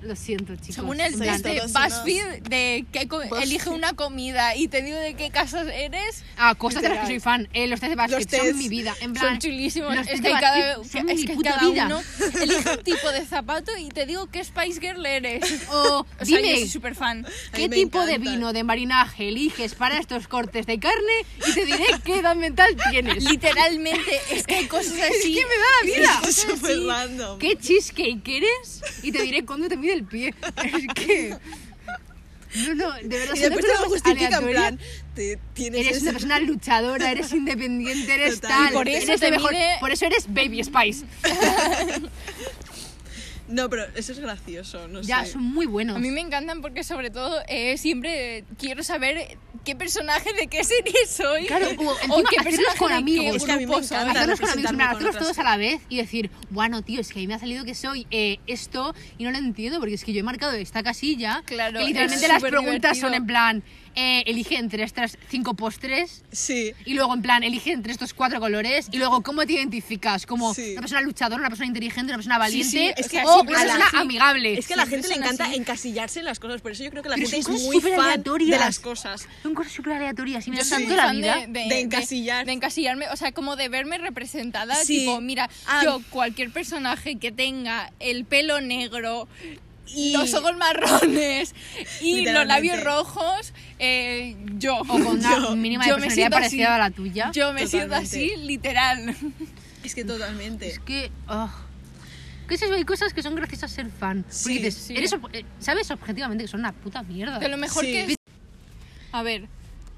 Speaker 2: Slytherin-
Speaker 3: lo siento, chicos.
Speaker 1: Según el
Speaker 3: en plan, eh,
Speaker 1: test de
Speaker 2: todos
Speaker 1: BuzzFeed de que co-
Speaker 2: Buzzfeed.
Speaker 1: elige una comida y te digo de qué casas eres,
Speaker 3: Ah, cosas de las que
Speaker 2: Literal.
Speaker 3: soy fan. Eh, los test de básquet
Speaker 2: tests
Speaker 3: son mi vida. En plan,
Speaker 1: son chulísimos.
Speaker 3: los
Speaker 1: Es
Speaker 3: test
Speaker 1: que
Speaker 3: de
Speaker 1: cada,
Speaker 3: básquet
Speaker 1: que-
Speaker 3: son
Speaker 1: es
Speaker 3: mi
Speaker 1: que
Speaker 3: puta
Speaker 1: cada
Speaker 3: vida.
Speaker 1: uno elige un tipo de zapato y te digo qué Spice Girl eres.
Speaker 3: O
Speaker 1: O sea, yo
Speaker 3: dime,
Speaker 1: soy súper fan.
Speaker 2: A mí
Speaker 3: ¿qué
Speaker 2: me
Speaker 3: tipo de
Speaker 2: encanta.
Speaker 3: vino de marinaje eliges para estos cortes de carne? Y te diré qué edad mental tienes.
Speaker 1: Literalmente, es que hay cosas así.
Speaker 3: ¿Qué me da la vida?
Speaker 2: Es súper random.
Speaker 3: ¿Qué cheesecake eres? Y te diré cuándo te mide el pie. Es que... No, no, de verdad,
Speaker 2: Y
Speaker 3: son
Speaker 2: después te
Speaker 3: cosas
Speaker 2: lo justifican, en
Speaker 3: aleatorias.
Speaker 2: plan, te tienes
Speaker 3: Eres
Speaker 2: ese-
Speaker 3: una persona luchadora, eres independiente, eres
Speaker 2: Total.
Speaker 3: tal.
Speaker 2: Y por eso
Speaker 3: eres
Speaker 1: te
Speaker 3: el mejor,
Speaker 1: mide-
Speaker 3: por eso eres Baby Spice.
Speaker 2: No, pero eso es gracioso, no
Speaker 3: Ya,
Speaker 2: sé.
Speaker 3: son muy buenos.
Speaker 1: A mí me encantan porque sobre todo eh, siempre quiero saber qué personaje de qué serie soy.
Speaker 3: Claro, o encima
Speaker 1: qué
Speaker 3: hacerlos
Speaker 1: personaje
Speaker 3: con
Speaker 1: de qué
Speaker 3: amigos.
Speaker 2: Es que a mí me
Speaker 1: grupo soy.
Speaker 2: encanta.
Speaker 3: Hacerlos con amigos, en
Speaker 2: representarme
Speaker 3: plan,
Speaker 2: con
Speaker 3: hacerlos
Speaker 2: otras
Speaker 3: todos a la vez y decir, bueno, tío, es que a mí me ha salido que soy eh, esto y no lo entiendo porque es que yo he marcado esta casilla.
Speaker 1: Claro,
Speaker 3: y literalmente
Speaker 1: es
Speaker 3: las
Speaker 1: superdivertido.
Speaker 3: preguntas son en plan, eh, elige entre estas cinco postres
Speaker 2: Sí.
Speaker 3: y luego en plan, elige entre estos cuatro colores y luego, ¿cómo te identificas? Como
Speaker 2: Sí.
Speaker 3: una persona luchadora, una persona inteligente, una persona
Speaker 2: Sí,
Speaker 3: valiente
Speaker 2: sí, es que
Speaker 3: o
Speaker 2: siempre
Speaker 3: una
Speaker 2: son
Speaker 3: persona
Speaker 2: así.
Speaker 3: amigable.
Speaker 2: Es que a la
Speaker 1: Siempre
Speaker 2: gente le
Speaker 1: son
Speaker 2: encanta
Speaker 1: así.
Speaker 2: encasillarse en las cosas, por eso yo creo que la
Speaker 3: Pero
Speaker 2: gente es
Speaker 3: son cosas
Speaker 2: muy
Speaker 3: súper
Speaker 2: fan de
Speaker 3: aleatorias.
Speaker 2: las cosas.
Speaker 3: Son cosas súper aleatorias y me
Speaker 1: Yo
Speaker 3: da
Speaker 1: soy
Speaker 3: tanto la
Speaker 1: fan de-
Speaker 3: vida.
Speaker 1: De,
Speaker 2: De encasillar.
Speaker 1: De, encasillarme, o sea, como de verme representada.
Speaker 2: Sí.
Speaker 1: Tipo, mira,
Speaker 2: Ah.
Speaker 1: yo cualquier personaje que tenga el pelo negro,
Speaker 2: Y-
Speaker 1: los ojos marrones y los
Speaker 2: Literalmente.
Speaker 1: labios rojos, eh, yo.
Speaker 3: O con una mínima de
Speaker 1: yo me
Speaker 3: personalidad
Speaker 1: siento
Speaker 3: parecida
Speaker 1: así.
Speaker 3: a la tuya.
Speaker 1: Yo me siento
Speaker 2: Totalmente.
Speaker 1: así, literal.
Speaker 2: Es que totalmente.
Speaker 3: Es que. ah, Que esas hay cosas que son graciosas ser fan. Porque
Speaker 2: Sí,
Speaker 3: dices,
Speaker 1: sí.
Speaker 3: eres ob- eh, sabes objetivamente que son una puta mierda.
Speaker 1: De lo mejor
Speaker 2: Sí.
Speaker 1: que es. A ver.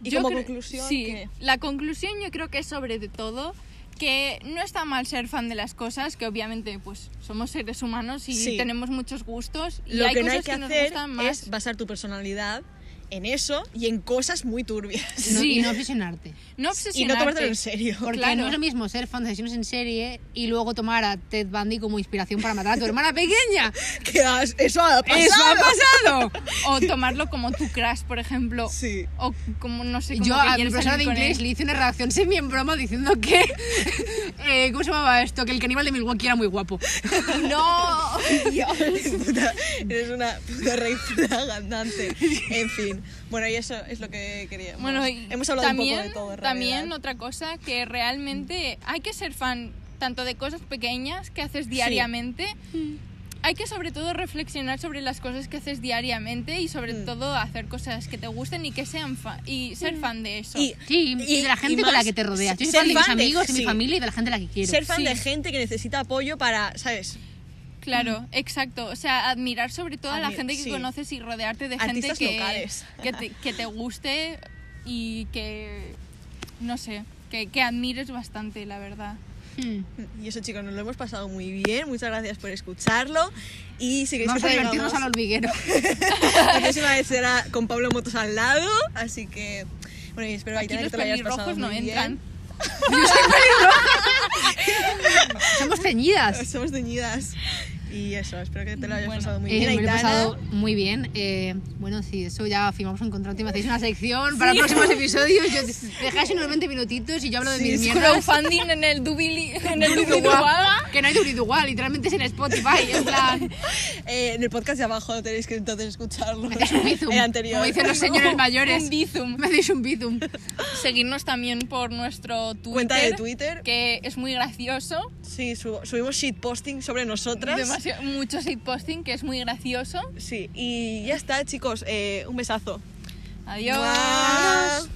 Speaker 2: ¿Y
Speaker 1: yo
Speaker 2: como
Speaker 1: creo-
Speaker 2: conclusión,
Speaker 1: Sí,
Speaker 2: qué?
Speaker 1: la conclusión yo creo que es sobre de todo que no está mal ser fan de las cosas, que obviamente pues somos seres humanos y
Speaker 2: Sí.
Speaker 1: tenemos muchos gustos y
Speaker 2: Lo
Speaker 1: hay
Speaker 2: que no
Speaker 1: cosas
Speaker 2: hay que,
Speaker 1: nos
Speaker 2: hacer
Speaker 1: gustan más.
Speaker 2: es basar tu personalidad en eso y en cosas muy turbias.
Speaker 3: No-
Speaker 1: sí.
Speaker 3: Y no obsesionarte.
Speaker 1: No
Speaker 2: Y no
Speaker 1: obsesionarte.
Speaker 2: tomártelo en serio.
Speaker 3: Porque
Speaker 1: Claro.
Speaker 3: no es lo mismo ser fan de sesiones en serie y luego tomar a Ted Bundy como inspiración para matar a tu hermana pequeña.
Speaker 2: Que has- eso ha pasado.
Speaker 3: ¡Eso ha pasado!
Speaker 1: o tomarlo como tu crush, por ejemplo,
Speaker 2: Sí.
Speaker 1: o como no sé, como
Speaker 3: Yo
Speaker 1: que
Speaker 3: a mi
Speaker 1: quieres
Speaker 3: profesora de
Speaker 1: salir con
Speaker 3: inglés
Speaker 1: él.
Speaker 3: le hice una redacción semi en broma diciendo que. eh, ¿Cómo se llamaba esto? Que el caníbal de Milwaukee era muy guapo.
Speaker 1: No.
Speaker 2: Puta, eres una puta rey flag andante. En fin. Bueno, y eso es lo que queríamos.
Speaker 1: Bueno, y
Speaker 2: Hemos hablado
Speaker 1: también,
Speaker 2: un poco de todo, en
Speaker 1: También
Speaker 2: realidad.
Speaker 1: otra cosa que realmente hay que ser fan tanto de cosas pequeñas que haces diariamente. Hay que sobre todo reflexionar sobre las cosas que haces diariamente y sobre
Speaker 2: Mm.
Speaker 1: todo hacer cosas que te gusten y que sean fa- y ser fan de eso.
Speaker 2: Y
Speaker 3: Sí, y, de la
Speaker 2: y
Speaker 3: gente con la
Speaker 2: más,
Speaker 3: que te rodeas. Yo soy
Speaker 2: ser
Speaker 3: fan de mis
Speaker 2: fan de-
Speaker 3: amigos, de mi
Speaker 2: sí.
Speaker 3: familia y de la gente a la que quiero.
Speaker 2: ser fan
Speaker 1: Sí.
Speaker 2: de gente que necesita apoyo para, ¿sabes?
Speaker 1: Claro, exacto. O sea, admirar sobre todo a la
Speaker 2: Admi-
Speaker 1: gente que
Speaker 2: sí.
Speaker 1: conoces y rodearte de
Speaker 2: Artistas
Speaker 1: gente que,
Speaker 2: locales.
Speaker 1: que, te, que te guste y que, no sé, que, que admires bastante, la verdad.
Speaker 3: Hmm.
Speaker 2: Y eso, chicos, nos lo hemos pasado muy bien. Muchas gracias por escucharlo. Y si queréis
Speaker 3: Vamos
Speaker 2: que
Speaker 3: a divertirnos al
Speaker 2: traigamos-
Speaker 3: hormiguero.
Speaker 2: La próxima vez será con Pablo Motos al lado. Así que, bueno, y espero
Speaker 1: Aquí
Speaker 2: Aitana, que
Speaker 1: los
Speaker 2: te lo hayas pasado
Speaker 1: pelirrojos no
Speaker 2: muy bien.
Speaker 1: entran.
Speaker 3: Somos ceñidas.
Speaker 2: Somos teñidas. Y eso, espero que te lo hayas
Speaker 1: Bueno,
Speaker 2: pasado muy
Speaker 3: Eh,
Speaker 2: bien,
Speaker 3: me lo he
Speaker 2: Aitana.
Speaker 3: pasado muy bien. Eh, bueno, sí, eso ya firmamos un contrato y me hacéis una sección para próximos episodios. Yo dejáis unos 20 minutitos y yo hablo de
Speaker 2: Sí,
Speaker 3: mis
Speaker 2: sí.
Speaker 3: mierdas.
Speaker 1: Crowdfunding en el dubili, en el Dubiduba.
Speaker 3: Que no hay dual literalmente es en Spotify. En plan,
Speaker 2: Eh, en el podcast de abajo tenéis que entonces escucharlo.
Speaker 3: me hacéis un bizum.
Speaker 2: El anterior.
Speaker 3: Como dicen los señores mayores.
Speaker 1: Un bizum.
Speaker 3: Me hacéis un bizum.
Speaker 1: Seguirnos también por nuestro Twitter.
Speaker 2: Cuenta de Twitter.
Speaker 1: Que es muy gracioso.
Speaker 2: Sí, subo- subimos shitposting sobre nosotras.
Speaker 1: Demasiado, mucho shitposting que es muy gracioso.
Speaker 2: Sí, y ya está, chicos. eh, un besazo.
Speaker 1: Adiós.
Speaker 2: Muah.